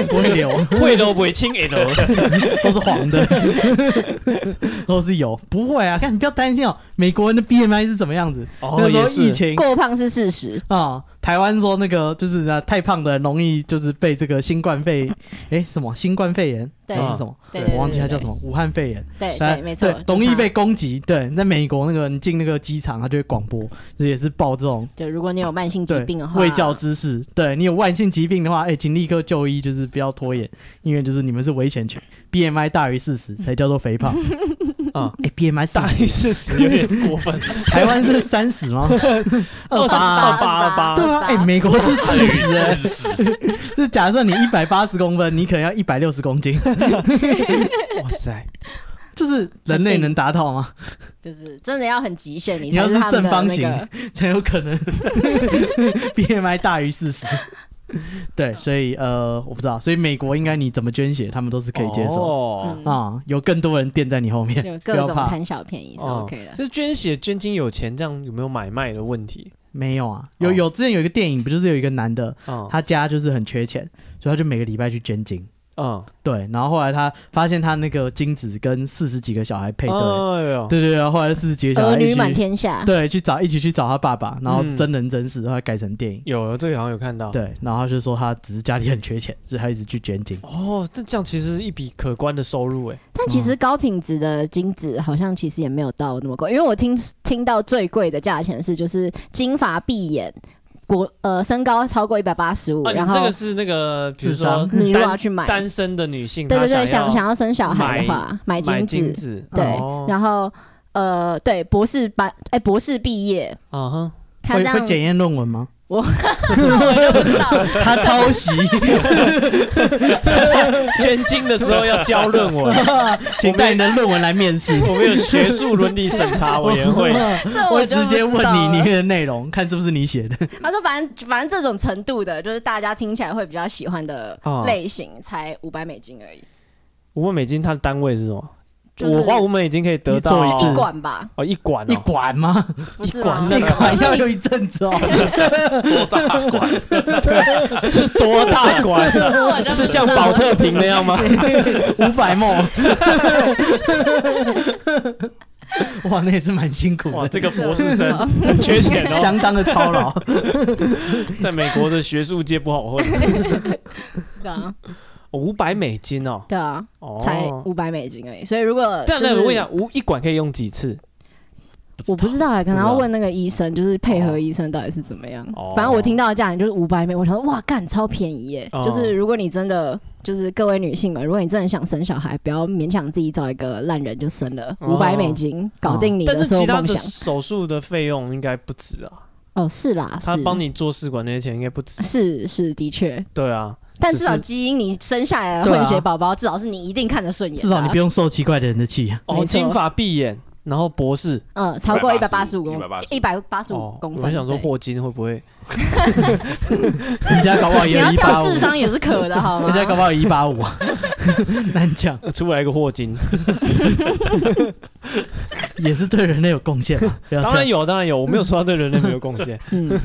[SPEAKER 2] 不会流，
[SPEAKER 1] 会都不会清 L，
[SPEAKER 2] 都是黄的， 都是油，不会啊，看你不要担心哦，美国人的 BMI 是怎么样子？
[SPEAKER 1] 哦
[SPEAKER 2] 那时
[SPEAKER 1] 也
[SPEAKER 2] 候疫
[SPEAKER 1] 是，
[SPEAKER 2] 情
[SPEAKER 3] 过胖是事实，
[SPEAKER 2] 啊、台湾说那个就是啊，太胖的人容易就是被这个新冠肺，诶，什么新冠肺炎
[SPEAKER 3] 对
[SPEAKER 2] 还是什么，
[SPEAKER 3] 对对对
[SPEAKER 2] 我忘记它
[SPEAKER 3] 对
[SPEAKER 2] 叫什么，武汉肺炎，
[SPEAKER 3] 对
[SPEAKER 2] 哎
[SPEAKER 3] 对，没错
[SPEAKER 2] 对，容易
[SPEAKER 3] 就是他
[SPEAKER 2] 被攻击。对，在美国那个你进那个机场，它就会广播，就是也是报这种
[SPEAKER 3] 就如果你有慢性疾
[SPEAKER 2] 对
[SPEAKER 3] 病的话，
[SPEAKER 2] 卫教知识。对你有慢性疾病的话，诶，请立刻就医，就是不要拖延，因为就是你们是危险群，BMI 大于四十才叫做 肥胖
[SPEAKER 1] 啊
[SPEAKER 3] 嗯
[SPEAKER 2] 诶 b m i 大
[SPEAKER 1] 大于四十有点过分，
[SPEAKER 2] 台湾是三十 吗？
[SPEAKER 1] 二十
[SPEAKER 2] 28
[SPEAKER 1] 二八二八，
[SPEAKER 2] 对啊，诶，
[SPEAKER 3] 28
[SPEAKER 2] 美国是四十、诶
[SPEAKER 4] 是是
[SPEAKER 2] 就是假设你一百八十公分，你可能要一百六十公斤，
[SPEAKER 1] 哇塞，
[SPEAKER 2] 就是人类能达到吗？
[SPEAKER 3] 就是真的要很极限，你
[SPEAKER 2] 你要
[SPEAKER 3] 才
[SPEAKER 2] 是
[SPEAKER 3] 他们
[SPEAKER 2] 正
[SPEAKER 3] 的
[SPEAKER 2] 方
[SPEAKER 3] 那
[SPEAKER 2] 形
[SPEAKER 3] 个。
[SPEAKER 2] 才有可能 BMI 大于四十。对，所以呃，我不知道，所以美国应该你怎么捐血，他们都是可以接受
[SPEAKER 1] 哦。
[SPEAKER 3] 嗯，
[SPEAKER 2] 啊、有更多人垫在你后面，
[SPEAKER 3] 有
[SPEAKER 2] 不
[SPEAKER 3] 各
[SPEAKER 2] 要
[SPEAKER 3] 种
[SPEAKER 2] 怕。
[SPEAKER 3] 贪小便宜是
[SPEAKER 1] 哦
[SPEAKER 3] OK 的。
[SPEAKER 1] 就是捐血捐精有钱，这样有没有买卖的问题？
[SPEAKER 2] 没有啊，
[SPEAKER 1] 哦
[SPEAKER 2] 有有之前有一个电影，不就是有一个男的，
[SPEAKER 1] 嗯
[SPEAKER 2] 他家就是很缺钱，所以他就每个礼拜去捐精。
[SPEAKER 1] 嗯，
[SPEAKER 2] 对，然后后来他发现他那个精子跟四十几个小孩配对，
[SPEAKER 1] 哎呦，
[SPEAKER 2] 对对对，然后后来四十几个小
[SPEAKER 3] 儿
[SPEAKER 2] 孩一
[SPEAKER 3] 女
[SPEAKER 2] 起
[SPEAKER 3] 满天下，
[SPEAKER 2] 对，去找一起去找他爸爸，然后
[SPEAKER 1] 嗯
[SPEAKER 2] 真人真事，后来改成电影。
[SPEAKER 1] 有这个好像有看到。
[SPEAKER 2] 对，然后他就说他只是家里很缺钱， 所以他一直去捐精。
[SPEAKER 1] 哦，这这样其实是一笔可观的收入哎。
[SPEAKER 3] 但其实高品质的精子好像其实也没有到那么贵，因为我听听到最贵的价钱是就是金发碧眼，国呃身高超过一百八十五，
[SPEAKER 1] 啊，你
[SPEAKER 3] 然
[SPEAKER 1] 这
[SPEAKER 3] 后
[SPEAKER 1] 个是那个，比如
[SPEAKER 2] 智
[SPEAKER 1] 说
[SPEAKER 2] 商
[SPEAKER 3] 你如果要
[SPEAKER 1] 单
[SPEAKER 3] 去买，
[SPEAKER 1] 单身的女性，
[SPEAKER 3] 对对对，
[SPEAKER 1] 她
[SPEAKER 3] 想
[SPEAKER 1] 想
[SPEAKER 3] 想要生小孩的话，买
[SPEAKER 1] 要
[SPEAKER 3] 精
[SPEAKER 1] 买
[SPEAKER 3] 子，
[SPEAKER 1] 精子，
[SPEAKER 3] 对，
[SPEAKER 1] 哦
[SPEAKER 3] 然后呃对博士班哎、博士毕业，
[SPEAKER 1] 啊哈，
[SPEAKER 3] 他
[SPEAKER 2] 会
[SPEAKER 3] 这
[SPEAKER 2] 会
[SPEAKER 3] 样
[SPEAKER 2] 检验论文吗？
[SPEAKER 3] 我就不知道了，
[SPEAKER 2] 他抄袭，
[SPEAKER 1] 捐精的时候要交论文，
[SPEAKER 2] 请带你的论文来面 试。
[SPEAKER 1] 我们有学术伦理审查委员 会，
[SPEAKER 3] 这
[SPEAKER 2] 我会
[SPEAKER 3] 就不
[SPEAKER 2] 直接
[SPEAKER 3] 知
[SPEAKER 2] 问
[SPEAKER 3] 道
[SPEAKER 2] 你里
[SPEAKER 3] 了
[SPEAKER 2] 面的内容，看是不是你写 的。
[SPEAKER 3] 他说反正反正这种程度的，就是大家听起来会比较喜欢的
[SPEAKER 1] 哦
[SPEAKER 3] 类型，才五百美金而已，
[SPEAKER 1] 五万美金它的单位是什么？
[SPEAKER 3] 就是
[SPEAKER 1] 我花五美金可以得到
[SPEAKER 2] 你做一次
[SPEAKER 3] 一管吧，
[SPEAKER 1] 哦一管
[SPEAKER 2] 一
[SPEAKER 1] 哦，
[SPEAKER 2] 管吗？
[SPEAKER 3] 不是
[SPEAKER 1] 一管
[SPEAKER 3] 吗
[SPEAKER 1] 那
[SPEAKER 2] 一
[SPEAKER 1] 个
[SPEAKER 2] 管要用一阵子哦。
[SPEAKER 4] 多大管？
[SPEAKER 1] 是多大 管？
[SPEAKER 3] 我就不知道
[SPEAKER 1] 是像 保特瓶那样吗？
[SPEAKER 2] 五百梦。哇，那也是蛮辛 苦
[SPEAKER 1] 哇，
[SPEAKER 2] 的，
[SPEAKER 1] 这个博士 生很缺钱哦，
[SPEAKER 2] 相当的操劳。
[SPEAKER 1] 在美国的学术界不好混，
[SPEAKER 3] 对啊，
[SPEAKER 1] 五百美金哦，
[SPEAKER 3] 对啊，
[SPEAKER 1] 哦，
[SPEAKER 3] 才五百美金而已。所以如果
[SPEAKER 1] 但
[SPEAKER 3] 就是
[SPEAKER 1] 那我想，五一管可以用几次？
[SPEAKER 3] 我不知道欸，可
[SPEAKER 1] 不
[SPEAKER 3] 能
[SPEAKER 1] 知
[SPEAKER 3] 要
[SPEAKER 1] 道
[SPEAKER 3] 问那个医生，就是配合医生到底是怎么样
[SPEAKER 1] 哦。
[SPEAKER 3] 反正我听到的价钱就是五百美，我想说哇，干超便宜耶！
[SPEAKER 1] 哦
[SPEAKER 3] 就是如果你真的。就是各位女性们，如果你真的想生小孩，不要勉强自己找一个烂人就生了，
[SPEAKER 1] 哦
[SPEAKER 3] 五百美金搞定你
[SPEAKER 1] 但
[SPEAKER 3] 的
[SPEAKER 1] 是
[SPEAKER 3] 所
[SPEAKER 1] 其
[SPEAKER 3] 有
[SPEAKER 1] 他
[SPEAKER 3] 梦
[SPEAKER 1] 的
[SPEAKER 3] 想。
[SPEAKER 1] 手术的费用应该不止啊，
[SPEAKER 3] 哦，是啦，
[SPEAKER 1] 他
[SPEAKER 3] 是
[SPEAKER 1] 帮你做试管那些钱应该不止。
[SPEAKER 3] 是是的确，
[SPEAKER 1] 对啊，
[SPEAKER 3] 但
[SPEAKER 1] 只
[SPEAKER 3] 至少
[SPEAKER 1] 是
[SPEAKER 3] 基因你生下来的
[SPEAKER 2] 对啊
[SPEAKER 3] 混血宝宝，至少是你一定看得顺眼的啊，
[SPEAKER 2] 至少你不用受奇怪的人的气 啊。
[SPEAKER 1] 哦，
[SPEAKER 3] 没错
[SPEAKER 1] 金发碧眼，然后博士
[SPEAKER 3] 嗯超过一百八十五公
[SPEAKER 4] 185
[SPEAKER 3] 一百八十五
[SPEAKER 1] 哦，
[SPEAKER 3] 公分。
[SPEAKER 1] 我想说
[SPEAKER 3] 对
[SPEAKER 1] 霍金会不会？
[SPEAKER 2] 人家搞不好
[SPEAKER 3] 你
[SPEAKER 2] 也有
[SPEAKER 3] 要
[SPEAKER 2] 一八
[SPEAKER 3] 跳
[SPEAKER 2] 五，
[SPEAKER 3] 智商也是可的，好吗
[SPEAKER 2] 人？家搞不好有一八五， 难讲，
[SPEAKER 1] 呃 出来一个霍金，
[SPEAKER 2] 也是对人类有 贡献嘛。不要这
[SPEAKER 1] 当
[SPEAKER 2] 样
[SPEAKER 1] 然有，当然有，我没有说他对人类没有贡献
[SPEAKER 3] 嗯，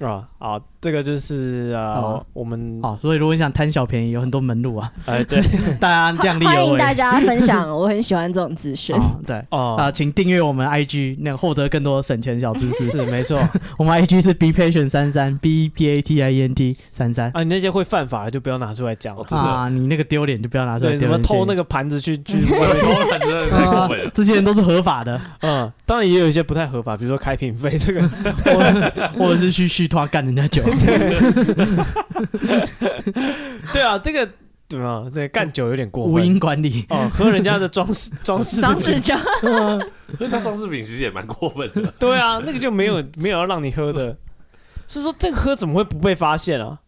[SPEAKER 1] 啊啊！这个就是呃
[SPEAKER 2] 哦，
[SPEAKER 1] 我们
[SPEAKER 2] 好，所以如果你想贪小便宜，有很多门路 啊，
[SPEAKER 1] 呃对
[SPEAKER 2] 大家量力
[SPEAKER 3] 欢
[SPEAKER 2] 而
[SPEAKER 3] 迎
[SPEAKER 2] 为。
[SPEAKER 3] 大家分享，我很喜欢这种资讯。
[SPEAKER 2] 啊，对 啊、
[SPEAKER 1] 哦，
[SPEAKER 2] 请订阅我们 IG，那个获得更多省钱小知识。
[SPEAKER 1] 是没错
[SPEAKER 2] 我们 IG 是 b patient 三三 b p a t i e n t 三三
[SPEAKER 1] 啊，你那些会犯法的就不要拿出来讲了
[SPEAKER 4] 哦。真的
[SPEAKER 2] 啊，你那个丢脸就不要拿出来
[SPEAKER 1] 对，
[SPEAKER 2] 丢
[SPEAKER 1] 什
[SPEAKER 2] 脸。
[SPEAKER 1] 么偷那个盘子去去外 面，
[SPEAKER 4] 偷懒真的太过分了
[SPEAKER 2] 啊。这些人都是合 法的，
[SPEAKER 1] 嗯，当然也有一些不太合法，比如说开瓶费这个，
[SPEAKER 2] 或或者是去续托干人家酒。
[SPEAKER 1] 对啊，这个对啊，对干酒有点过
[SPEAKER 2] 无
[SPEAKER 1] 分。
[SPEAKER 2] 因管理
[SPEAKER 1] 哦，喝人家的装饰装饰的
[SPEAKER 7] 张志忠，
[SPEAKER 4] 那他装饰品其实也蛮过分 的，
[SPEAKER 1] 对啊，那个就没有没有要让你喝的，是说这个喝怎么会不被发现啊？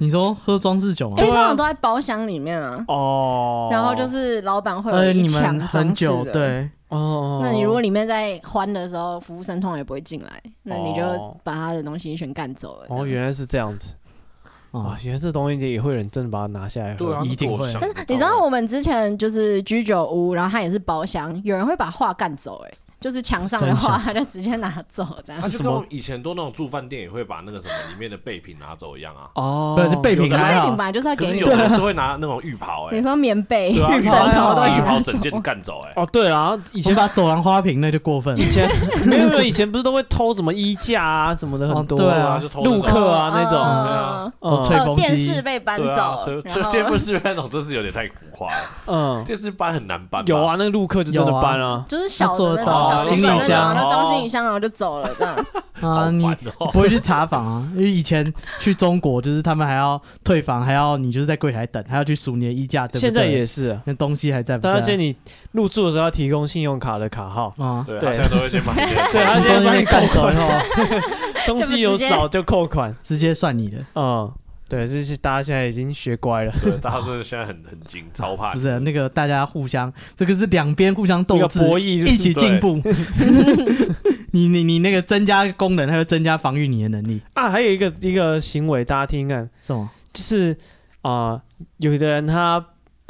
[SPEAKER 2] 你说喝装饰酒吗
[SPEAKER 3] 因
[SPEAKER 1] 对？
[SPEAKER 3] 为
[SPEAKER 1] 啊
[SPEAKER 3] 哎通常都在包厢里面啊，
[SPEAKER 1] 哦，
[SPEAKER 3] 然后就是老板会有
[SPEAKER 2] 呃，
[SPEAKER 3] 一
[SPEAKER 2] 你
[SPEAKER 3] 墙
[SPEAKER 2] 们很
[SPEAKER 3] 装饰
[SPEAKER 2] 久
[SPEAKER 3] 的。，
[SPEAKER 2] 对，
[SPEAKER 1] 哦，
[SPEAKER 3] 那你如果里面在欢的时候，服务生通常也不会进来，那你就
[SPEAKER 1] 哦
[SPEAKER 3] 把他的东西全干走了。
[SPEAKER 1] 哦
[SPEAKER 3] 这样
[SPEAKER 1] 原来是这样子啊
[SPEAKER 2] 啊，，
[SPEAKER 1] 原来这东西也会有人真的把它拿下来喝，
[SPEAKER 4] 啊
[SPEAKER 2] 一定会
[SPEAKER 4] 但
[SPEAKER 3] 但是你知道我们之前就是居酒屋，然后它也是包厢，有人会把画干走、哎，就是墙上的画，他就直接拿走这样
[SPEAKER 4] 他。
[SPEAKER 1] 是
[SPEAKER 4] 就
[SPEAKER 1] 什
[SPEAKER 4] 跟
[SPEAKER 1] 么
[SPEAKER 4] 我们以前都那种住饭店也会把那个什么里面的备品拿走一样啊。
[SPEAKER 1] 哦，
[SPEAKER 2] 不是备品
[SPEAKER 4] 有的
[SPEAKER 2] 还
[SPEAKER 3] 那
[SPEAKER 2] 好
[SPEAKER 3] 品。牌就是要
[SPEAKER 4] 可
[SPEAKER 3] 给
[SPEAKER 4] 是
[SPEAKER 3] 你
[SPEAKER 4] 有，的人是会拿那种浴袍，哎
[SPEAKER 3] 你，说棉被、
[SPEAKER 4] 对啊，
[SPEAKER 3] 枕
[SPEAKER 4] 浴
[SPEAKER 3] 头都
[SPEAKER 4] 袍
[SPEAKER 3] 会
[SPEAKER 4] 浴
[SPEAKER 3] 给
[SPEAKER 4] 袍
[SPEAKER 3] 他
[SPEAKER 4] 整件
[SPEAKER 3] 走。
[SPEAKER 4] 干走，哎，
[SPEAKER 1] 哦对啦，然后以
[SPEAKER 2] 以
[SPEAKER 1] 前
[SPEAKER 2] 前把走廊花瓶那就过分 了
[SPEAKER 1] 以，前没有没有，以前不是都会偷什么衣架啊什么的
[SPEAKER 2] 哦
[SPEAKER 1] 很多
[SPEAKER 2] 对
[SPEAKER 4] 对啊，
[SPEAKER 2] 啊
[SPEAKER 4] 就 偷
[SPEAKER 1] 路客啊那种
[SPEAKER 4] 嗯
[SPEAKER 3] 哦
[SPEAKER 2] 哦
[SPEAKER 1] 嗯
[SPEAKER 2] 吹
[SPEAKER 3] 哦
[SPEAKER 2] 风机
[SPEAKER 3] 电视被 搬
[SPEAKER 4] 对啊，
[SPEAKER 3] 走
[SPEAKER 4] 所以，
[SPEAKER 3] 然
[SPEAKER 4] 所以
[SPEAKER 3] 后
[SPEAKER 4] 电不是那种，真是有点太浮夸 了。
[SPEAKER 1] 嗯，
[SPEAKER 4] 电视搬很难搬，
[SPEAKER 1] 有啊，，那个陆客就真的
[SPEAKER 2] 有啊
[SPEAKER 1] 搬啊，
[SPEAKER 3] 就是小
[SPEAKER 2] 做
[SPEAKER 3] 的那种
[SPEAKER 2] 到
[SPEAKER 3] 小
[SPEAKER 4] 行李
[SPEAKER 3] 那种
[SPEAKER 4] 箱
[SPEAKER 3] 然后装
[SPEAKER 4] 哦
[SPEAKER 3] 行李箱，然后就走了这样。
[SPEAKER 4] 好
[SPEAKER 2] 啊，
[SPEAKER 4] 烦
[SPEAKER 2] 你
[SPEAKER 4] 哦。
[SPEAKER 2] 不会去查房啊，因为以前去中国就是他们还要退房，还要你就是在柜台等，还要去数你的衣架，对不对？
[SPEAKER 1] 现在也是啊，
[SPEAKER 2] 那东西还在不在
[SPEAKER 1] 但而
[SPEAKER 2] 啊？
[SPEAKER 1] 且你入住的时候要提供信用卡的卡 号，
[SPEAKER 2] 啊，
[SPEAKER 4] 对啊，啊
[SPEAKER 1] 对
[SPEAKER 4] 现在都会先买 一个。
[SPEAKER 1] 对，啊他
[SPEAKER 2] 东
[SPEAKER 1] 现在
[SPEAKER 2] 西
[SPEAKER 1] 把你
[SPEAKER 2] 被
[SPEAKER 1] 扣
[SPEAKER 2] 干走
[SPEAKER 1] 款
[SPEAKER 2] 以后，
[SPEAKER 1] 东西有少就扣款，
[SPEAKER 2] 直接算你的，
[SPEAKER 1] 嗯，对，这是大家现在已经学乖了，
[SPEAKER 4] 对，大家真的现在很很精，超怕。
[SPEAKER 2] 不是那个大家互相，这个是两边互相
[SPEAKER 1] 一
[SPEAKER 2] 斗
[SPEAKER 1] 个
[SPEAKER 2] 智，
[SPEAKER 1] 博弈
[SPEAKER 2] 一起进步。你你你那个增加功能，它会增加防御你的能力，
[SPEAKER 1] 啊，还有一个一个行为，大家听听看，
[SPEAKER 2] 是吗？
[SPEAKER 1] 就是啊、有的人他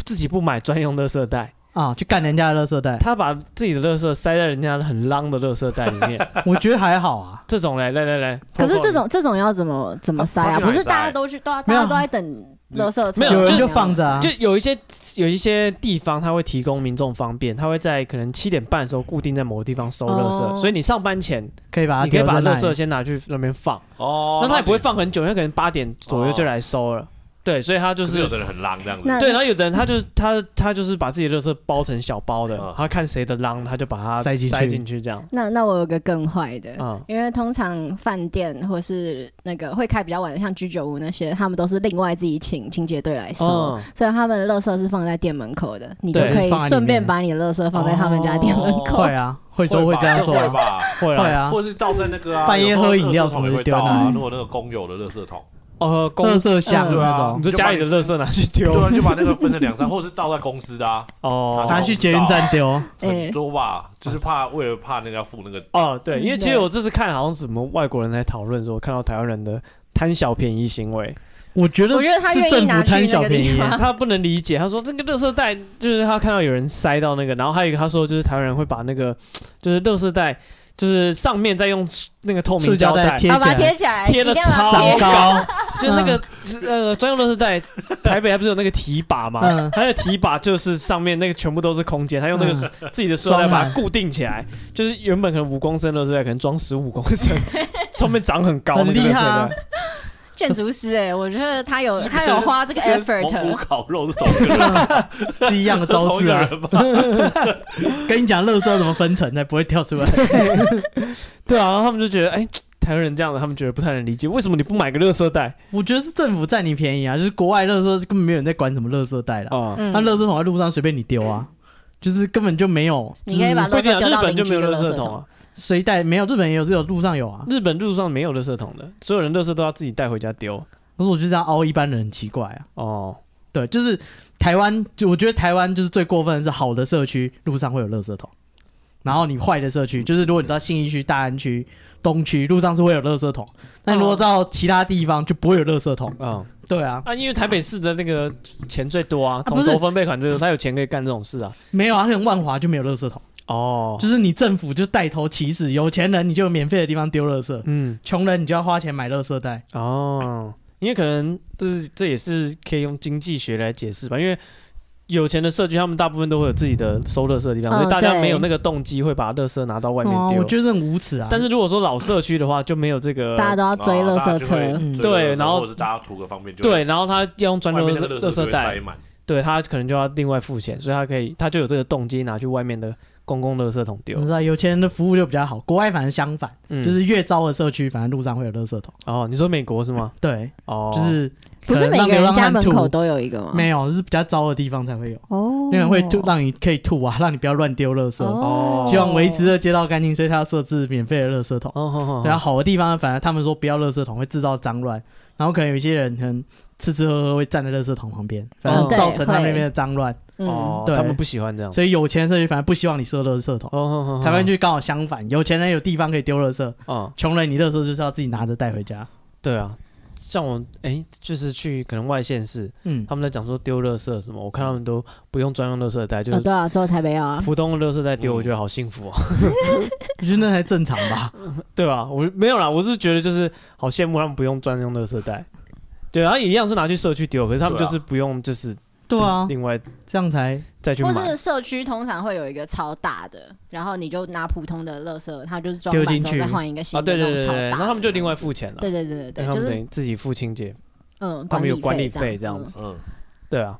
[SPEAKER 1] 自己不买专用垃圾袋，
[SPEAKER 2] 啊，去干人家的垃圾袋，
[SPEAKER 1] 他把自己的垃圾塞在人家很浪的垃圾袋里 面，
[SPEAKER 2] 我觉得还好啊。
[SPEAKER 1] 这种来来来来，
[SPEAKER 3] 可是
[SPEAKER 1] Coco，
[SPEAKER 3] 这种这种要怎么怎么塞啊？
[SPEAKER 4] 他他去哪
[SPEAKER 3] 不
[SPEAKER 4] 里
[SPEAKER 3] 是大家
[SPEAKER 4] 塞
[SPEAKER 3] 都去，对啊，
[SPEAKER 2] 没
[SPEAKER 3] 大
[SPEAKER 2] 有啊
[SPEAKER 3] 家都在等垃圾车，
[SPEAKER 1] 没
[SPEAKER 2] 有人
[SPEAKER 1] 就
[SPEAKER 2] 就放着啊
[SPEAKER 1] 就，有一些有一些地方，它会提供民众方便，它会在可能七点半的时候固定在某个地方收垃圾，
[SPEAKER 3] 哦
[SPEAKER 1] 所以你上班前
[SPEAKER 2] 可以把它
[SPEAKER 1] 你可以
[SPEAKER 2] 丢啊在
[SPEAKER 1] 把
[SPEAKER 2] 那
[SPEAKER 1] 垃
[SPEAKER 2] 里
[SPEAKER 1] 圾先拿去那边放，
[SPEAKER 4] 哦，
[SPEAKER 1] 那他也不会
[SPEAKER 4] 那
[SPEAKER 1] 放很久，他可能八点左右就来收了。对，所以他就
[SPEAKER 4] 你，就是
[SPEAKER 1] 是
[SPEAKER 4] 有的人很浪这样子
[SPEAKER 3] 那。
[SPEAKER 1] 对，然后有的人他就他他就是把自己的垃圾包成小包的
[SPEAKER 4] 嗯，
[SPEAKER 1] 他看谁的浪，他就把它
[SPEAKER 2] 塞进去
[SPEAKER 1] 塞进去这样。
[SPEAKER 3] 那那我有个更坏的，
[SPEAKER 1] 嗯
[SPEAKER 3] 因为通常饭店或是那个会开比较晚的，像居酒屋那些，他们都是另外自己请清洁队来收，
[SPEAKER 1] 嗯
[SPEAKER 3] 所以他们的垃圾是放在店门口的，你就
[SPEAKER 1] 对
[SPEAKER 3] 可以
[SPEAKER 2] 放在里
[SPEAKER 3] 顺便
[SPEAKER 2] 面
[SPEAKER 3] 把你的垃圾放在他们家店门口。
[SPEAKER 2] 会啊，会都会
[SPEAKER 4] 吧
[SPEAKER 2] 这样做
[SPEAKER 4] 会
[SPEAKER 2] 啊，
[SPEAKER 4] 吧？
[SPEAKER 1] 会
[SPEAKER 2] 会
[SPEAKER 1] 啦，
[SPEAKER 2] 啊
[SPEAKER 4] 或。者是倒在那个啊
[SPEAKER 2] 半夜喝饮料
[SPEAKER 4] 有时候
[SPEAKER 2] 什么
[SPEAKER 4] 垃
[SPEAKER 2] 就
[SPEAKER 4] 圾桶也会
[SPEAKER 2] 丢
[SPEAKER 4] 倒
[SPEAKER 2] 那
[SPEAKER 4] 啊
[SPEAKER 2] 里，
[SPEAKER 4] 如果那个公有的垃圾桶，
[SPEAKER 1] 哦，公
[SPEAKER 2] 垃圾箱
[SPEAKER 4] 对
[SPEAKER 2] 那
[SPEAKER 4] 啊
[SPEAKER 2] 种
[SPEAKER 1] 你，说家里的垃圾拿去丢
[SPEAKER 4] 对啊，就把那个分成两三，或者是倒在公司 的啊，
[SPEAKER 1] 哦
[SPEAKER 2] 拿去捷运站丢。
[SPEAKER 4] 很多吧，就是怕为了怕那个要付那个
[SPEAKER 1] 哦，对，因为其实
[SPEAKER 3] 对
[SPEAKER 1] 我这次看好像什么外国人在讨论说，看到台湾人的贪小便宜行 为，
[SPEAKER 2] 我觉得
[SPEAKER 3] 我觉得他
[SPEAKER 2] 是
[SPEAKER 3] 愿意
[SPEAKER 2] 政
[SPEAKER 3] 拿
[SPEAKER 2] 府
[SPEAKER 3] 去
[SPEAKER 2] 贪
[SPEAKER 3] 那
[SPEAKER 2] 小
[SPEAKER 3] 个
[SPEAKER 2] 便宜
[SPEAKER 3] 地 方，
[SPEAKER 1] 他不能理解，他说这个垃圾袋就是他看到有人塞到那个，然后还有一个他说就是台湾人会把那个就是垃圾袋就是上面再用那个透明
[SPEAKER 2] 塑胶
[SPEAKER 1] 胶
[SPEAKER 2] 袋
[SPEAKER 1] 带
[SPEAKER 2] 贴嗯
[SPEAKER 3] 好
[SPEAKER 2] 起
[SPEAKER 3] 把它贴
[SPEAKER 2] 来，
[SPEAKER 3] 起来，
[SPEAKER 1] 贴了
[SPEAKER 3] 一定要把它
[SPEAKER 1] 超
[SPEAKER 3] 贴
[SPEAKER 2] 长高，
[SPEAKER 1] 就是那个呃专用垃圾袋，台北还不是有那个提把嘛？
[SPEAKER 2] 嗯
[SPEAKER 1] 它的提把就是上面那个全部都是空间，他用那个自己的塑料袋把它固定起来，就是原本可能五公升垃圾袋，可能装十五公升，上面长很高那
[SPEAKER 2] 很
[SPEAKER 1] 个垃圾
[SPEAKER 2] 厉害啊
[SPEAKER 1] 袋。
[SPEAKER 3] 建筑师哎、我觉得 他有他有花这个
[SPEAKER 4] 蒙古
[SPEAKER 3] effort，
[SPEAKER 4] 烤肉是同一个人
[SPEAKER 2] 是一样的招
[SPEAKER 4] 同一
[SPEAKER 2] 式
[SPEAKER 4] 个
[SPEAKER 2] 啊。
[SPEAKER 4] 人 吧？
[SPEAKER 2] 跟你讲，垃圾怎么分层才不会跳出来？
[SPEAKER 1] 对啊，然后他们就觉得哎。台湾人这样的，他们觉得不太能理解，为什么你不买个垃圾袋
[SPEAKER 2] 我觉得是政府占你便宜啊，就是国外垃圾根本没有人在管什么垃圾袋啦，
[SPEAKER 1] 啊？
[SPEAKER 3] 嗯
[SPEAKER 2] 那、垃圾桶在路上随便你丢啊，就是根本就没有，
[SPEAKER 3] 你可以把
[SPEAKER 1] 不
[SPEAKER 3] 垃
[SPEAKER 1] 一定
[SPEAKER 3] 圾
[SPEAKER 1] 啊，
[SPEAKER 3] 丢
[SPEAKER 1] 日
[SPEAKER 3] 到
[SPEAKER 1] 本
[SPEAKER 3] 邻
[SPEAKER 1] 就没
[SPEAKER 3] 居
[SPEAKER 1] 有
[SPEAKER 3] 的
[SPEAKER 1] 垃
[SPEAKER 3] 垃圾
[SPEAKER 1] 圾桶啊，
[SPEAKER 2] 谁带没有？日本也有，只有路上有啊。
[SPEAKER 1] 日本路上没有垃圾桶的，所有人垃圾都要自己带回家丢。
[SPEAKER 2] 可是我觉得这样凹一般人很奇怪啊。
[SPEAKER 1] 哦，
[SPEAKER 2] 对，就是台湾，就我觉得台湾就是最过分的是，好的社区路上会有垃圾桶，然后你坏的社区，就是如果你到信义区、大安区、东区，路上是会有垃圾桶，那如果到其他地方就不会有垃圾桶。
[SPEAKER 1] 嗯，
[SPEAKER 2] 对啊，
[SPEAKER 1] 啊，因为台北市的那个钱最多啊，
[SPEAKER 2] 不
[SPEAKER 1] 统
[SPEAKER 2] 是
[SPEAKER 1] 筹分配款最多，他有钱可以干这种事啊。
[SPEAKER 2] 没有啊，像万华就没有垃圾桶，
[SPEAKER 1] 哦，
[SPEAKER 2] 就是你政府就带头歧视有钱人，你就有免费的地方丢垃圾，
[SPEAKER 1] 嗯，
[SPEAKER 2] 穷人你就要花钱买垃圾袋。
[SPEAKER 1] 哦，因为可能这这也是可以用经济学来解释吧，因为。有钱的社区，他们大部分都会有自己的收垃圾的地方，
[SPEAKER 5] 嗯
[SPEAKER 1] 所以大家
[SPEAKER 5] 对
[SPEAKER 1] 没有那个动机会把垃圾拿到外面
[SPEAKER 2] 哦，
[SPEAKER 1] 丢。
[SPEAKER 2] 我觉得很无耻啊！
[SPEAKER 1] 但是如果说老社区的话，就没有这个
[SPEAKER 5] 大家都要追
[SPEAKER 1] 啊
[SPEAKER 5] 垃圾车，
[SPEAKER 2] 嗯
[SPEAKER 1] 对然后
[SPEAKER 4] 或者是大家图个方便，就
[SPEAKER 1] 对，然后他要用专
[SPEAKER 4] 外
[SPEAKER 1] 用
[SPEAKER 4] 面
[SPEAKER 1] 垃
[SPEAKER 4] 那个
[SPEAKER 1] 圾垃
[SPEAKER 4] 圾
[SPEAKER 1] 圾
[SPEAKER 4] 就会
[SPEAKER 1] 袋
[SPEAKER 4] 塞，满，
[SPEAKER 1] 对他可能就要另外付钱，所以他可以他就有这个动机拿去外面的公共垃圾桶丢
[SPEAKER 2] 你。知道有钱人的服务就比较好，国外反而相反，
[SPEAKER 1] 嗯，
[SPEAKER 2] 嗯就是越糟的社区，反正路上会有垃圾桶。
[SPEAKER 1] 哦，你说美国是吗？
[SPEAKER 2] 对，
[SPEAKER 1] 哦，
[SPEAKER 2] 就是
[SPEAKER 5] 不
[SPEAKER 2] 可
[SPEAKER 5] 是
[SPEAKER 2] 能
[SPEAKER 5] 每
[SPEAKER 2] 让
[SPEAKER 5] 个
[SPEAKER 2] 流
[SPEAKER 5] 人
[SPEAKER 2] 浪
[SPEAKER 5] 家
[SPEAKER 2] 汉
[SPEAKER 5] 门
[SPEAKER 2] 吐
[SPEAKER 5] 口都有一个吗？
[SPEAKER 2] 没有，就是比较糟的地方才会有，
[SPEAKER 5] 哦，
[SPEAKER 2] 因为会吐让你可以吐啊，让你不要乱丢垃圾。
[SPEAKER 5] 哦，
[SPEAKER 2] 希望维持这街道干净，所以他要设置免费的垃圾桶。
[SPEAKER 1] 哦，好好，
[SPEAKER 2] 然后好的地方，反而他们说不要垃圾桶会制造脏乱，然后可能有一些人可能吃吃喝喝会站在垃圾桶旁边，反
[SPEAKER 1] 哦
[SPEAKER 2] 正
[SPEAKER 1] 对
[SPEAKER 2] 造成他们
[SPEAKER 5] 会
[SPEAKER 2] 那边的脏乱。
[SPEAKER 5] 嗯，
[SPEAKER 1] 哦，
[SPEAKER 2] 对
[SPEAKER 1] 他们不喜欢这样。
[SPEAKER 2] 所以有钱的社区反而不希望你设垃圾桶。
[SPEAKER 1] 哦，好好，
[SPEAKER 2] 台湾
[SPEAKER 1] 就
[SPEAKER 2] 就刚好相反，有钱人有地方可以丢垃圾，
[SPEAKER 1] 哦，
[SPEAKER 2] 穷人你垃圾就是要自己拿着带回家。
[SPEAKER 1] 对啊，像我哎，就是去可能外县市，
[SPEAKER 2] 嗯，
[SPEAKER 1] 他们在讲说丢垃圾什么，我看他们都不用专用垃圾袋，就
[SPEAKER 5] 哦
[SPEAKER 1] 是
[SPEAKER 5] 对啊，做台北啊，
[SPEAKER 1] 普通的垃圾袋丢，
[SPEAKER 4] 嗯
[SPEAKER 1] 我觉得好幸福哦，
[SPEAKER 2] 我觉得那才正常吧。
[SPEAKER 1] 对吧？我没有啦，我是觉得就是好羡慕他们不用专用垃圾袋。对，然后一样是拿去社区丢，可是他们
[SPEAKER 4] 对
[SPEAKER 1] 就
[SPEAKER 4] 啊
[SPEAKER 1] 是不用，就是
[SPEAKER 2] 对啊，
[SPEAKER 1] 另外
[SPEAKER 2] 这样才
[SPEAKER 1] 再去
[SPEAKER 3] 或
[SPEAKER 1] 买。
[SPEAKER 3] 是社区通常会有一个超大的，然后你就拿普通的垃圾，它就是装
[SPEAKER 2] 丢
[SPEAKER 3] 满
[SPEAKER 2] 进
[SPEAKER 3] 之后
[SPEAKER 2] 去
[SPEAKER 3] 再换一个新
[SPEAKER 1] 啊，
[SPEAKER 3] 的
[SPEAKER 1] 对
[SPEAKER 3] 那
[SPEAKER 1] 对
[SPEAKER 3] 种
[SPEAKER 1] 对
[SPEAKER 3] 超大的。
[SPEAKER 1] 对，然后他们就另外付钱了，
[SPEAKER 3] 对对对对
[SPEAKER 1] 对
[SPEAKER 3] 对，
[SPEAKER 1] 他
[SPEAKER 3] 就
[SPEAKER 1] 们等
[SPEAKER 3] 是
[SPEAKER 1] 于自己付清洁，
[SPEAKER 3] 嗯，
[SPEAKER 1] 他们有管理
[SPEAKER 3] 理
[SPEAKER 1] 费这样
[SPEAKER 3] 样
[SPEAKER 1] 子。
[SPEAKER 4] 嗯，
[SPEAKER 1] 对啊。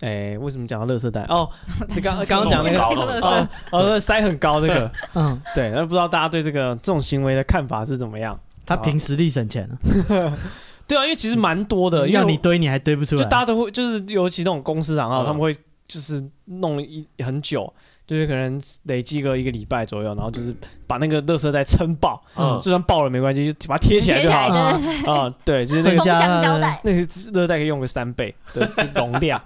[SPEAKER 1] 哎，为什么讲到垃圾袋？ 哦，你刚刚刚
[SPEAKER 4] 弄
[SPEAKER 1] 讲那
[SPEAKER 4] 很
[SPEAKER 1] 个
[SPEAKER 4] 高，弄很高
[SPEAKER 1] 哦哦，塞很高这个，
[SPEAKER 2] 嗯，
[SPEAKER 1] 对，那不知道大家对这个这种行为的看法是怎么样？
[SPEAKER 2] 他凭实力省钱了，
[SPEAKER 1] 对啊，因为其实蛮多
[SPEAKER 4] 嗯
[SPEAKER 1] 的，因为
[SPEAKER 2] 要
[SPEAKER 1] 我
[SPEAKER 2] 你堆你还堆不出
[SPEAKER 1] 就
[SPEAKER 2] 来。
[SPEAKER 1] 大家都会，就是尤其那种公司长啊，
[SPEAKER 4] 嗯
[SPEAKER 1] 他们会就是弄一很久，就是可能累积个一个礼拜左右，然后就是把那个垃圾袋撑爆，
[SPEAKER 2] 哦
[SPEAKER 4] 嗯
[SPEAKER 1] 就算爆了没关系，就把它贴起来就好
[SPEAKER 3] 贴起
[SPEAKER 1] 了
[SPEAKER 3] 来
[SPEAKER 2] 啊
[SPEAKER 1] 啊。对，就是那
[SPEAKER 2] 这
[SPEAKER 1] 个
[SPEAKER 2] 个家
[SPEAKER 3] 封箱胶带，
[SPEAKER 1] 那个热带可以用个三倍的容量。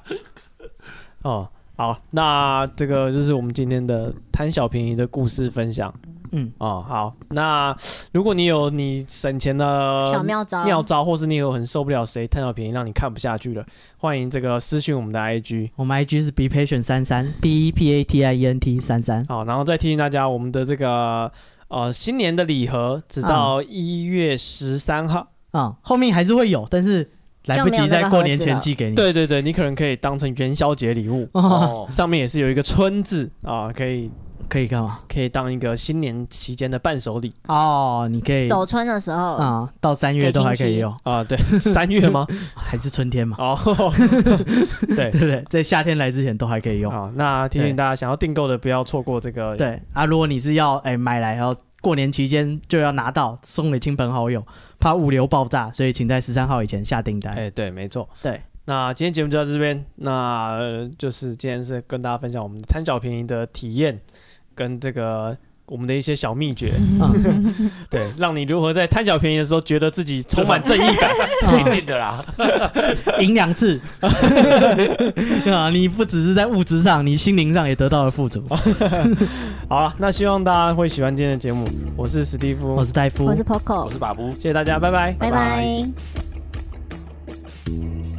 [SPEAKER 1] 哦，好，那这个就是我们今天的贪小便宜的故事分享。
[SPEAKER 2] 嗯，
[SPEAKER 1] 哦，好，那如果你有你省钱的
[SPEAKER 3] 小妙啊招，
[SPEAKER 1] 呃妙招，或是你有很受不了谁贪小便宜让你看不下去了，欢迎这个私讯我们的 IG。
[SPEAKER 2] 我们 IG 是 be patient 三三 b e p a t i e n t 三三，
[SPEAKER 1] 好，哦然后再提醒大家，我们的这个呃新年的礼盒，直到一月十三号。
[SPEAKER 2] 嗯，后面还是会有，但是来不及在过年前寄给你。，
[SPEAKER 1] 对对对，你可能可以当成元宵节礼物，
[SPEAKER 2] 哦，
[SPEAKER 4] 哦，
[SPEAKER 1] 上面也是有一个“春”字啊，可以
[SPEAKER 2] 可以干嘛？
[SPEAKER 1] 可以当一个新年期间的伴手礼
[SPEAKER 2] 哦，你可以
[SPEAKER 3] 走春的时候，
[SPEAKER 2] 啊、到三月都还可以用，
[SPEAKER 1] 啊。 对，三月吗？
[SPEAKER 2] 还是春天嘛，
[SPEAKER 1] 哦，对
[SPEAKER 2] 对不对？在夏天来之前都还可以用。
[SPEAKER 1] 啊，那提醒大家，想要订购的不要错过这个。
[SPEAKER 2] 对啊，如果你是要哎、买来，然后过年期间就要拿到，送给亲朋好友，怕物流爆炸，所以请在十三号以前下订单。
[SPEAKER 1] 哎，对，没错。
[SPEAKER 2] 对，
[SPEAKER 1] 那今天节目就到这边，那、呃就是今天是跟大家分享我们贪小便宜的体验，跟这个我们的一些小秘诀，啊
[SPEAKER 2] 嗯，
[SPEAKER 1] 对，让你如何在贪小便宜的时候觉得自己充满正 义感。
[SPEAKER 2] 哦
[SPEAKER 4] 一定的啦，
[SPEAKER 2] 赢 两次， 对啊，你不只是在物质上，你心灵上也得到了富足。
[SPEAKER 1] 哦好了，那希望大家会喜欢今天的节目，我是史蒂夫
[SPEAKER 2] 我，是戴夫，
[SPEAKER 5] 我是 Poco，
[SPEAKER 4] 我是把布。
[SPEAKER 1] 谢谢大家，拜拜。
[SPEAKER 5] 拜
[SPEAKER 4] 拜
[SPEAKER 5] 拜。